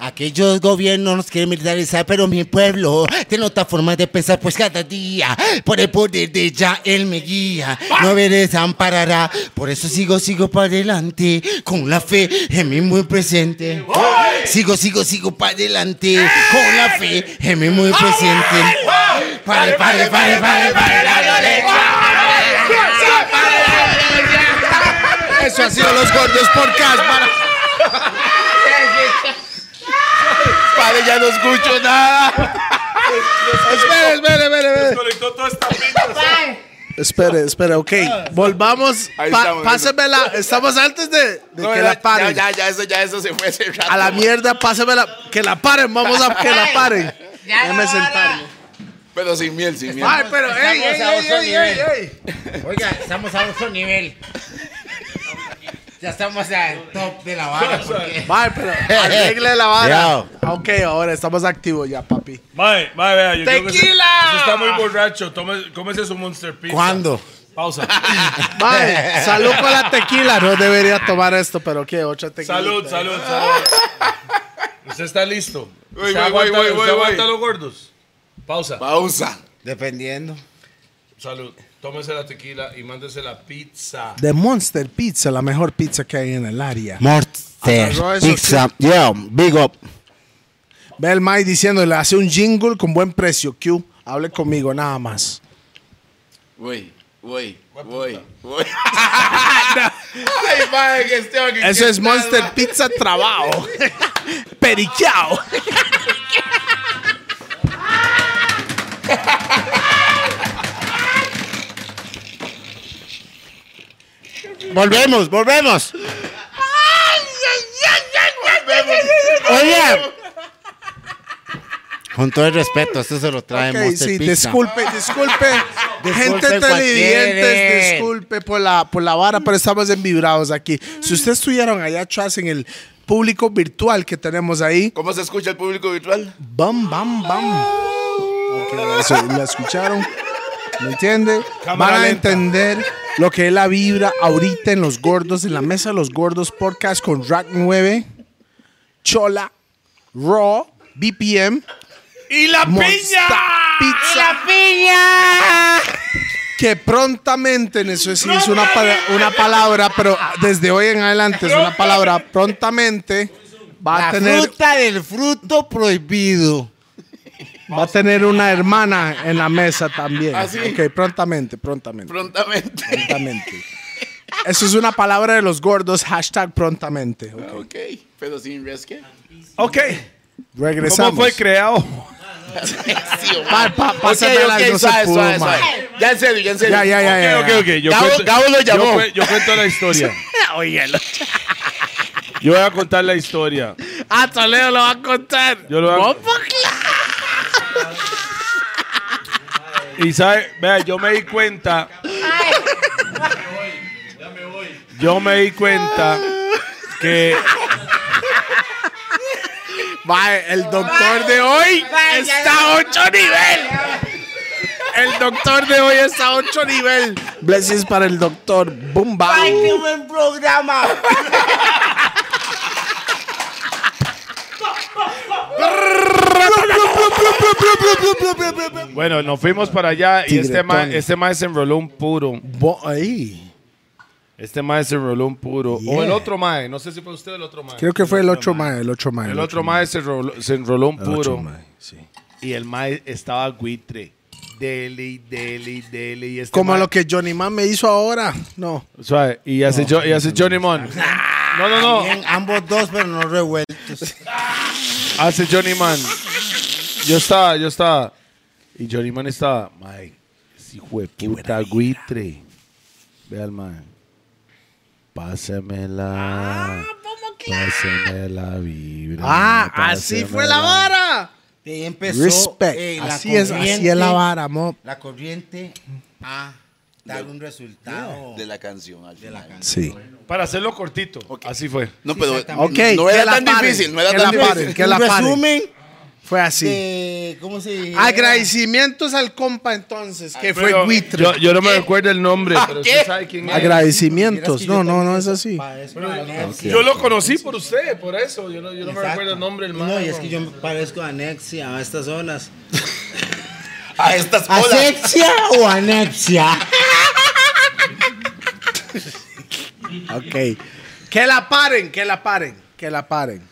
E: Aquellos gobiernos nos quieren militarizar, pero mi pueblo tiene otra forma de pensar, pues cada día, por el poder de ya, él me guía, no me desamparará. Por eso sigo, sigo para adelante, con la fe en mi muy presente. Sigo, sigo, sigo para adelante, con la fe en mi muy presente. Pare, pare, pare, pare, pare, la violencia. Eso ha sido Los Gordos Podcast. Para...
B: Padre, ya no escucho nada.
C: Espere, espere, espere, espere.
H: Desconectó toda esta pinta.
C: Espere, espere, ok. Volvamos.
B: Ahí
C: Pa-
B: estamos,
C: pásemela. Estamos antes de, de que la
B: ya,
C: paren.
B: ya, ya, eso, ya, eso se fue hace rato.
C: A la mierda, pásemela. Que la paren, vamos a que la paren.
A: Ya
C: Déjame
A: la vara.
C: sentarme.
B: Pero sin miel, sin miel.
C: Ay, pero, ey, ey,
E: Estamos a
C: ey,
E: otro
C: ey,
E: nivel.
C: ey, ey.
E: Oiga, estamos a otro nivel. Ya estamos al top de la barra. Porque...
C: Mae, pero arregle la vara.
E: Cuidado.
C: Ok, ahora estamos activos ya, papi.
H: Mae, mae, vea, yo creo que usted-
C: ¡Tequila!
H: usted está muy borracho. Tome, cómese su Monster Pizza.
E: ¿Cuándo?
H: Pausa.
C: Mae, salud con la tequila. No debería tomar esto, pero ¿qué? Otra tequila.
H: salud, salud, salud. Usted está listo.
B: Uy,
H: Usted
B: uy,
H: aguanta,
B: uy, uy,
H: usted
B: uy,
H: aguanta
B: uy.
H: los gordos. Pausa.
B: Pausa.
E: Dependiendo.
H: Salud. Tómese la tequila y mándese la pizza.
C: The Monster Pizza, la mejor pizza que hay en el área.
E: Morter,
C: Agarró eso,
E: pizza, yeah, big up.
C: Ve el Mike diciéndole, hace un jingle con buen precio, Q. Hable conmigo, nada más.
B: Uy, uy, uy, uy. Ay, madre, que Esteban. que
C: Eso es
B: está-
C: Monster Pizza Trabajo. Periqueado.
E: Volvemos, volvemos. Oye. Con todo el respeto, esto se lo trae
C: Ok,
E: Monster
C: sí,
E: Pizza.
C: disculpe, disculpe. Gente
E: Disculpe
C: televidentes,
E: cualquier.
C: disculpe por la, por la vara, pero estamos en vibrados aquí. Si ustedes estuvieron allá atrás en el público virtual que tenemos ahí,
B: ¿Cómo se escucha el público virtual?
C: bam, bam, bam. Ok, eso, la escucharon. ¿Me entiende?
H: Cámara
C: Van a
H: lenta.
C: entender lo que es la vibra ahorita en Los Gordos, en la mesa de Los Gordos Podcast con Rack 9, Chola, Raw, BPM.
H: ¡Y la
C: Monster Pizza. Que prontamente, en eso sí es una, pala- una palabra, pero desde hoy en adelante es una palabra, prontamente va a
E: La
C: tener
E: fruta del fruto prohibido.
C: va a tener una hermana en la mesa también.
B: ¿Ah, sí?
C: Ok, prontamente, prontamente,
B: Prontamente.
C: prontamente. Eso es una palabra de los gordos, hashtag prontamente. Ok,
B: Ok, pero sin resque.
D: Ok.
C: regresamos.
D: ¿Cómo fue creado?
C: Pa- pa- pásame
B: Ok,
C: la-
B: ok,
C: no se
B: suave,
C: pudo,
B: suave,
C: man.
B: suave. Ya en serio, ya en serio.
C: Ya, ya, ya, ya,
H: Ok,
C: ya.
H: ok, ok. Yo
B: Gabo-
H: cuento-
B: Gabo lo
H: yo
B: llamó.
H: cu- Yo, cuento la historia. Yo voy a contar la historia.
C: Ah, Toledo lo va a contar. pues,
H: Yo lo voy a- Y sabe, vea, yo me di cuenta. Yo me di cuenta que
C: Va, el doctor de hoy está a ocho nivel. El doctor de hoy está a ocho nivel. Blessings para el doctor. Boom, bam.
A: ¡Qué buen programa!
D: Bueno, nos fuimos para allá y
C: Tigre
D: este ma,
C: Tony.
D: este ma se enroló un puro.
C: Bo- ahí.
D: Este ma se enroló un puro. O
C: Yeah.
D: el otro mae. No sé si fue usted el otro mae.
C: Creo que fue el 8 mayo, el 8 mayo.
D: El otro mae se enroló, se enroló un puro.
C: sí.
D: Y el mae estaba buitre. Deli, deli, deli. Y este
C: Como
D: mae-
C: lo que Johnny Man me hizo ahora. No.
D: Suave, Y hace, Jo- y hace Johnny Mon. No, no, no.
E: Bien, ambos dos, pero no revueltos.
D: Hace Ah, Johnny Man. Yo estaba, yo estaba. Y Johnny Man estaba. Mae, ese hijo de puta buitre. Ve al man. Pásamela. Pásamela vibra. pásamela.
C: vara.
E: Y ahí empezó
C: Respect.
E: eh, la
C: así es, así es
E: corriente-
C: la vara, mo.
E: La corriente a dar un resultado.
B: De la canción al final.
C: Sí.
D: Para hacerlo cortito. Así fue.
B: No, pero
E: exactamente.
C: Ok.
B: no era
C: que la
B: tan
C: paren,
B: difícil, no era
C: que
B: tan
C: la paren,
B: difícil.
C: que la
E: un
C: paren.
E: resumen
C: Fue así.
E: de- Eh, ¿Cómo se
C: Agradecimientos al compa entonces,
E: Eh,
C: que fue
D: pero-
C: buitre.
L: Yo, yo no me recuerdo el nombre, pero usted sabe quién es.
C: Agradecimientos. No, no, no es así.
D: Yo lo conocí por usted, por eso. Yo no, yo no me recuerdo el nombre del man.
E: No, y es que yo parezco anexia a estas zonas.
B: A estas olas.
E: ¿Asexia o anexia?
C: Ok. Que la paren, que la paren, que la paren.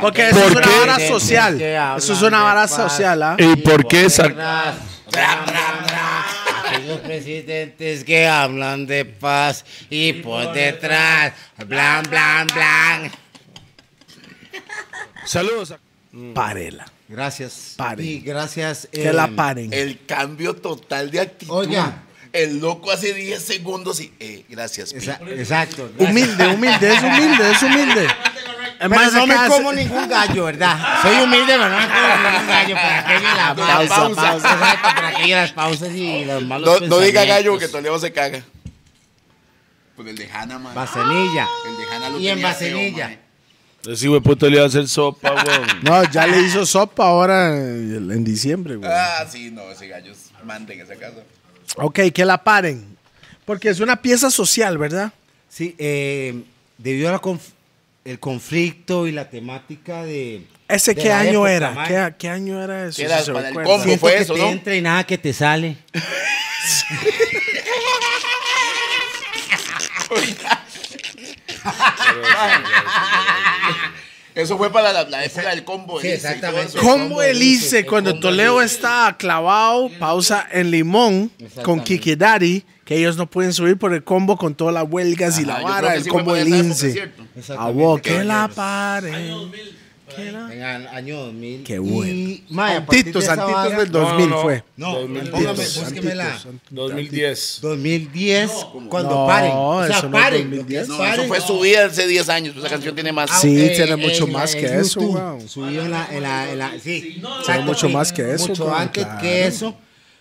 C: Porque eso es
H: ¿Por
C: una
H: qué?
C: vara
E: ¿De- de-
C: social.
E: qué hablan?
C: Eso es una
E: ¿De
C: vara
E: paz?
C: social, ¿ah?
H: ¿Y por qué sar-
E: Tras, tras, tras, tras. Aquellos presidentes que hablan de paz y por detrás, blan, blan, blan.
L: Saludos.
C: Parela.
E: Gracias.
C: Paren.
E: Y gracias.
C: Que
E: eh,
C: la paren.
B: El cambio total de actitud.
E: Oiga.
B: El loco hace 10 segundos y. eh, gracias, Pi.
E: esa- exacto. gracias.
C: Humilde, humilde, es humilde, es humilde.
E: Pero no me como ningún gallo, ¿verdad? Soy humilde, pero no me como ningún gallo. Para que haya la pausa, pausa. Exacto, para que haya las pausas y los malos
B: No, no diga gallo que
E: pensamientos.
B: Toledo se caga. Pues el de Hanna, man.
E: Vaselilla.
B: El de Hanna lo
E: Y en
B: tenía feo,
E: vaselilla.
B: man.
D: Ese güey puto le iba a hacer sopa, weón.
C: No, ya le hizo sopa ahora en en diciembre, güey.
B: Ah, sí, no, ese gallo es manden esa casa.
C: Ok, que la paren. Porque es una pieza social, ¿verdad?
E: Sí, eh, debido al conflicto y la temática de.
C: ¿Ese
E: de
C: qué
E: la
C: año
E: época,
C: era?
E: mae.
C: ¿Qué, qué año era eso?
B: ¿Qué era?
C: si se
B: Para el
C: recuerda?
B: combo.
E: Siento
B: fue
E: que
B: eso,
E: te
B: no?
E: entra y nada que te sale.
B: Eso fue para la, la época del combo.
E: Sí,
B: Elise y todo eso.
E: exactamente.
C: Combo Elise, cuando Toledo está clavado, pausa en Limón con Kiki Daddy, que ellos no pueden subir por el combo con todas las huelgas y
B: Ajá,
C: la
B: Ah, yo creo
C: vara,
B: que
C: el
B: sí fue
C: combo
B: para esa época,
C: Elise.
B: ¿cierto?
C: A vos,
E: Exactamente.
C: que la paren. Que la-
E: En el año 2000.
C: Ah. Qué bueno.
E: Y, mae, a partir de
C: Santitos,
E: esa
C: Santitos
E: vara-
C: del 2000
D: No, no, no.
C: fue.
E: No, póngame, búsqueme la.
C: Santitos,
D: 2010.
E: 2010. Cuando
C: No,
E: paren. O sea,
C: eso no es
E: paren.
C: 2010.
E: lo
B: No,
E: que es
B: eso
E: paren.
B: fue su vida hace 10 años. pues Esa canción tiene más.
E: Ah,
C: Sí,
E: eh,
C: tiene
E: eh,
C: mucho
E: en la-
C: más
E: en
C: que eso,
E: YouTube.
C: weón.
E: Subió en la, en la, en la- sí,
C: Tiene
E: exacto,
C: mucho
E: sí.
C: más que eso,
E: Mucho
C: weón,
E: antes
C: claro.
E: que eso,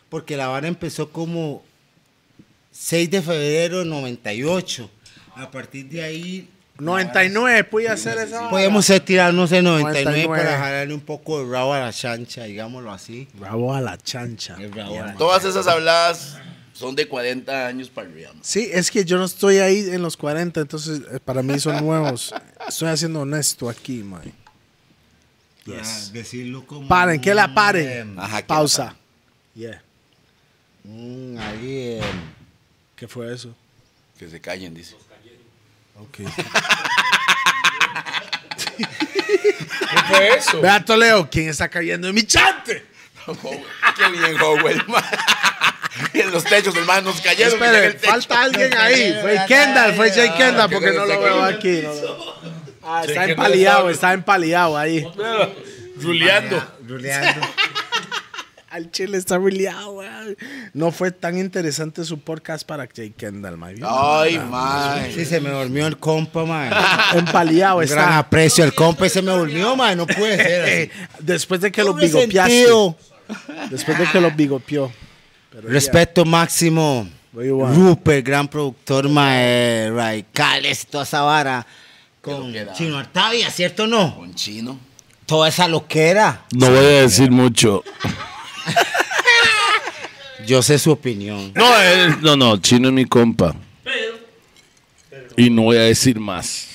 E: porque la vara empezó como 6 de febrero de 98. A partir de ahí
C: 99, pude hacer esa. vara.
E: podemos ser tirarnos el 99,
C: 99.
E: para jalarle un poco de rabo a la chancha, digámoslo así.
C: Bravo a la chancha.
E: El rabo a la-
B: Todas esas habladas son de 40 años para arriba. man.
C: Sí, es que yo no estoy ahí en los 40, entonces eh, para mí son nuevos. Estoy haciendo honesto aquí, man.
E: Ah, decirlo como em,
C: Paren, que la
E: un,
C: paren.
B: Ajá, que la
C: Pausa. Yeah.
E: eh, un ahí, eh,
C: ¿Qué fue eso?
B: Que se callen, dice.
C: Ok.
D: ¿Qué fue eso?
C: Vea, Toledo, ¿quién está cayendo en mi chante?
B: Oh, Qué bien, Howell, man. En los techos, hermano, nos cayeron. mira
C: Espere,
B: el techo.
C: falta alguien ahí. Fue Kendall, fue Jay Kendall, porque no lo veo aquí. no lo- Ah, está empaleado, está empaleado ahí.
D: Ruleando.
E: Ah, ruleando.
C: Al chile está rileado, weón. No fue tan interesante su podcast para Jay Kendall, man.
E: Ah.
B: Ay, man.
E: Sí, se me durmió el compa, man.
C: Empaleado
E: Un gran
C: está.
E: aprecio al compa y se me durmió, man. No puede ser así.
C: Después de que lo
E: Un
C: bigopiaste.
E: resentido.
C: Después de que lo bigopió.
E: Respeto máximo.
C: Voy igual.
E: Rupert, gran productor, mae, radicales, toda esa vara. Con
B: loquera.
E: Chino Artavia, ¿cierto o no?
B: Con chino.
E: Toda esa loquera.
H: No voy a decir mucho.
E: Yo sé su opinión.
H: No, él- no, no, Chino es mi compa. Y no voy a decir más.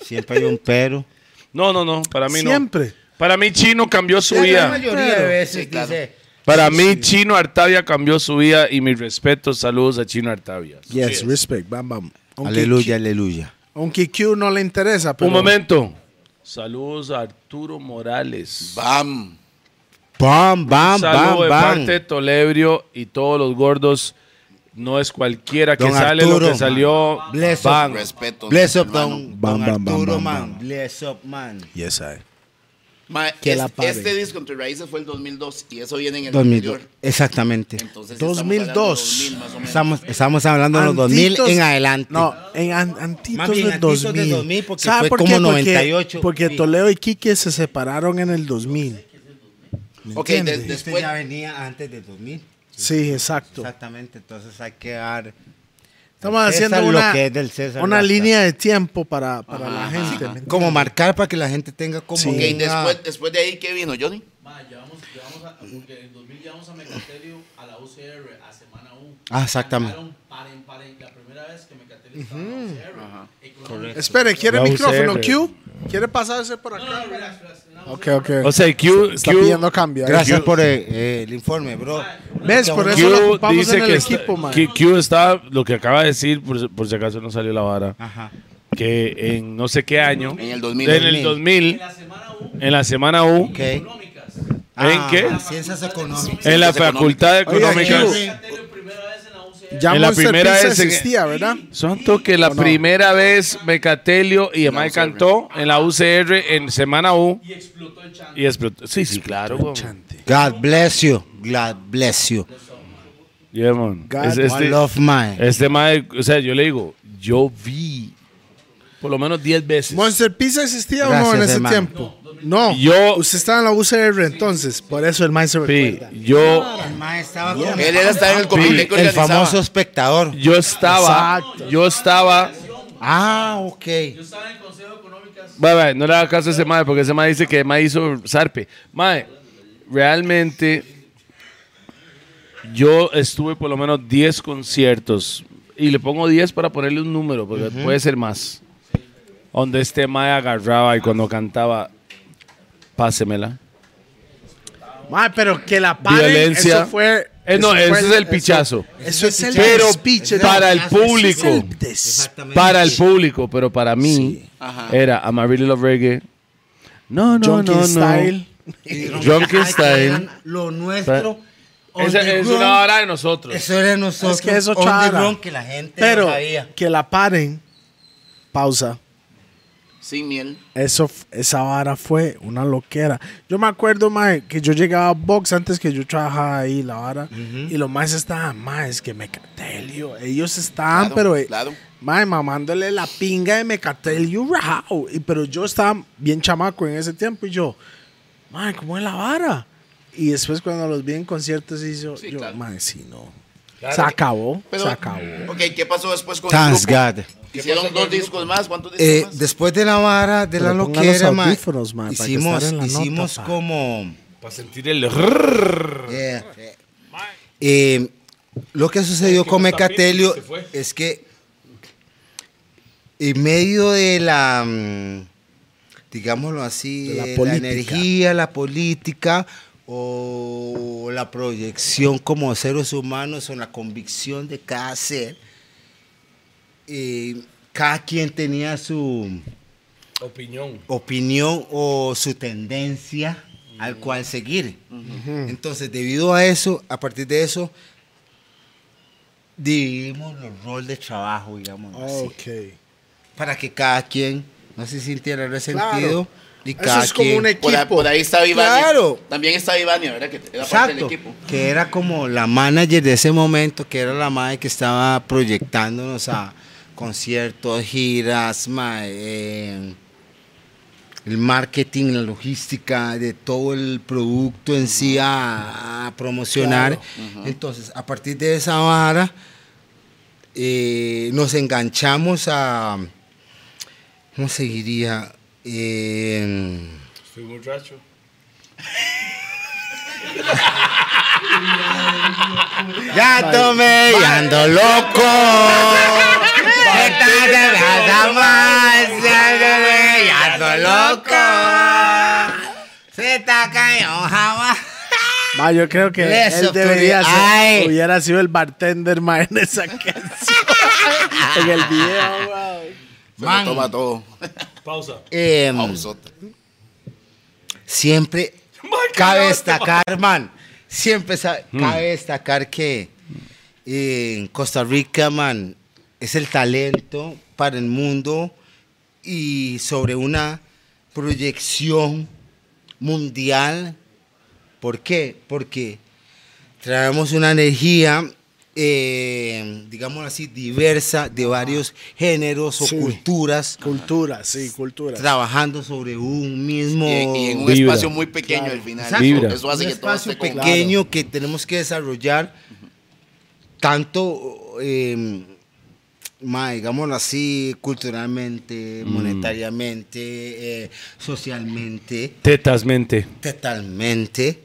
E: Siempre hay un pero.
D: No, no, no. Para mí
C: Siempre.
D: no. Para mí Chino cambió su vida.
E: mayoría de veces dice.
D: Para mí Chino Artavia cambió su vida y mis respetos, saludos a Chino Artavia.
C: Yes, respect. Bam, bam. Aunque
E: Aleluya, aleluya.
C: Q- Aunque Q no le interesa, pero.
D: Un momento. Saludos a Arturo Morales.
B: Bam.
E: Bam, bam,
D: Un saludo
E: bam,
D: de
E: bam.
D: parte de Tolebrio y todos los gordos. No es cualquiera que
E: Don
D: sale lo
E: Arturo.
D: que salió.
E: Bless
D: Bam.
E: up.
B: Respeto.
E: Bless up,
B: hermano.
E: don,
C: Bam,
E: don
C: bam, bam,
E: Arturo,
C: bam,
E: man.
C: bam.
E: Bless up, man.
C: Yes, I.
B: Ma,
C: Que
B: es-
C: la paren.
B: este disco entre raíces fue el 2002 y eso viene en el
E: 2002.
B: anterior.
E: Exactamente.
B: Entonces,
C: 2002.
B: estamos hablando de 2000 más o menos.
E: Estamos, estamos hablando de los 2000
C: Antitos-
E: en adelante.
C: No, en an- antitos
E: Más bien,
C: del
E: antitos
C: 2000.
E: del 2000, porque
C: ¿Sabe
E: fue
C: por
E: como
C: qué? Porque-
E: 98.
C: Porque,
E: Sí.
C: Toledo y Quique se separaron en el 2000. ¿Me
B: Ok, de-
C: entiende?
E: Este
B: después.
E: ya venía antes del 2000.
C: Sí, exacto.
E: Exactamente, entonces hay que dar.
C: Estamos
E: al César
C: haciendo
E: lo
C: una,
E: que es del César,
C: una
E: basta.
C: línea de tiempo para, para la gente. ¿me entiende?
E: Como marcar para que la gente tenga como.
C: Sí.
B: Ok,
E: una-
B: después, después de ahí, ¿qué vino, Johnny?
A: Ma, llevamos, llevamos a, porque en 2000 llevamos a Mecaterio a la UCR, a Semana U.
E: Ah, exactamente.
A: Ganaron paren, paren, la primera vez que Mecaterio estaba en la UCR. Correcto.
C: Espere, ¿quiere
H: La
C: micrófono,
H: UCR.
C: Q? ¿Quiere pasarse por
A: No, no,
C: acá?
A: relax, relax. No,
C: Ok, ok.
H: O sea, Q,
C: Está
H: Q-
C: pidiendo cambio.
E: Gracias por eh, eh, el informe, bro.
C: ¿Ves? Por eso lo
D: Q
C: ocupamos
D: dice
C: en el
D: que está,
C: equipo, man.
D: que Q está, lo que acaba de decir, por, si- por si acaso no salió la vara, que en no sé qué año,
B: En el 2000.
D: en el 2000,
A: en la Semana U,
D: en la semana U,
E: Ok.
A: económicas.
E: Ah,
D: qué?
E: Ciencias económicas.
D: en la
B: Ciencias
D: facultad
C: Oiga,
D: económica.
C: Q,
A: Mecaterio, primera vez en la UCR.
C: ya
D: En la
C: Monster
D: primera
C: Pizza
D: es en-
C: existía, ¿verdad?
D: Santo que la primera vez Mecatelio y Amai cantó en la UCR en semana U
A: Y explotó el chante.
D: y explotó. Sí, sí, claro. weón.
E: God bless you. God bless you.
D: Yeah, man.
C: God,
D: Es-
E: One
D: este,
E: love mine.
D: este mae, o sea, yo le digo, yo vi por lo menos 10 veces.
C: ¿Monster Pizza existía o no en
E: Gracias,
C: ese
E: hermano.
C: tiempo? No.
D: Yo-
C: Usted estaba en la UCR entonces, por eso el maestro
D: Sí,
C: recuerda.
D: yo,
B: Él era estar en el comité que
E: El
B: organizaba.
E: famoso espectador.
D: yo estaba, yo estaba.
E: Ah, ok.
A: Estaba en el Consejo de Económicas.
D: Bye, bye, no le haga caso a ese mae porque ese mae dice que mae hizo zarpe. Mae, realmente yo estuve por lo menos 10 conciertos y le pongo 10 para ponerle un número porque puede ser más. Donde este mae agarraba y cuando cantaba, pásemela.
C: Ma, pero que la paren,
D: Violencia.
C: eso fue...
D: Eh, no,
C: eso fue-
D: ese es el pichazo.
C: Eso, eso es el
D: Pero
C: despiche,
D: para el
C: ¿no? Ese es el
D: público.
C: des-
D: Para el público, pero para mí era I'm a really love reggae. No, no,
C: Junkie
D: no, no.
C: style.
D: Drunken Style.
E: Lo nuestro. on
D: Esa-
E: the
D: es
E: ground.
D: una hora de nosotros.
E: Eso era nosotros.
C: Es que eso
E: on the
C: chara.
E: ground, que la gente
C: Pero
E: no sabía.
C: que la paren. Pausa.
B: Sin miel.
C: Eso, f- esa vara fue una loquera. Yo me acuerdo, mae, que yo llegaba a Box antes que yo trabajaba ahí, la vara. Y los maes estaban, mae, es que Mecatelio. Ellos estaban,
B: Claro,
C: pero, eh,
B: claro.
C: mae, mamándole la pinga de Mecatelio, rajao. Y, pero yo estaba bien chamaco en ese tiempo y yo, mae, ¿cómo es la vara? Y después cuando los vi en conciertos, y yo, yo
B: claro.
C: mae, sí, no. se acabó,
B: Pero-
C: se acabó.
B: Ok, ¿qué pasó después con el
E: Thanks
B: grupo?
E: God.
B: Hicieron dos discos más. ¿Cuántos discos
E: Eh,
B: más?
E: después de la vara, de la
C: Pero pongan
E: loquera,
C: los
E: ma,
C: audífonos, ma, para que
E: hicimos,
C: estar en la
E: hicimos
C: nota, pa.
E: como...
H: Para sentir el. rrrr.
E: Yeah. Eh, lo que sucedió con Mecatelio
H: se fue.
E: es que en medio de la, mm, digámoslo así,
C: De la
E: eh, la,
C: política.
E: energía, la política o la proyección como seres humanos o la convicción de cada ser, eh, cada quien tenía su,
H: Opinión.
E: opinión o su tendencia al cual seguir. Entonces, debido a eso, a partir de eso, dividimos los roles de trabajo, digamos
C: Oh.
E: así,
C: Ok.
E: para que cada quien no se sintiera resentido
C: Claro.
E: y
C: Eso
E: cada
C: es como
E: quien-
C: un equipo.
B: Por, ahí- por ahí estaba Ivania.
E: Claro.
B: También estaba Ivania, ¿verdad? Que era parte del
E: Exacto,
B: equipo.
E: que era como la manager de ese momento, que era la madre que estaba proyectándonos a conciertos, giras, mae, eh, el marketing, la logística de todo el producto en sí a, a promocionar. Entonces, a partir de esa vara, eh, nos enganchamos a, ¿cómo se diría? Eh,
H: Estoy borracho.
E: Ya tomé y ando loco. ¿Qué tal de nada más? Ya tomé y ando loco. Se está cañón jamás.
C: Ma, yo creo que
E: Bless
C: él
E: of
C: debería
E: today.
C: ser-
E: Ay.
C: hubiera sido el bartender ma, en esa canción. en el video,
B: Se lo
E: Man.
B: toma todo.
H: Pausa.
E: Eh,
B: Pausote.
E: siempre cabe destacar, man. Siempre sa- cabe destacar que en Costa Rica, man, es el talento para el mundo y sobre una proyección mundial. ¿Por qué? Porque traemos una energía, eh, digamos así, diversa de varios géneros o
C: Sí.
E: culturas
C: Cultura, sí, cultura.
E: trabajando sobre un mismo
B: Y, en- y en un
D: Vibra.
B: espacio muy pequeño al final.
E: Exacto.
D: Vibra.
B: Eso hace
E: un
B: que todo
E: espacio
B: esté con-
E: pequeño que tenemos que desarrollar tanto eh, ma, digámoslo así, culturalmente, monetariamente, eh, socialmente,
D: Tetas mente.
E: totalmente,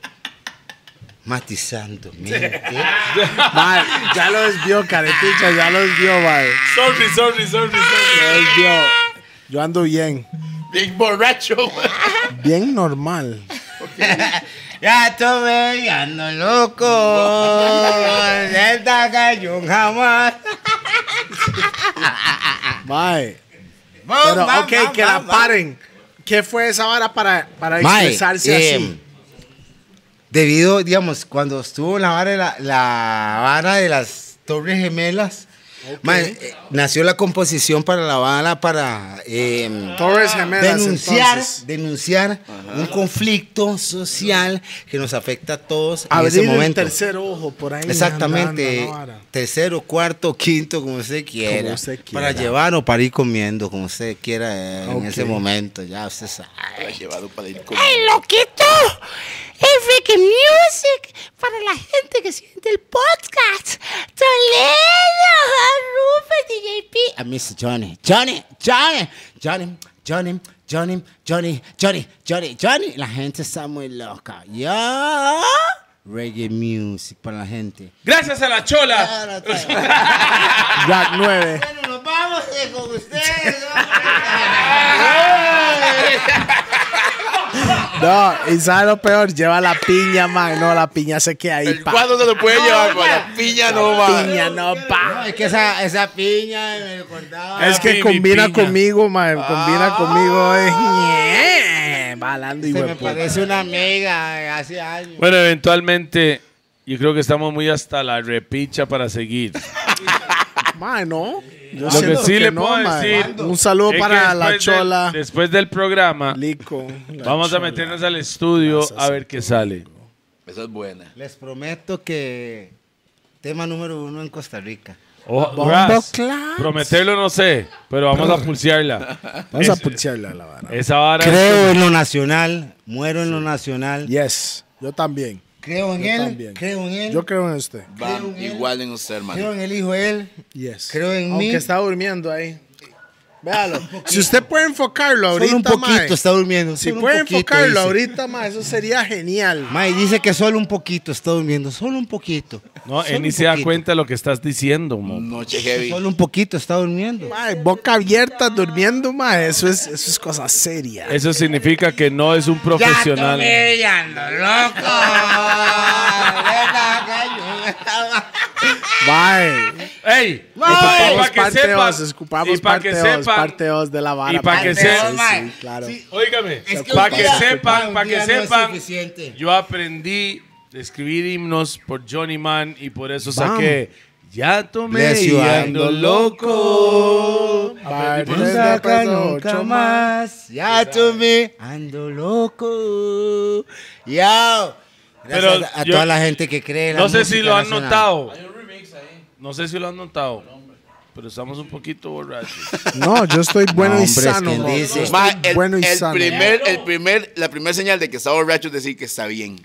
E: matizando mente.
C: Mae, ya lo desvió, careticha, ya lo desvió, mae.
M: Sorry, sorry, sorry, sorry.
C: Lo desvió. Yo ando bien.
M: Big borracho.
C: Bien normal.
E: Ya tomé, ya no loco. Esta cayó jamás.
C: Mae.
E: Vamos,
C: Pero,
E: vamos,
C: ok,
E: vamos,
C: que la
E: vamos, vamos.
C: paren. ¿Qué fue esa vara para, para
E: Mae,
C: expresarse
E: eh,
C: así?
E: Debido, digamos, cuando estuvo la vara de, la, la vara de las Torres Gemelas, mae, eh, nació la composición para la vara para em,
C: Torres Gemelas,
E: denunciar,
C: entonces.
E: denunciar un conflicto social que nos afecta a todos en
C: Abrir
E: ese momento.
C: el tercer ojo por ahí.
E: Exactamente.
C: andando, ¿no, vara?
E: Tercero, cuarto, quinto, como usted quiera.
C: Como usted quiera.
E: Para llevar o para ir comiendo, como usted quiera eh,
C: Ok.
E: en ese momento. Ya usted sabe.
B: Llevado para ir con.
N: ¡Ay, loquito! Es Ricky Music para la gente que siente el podcast. Toledo, Rupert, DJP.
E: I miss Johnny. Johnny, Johnny, Johnny, Johnny, Johnny, Johnny, Johnny, Johnny, Johnny. La gente está muy loca. Yo. Reggae music para la gente.
M: Gracias a la chola.
C: Jack 9.
E: Bueno, nos vamos eh, con ustedes.
C: No, y sabe lo peor, lleva la piña, man. No, la piña se queda ahí. pa.
B: ¿Cuándo se lo puede llevar con la piña no va?
C: Piña, no, pa.
E: No, es que esa, esa piña me recordaba.
C: Es que
M: mi
C: combina
M: piña.
C: conmigo, man. Combina
E: Ah.
C: conmigo. eh. Ñe, Balando y
E: Se me
C: hueputa.
E: parece una amiga de hace años.
D: Bueno, eventualmente, yo creo que estamos muy hasta la repicha para seguir.
C: Man, no. Yo
D: Lo que
C: siento
D: sí le
C: no,
D: puedo
C: man.
D: decir.
C: Un saludo
D: es que
C: para la
D: después del-
C: chola.
D: después del programa,
C: Lico. la
D: vamos
C: chola.
D: a meternos al estudio a ver qué sale.
B: Esa es buena.
E: Les prometo que tema número uno en Costa Rica.
D: Oh,
C: Bomba
D: Ras,
C: Claps.
D: prometerlo no sé, pero vamos a pulsearla.
C: Vamos a
D: Es-
C: pulsearle a la vara.
D: Esa vara.
E: Creo en lo nacional, muero en lo nacional.
C: Yes, yo también.
E: Creo en
C: Yo
E: él,
C: también.
E: creo en él,
C: Yo creo en este. usted.
B: Va,
E: Creo en él.
B: igual en usted,
E: creo
B: hermano.
E: en el hijo de él.
C: Yes.
E: Creo en
C: Aunque
E: mí.
C: está durmiendo ahí. Véalo. si usted puede enfocarlo
E: Solo
C: ahorita,
E: un poquito
C: mae.
E: está durmiendo.
C: Si
E: solo un
C: puede
E: poquito,
C: enfocarlo
E: dice.
C: ahorita, mae, eso sería genial.
E: Mae dice que solo un poquito está durmiendo, solo un poquito.
D: No,
E: Solo
D: él ni
E: un
D: se da
E: poquito.
D: cuenta de lo que estás diciendo, mo.
B: Noche heavy.
E: Solo un poquito está durmiendo.
C: Mae, boca abierta, durmiendo, mae. Eso es, eso es cosa seria.
D: Eso significa que no es un profesional.
C: Mae.
D: ¡Ey! Y
C: Escupamos
D: para que
C: parte
D: sepas,
C: dos, escupamos
D: y para que
C: parte dos,
D: sepan,
C: parte dos de la vara.
D: y pa' que
C: mae. Sí,
D: sepa-
C: sí, sí, claro.
D: óigame,
E: Es que
D: para
E: un
D: que
E: día-
D: sepan,
E: un
D: para que
E: día no es
D: sepan,
E: suficiente.
D: yo aprendí a escribir himnos por Johnny Man y por eso
C: Vamos.
D: saqué. Ya tomé
E: Bless
D: y
E: you,
D: ando
E: ando
D: loco.
C: Parte
E: No
C: de
E: saca
C: peso,
E: nunca
C: ocho
E: más. Ya tomé, ando loco. Ya. Gracias
D: Pero
E: a, a
D: yo-
E: toda la gente que cree. en la
D: No sé
E: música
D: si lo han
E: nacional.
D: notado. No sé si lo han notado. Pero estamos un poquito borrachos.
C: No, yo estoy bueno
E: No,
C: y
E: hombre, es
C: sano.
E: que
C: mae.
E: dice-
C: Yo estoy
B: Ma, el,
C: bueno y
B: el
C: sano.
B: primer, el primer, la primera señal de que está borracho es decir que está bien.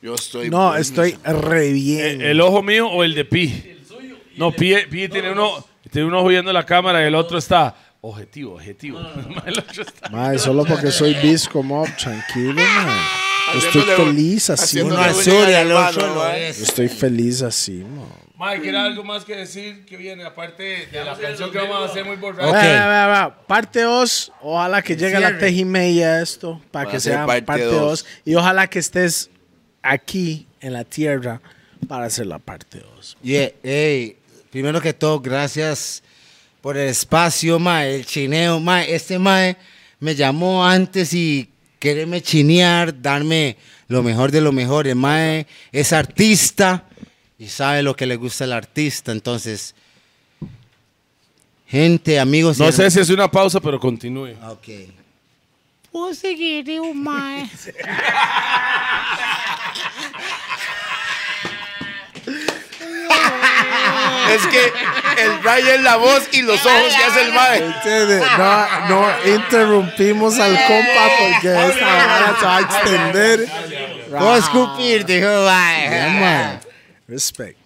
B: Yo estoy.
C: No,
B: bueno.
C: estoy re bien.
D: ¿El, el ojo mío o Eh, el de Pi? No, Pi, Pi tiene, uno, tiene un ojo viendo la cámara y el otro está. Objetivo, objetivo. el otro está.
C: Mae, solo porque soy disco mob, tranquilo, mae. Yo Estoy
B: Haciéndole un-
C: feliz así,
B: haciéndole
E: Uno
C: mae.
B: un-
E: al sur y al
B: Hermano,
E: otro lo
B: ¿verdad?
E: es.
C: Yo estoy feliz así, mae.
D: Mike, ¿era algo más que decir que viene? Aparte de la canción que vamos a hacer muy borracho.
E: Ok.
C: Va, va, va, va. Parte 2, ojalá que llegue a la teja y media esto, para,
B: Para
C: que
B: hacer
C: sea
B: parte
C: parte
B: dos.
C: 2. Y ojalá que estés aquí en la tierra para hacer la parte 2.
E: Yeah, hey, primero que todo, gracias por el espacio, mae, el chineo, mae. Este mae me llamó antes y quererme chinear, darme lo mejor de lo mejor. El mae es artista y sabe lo que le gusta al artista, entonces... Gente, amigos... y
D: No sé
E: hermanos-
D: si es una pausa, pero continúe.
E: Ok.
N: Vou seguir o mar.
B: Es que el rayo es la voz y los ojos que hace el mae.
C: No, no interrumpimos al compa porque esta hora se va a extender.
E: Puedo escupir, dijo, mae.
C: Respect.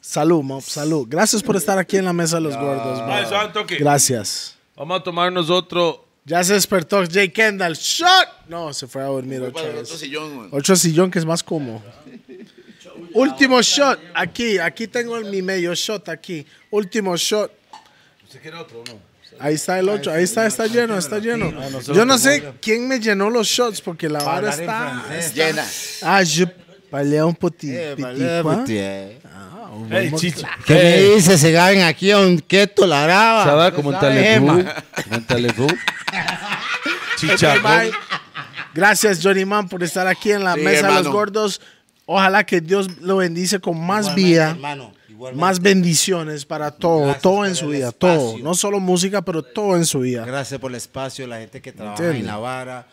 C: Salud, Mop, salud. Gracias por estar aquí en la mesa de los gordos,
O: Ah, eso,
C: bro.
O: ah, un toque.
C: Gracias.
P: Vamos a tomarnos otro.
C: Ya se despertó Jay Kendall. ¡Shot! No, se fue a dormir otra
B: Para el
C: vez.
B: otro sillón, güey.
C: Ocho sillón que es más cómodo. Último shot. Aquí, aquí tengo el- mi medio shot aquí. Último shot. Ahí está el otro, ahí está, está lleno, está lleno. Yo no sé quién me llenó los shots porque la hora
E: Hablar en
C: está.
E: francés.
B: Llena.
C: Ah, je palé un poti-
E: Eh, vale,
C: pitico, ¿ah?
E: puti, eh.
O: Ey, chicha.
E: ¿Qué me
D: Eh.
E: dice? Se gaben aquí a un queto la brava.
D: Estaba como un
E: ¿Sabe,
D: talefú.
E: Emma?
D: Como un talefú.
C: Bye. Gracias, Johnny Man, por estar aquí en la
B: Sí,
C: mesa de los
B: hermano.
C: gordos. Ojalá que Dios lo bendice con más vida,
E: hermano, igualmente.
C: más bendiciones para todo,
E: Gracias
C: todo
E: por
C: en su
E: el
C: vida,
E: espacio.
C: todo. No solo música, pero todo en su vida.
E: Gracias por el espacio, la gente que trabaja
C: Entiendo.
E: en la vara.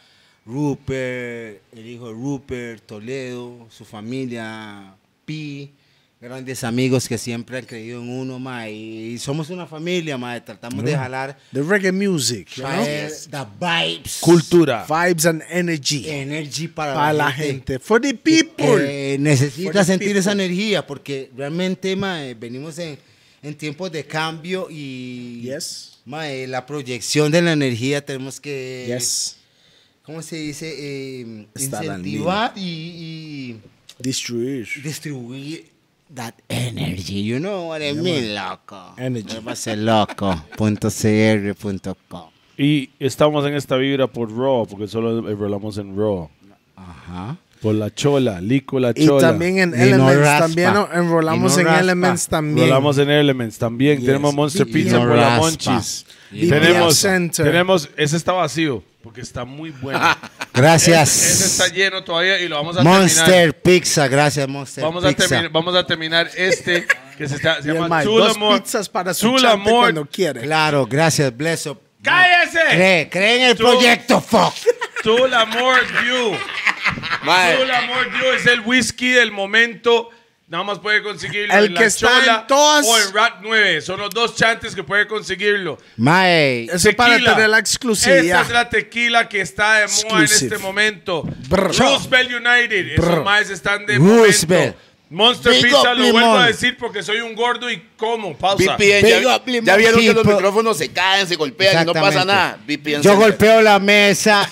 E: Rupert, el hijo de Rupert, Toledo, su familia, Pi, grandes amigos que siempre han creído en uno, ma, y somos una familia, ma, tratamos de jalar,
C: The reggae music, you know?
E: traer the vibes,
D: Cultura.
C: vibes and energy
E: energy para,
C: para la gente, for the people.
E: Eh, necesita
C: For the
E: sentir
C: people.
E: esa energía porque realmente, mae, venimos en, en tiempos de cambio y
C: Yes.
E: mae, la proyección de la energía tenemos que,
C: Yes,
E: ¿cómo se dice? Eh,
C: Estar al
E: incentivar y,
C: destruir.
E: y distribuir that energy. You know what I mean, loco.
C: Energy.
E: Vuélvase loco. punto CR punto com.
D: Y estamos en esta vibra por Raw, porque solo hablamos en Raw.
E: Ajá.
D: Por la chola, Lico la
C: Y
D: chola.
C: también en
E: Y no
C: Elements,
E: raspa.
C: también ¿no? enrolamos
E: Y no
C: en
E: raspa.
C: Elements también.
D: Rolamos en Elements también. Tenemos Monster
E: Y
D: Pizza
E: no
D: por la
E: raspa.
D: Monchis.
E: Y
D: Tenemos,
C: Center.
D: tenemos, ese está vacío, porque está muy bueno. ese está
E: Gracias.
D: lleno todavía y lo vamos a terminar.
E: Monster Pizza, gracias Monster
D: Vamos a,
E: Pizza.
D: termi- vamos a terminar este que se, está, se
C: Bien,
D: llama
C: Mike.
D: Chula
C: Dos
D: Amor.
C: pizzas para su
D: Chula
C: chante
D: Amor.
C: cuando quiere.
E: Claro, gracias, bless up.
D: ¡Cállese!
E: Cree, cree en el
D: Tú-
E: proyecto, fuck.
D: Chula Amor View.
B: Mae,
D: Chula Amor View es el whisky del momento. Nada más puede conseguirlo
C: El
D: en
C: que
D: la
C: está
D: Chola
C: en todas-
D: o en Rat 9. Son los dos chantes que puede conseguirlo.
E: Mae,
C: Eso es para
D: Tequila.
C: tener la
D: Esta
C: exclusividad.
D: es la tequila que está de moda en
C: Exclusive.
D: este momento.
C: Brr.
D: Roosevelt United.
C: Brr.
D: Esos más están de
E: Roosevelt.
D: momento. Monster
E: Big
D: Pizza
E: up,
D: lo vuelvo
E: Limón.
D: a decir porque soy un gordo y como. Pausa.
B: VPN,
E: Big
B: ya,
E: up,
B: ya
E: Limón
B: vieron que los
E: People.
B: micrófonos se caen, se golpean y no pasa
E: Exactamente.
B: nada. VPN
E: Yo
B: Center.
E: golpeo la mesa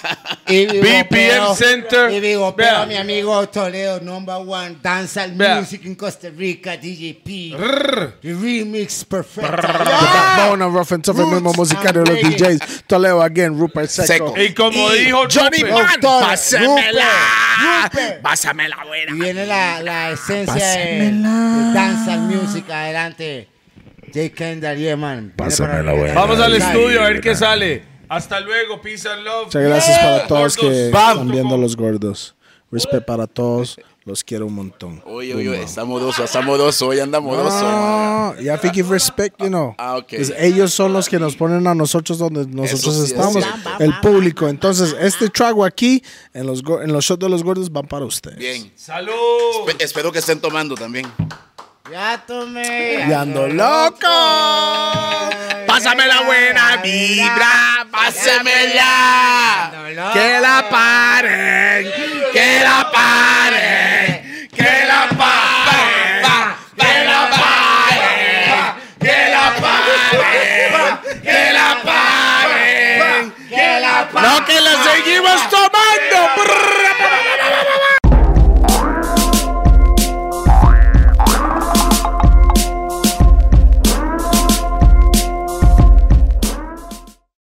E: y digo,
D: BPM
E: pero-
D: Center.
E: Y digo,
D: Vea.
E: pero a mi amigo Toledo, number one, danza
D: Vea.
E: music en Costa Rica, DJP. The remix perfecto.
C: Bono, Rough and Tough, el mismo
E: Roots
C: musical de
E: and
C: los
E: reggae.
C: DJs. Toledo, again, Rupert Seco.
B: Seco.
D: Y como dijo
C: Johnny
D: Rupert,
C: Man,
E: Doctor,
C: pásemela.
E: Rupert, Rupert.
C: Pásamela buena.
E: Y viene la, la esencia de,
C: Pásamela.
E: de danza music. Adelante. Jake Kendall, yeah, man.
C: Pásamela, güey.
D: Vamos al estudio a ver qué sale. Hasta luego, peace and love.
C: Muchas gracias para todos que
D: Gordos.
C: están viendo los gordos. Respect para todos. Los quiero un montón.
B: Oye, oye, oye, está modoso, está modoso, hoy anda modoso. mae.
C: Ah, you have to give respect, you know.
B: Ah, ok.
C: Pues ellos son los que nos ponen a nosotros donde nosotros
B: sí es
C: estamos,
B: cierto.
C: el público. Entonces, este trago aquí, en los, go- en los shows de los gordos, van para ustedes.
B: Bien.
D: Salud.
B: Espe- espero que estén tomando también.
E: Ya tomé.
C: Y ando loco.
E: Pásame la buena vibra.
B: ¡Pásemela!
E: Que la
B: paren! ¡Que la paren! ¡Que la paren! ¡Que la paren! ¡Que la paren! ¡Que la paren!
E: que la
B: ¡No, que la seguimos tomando!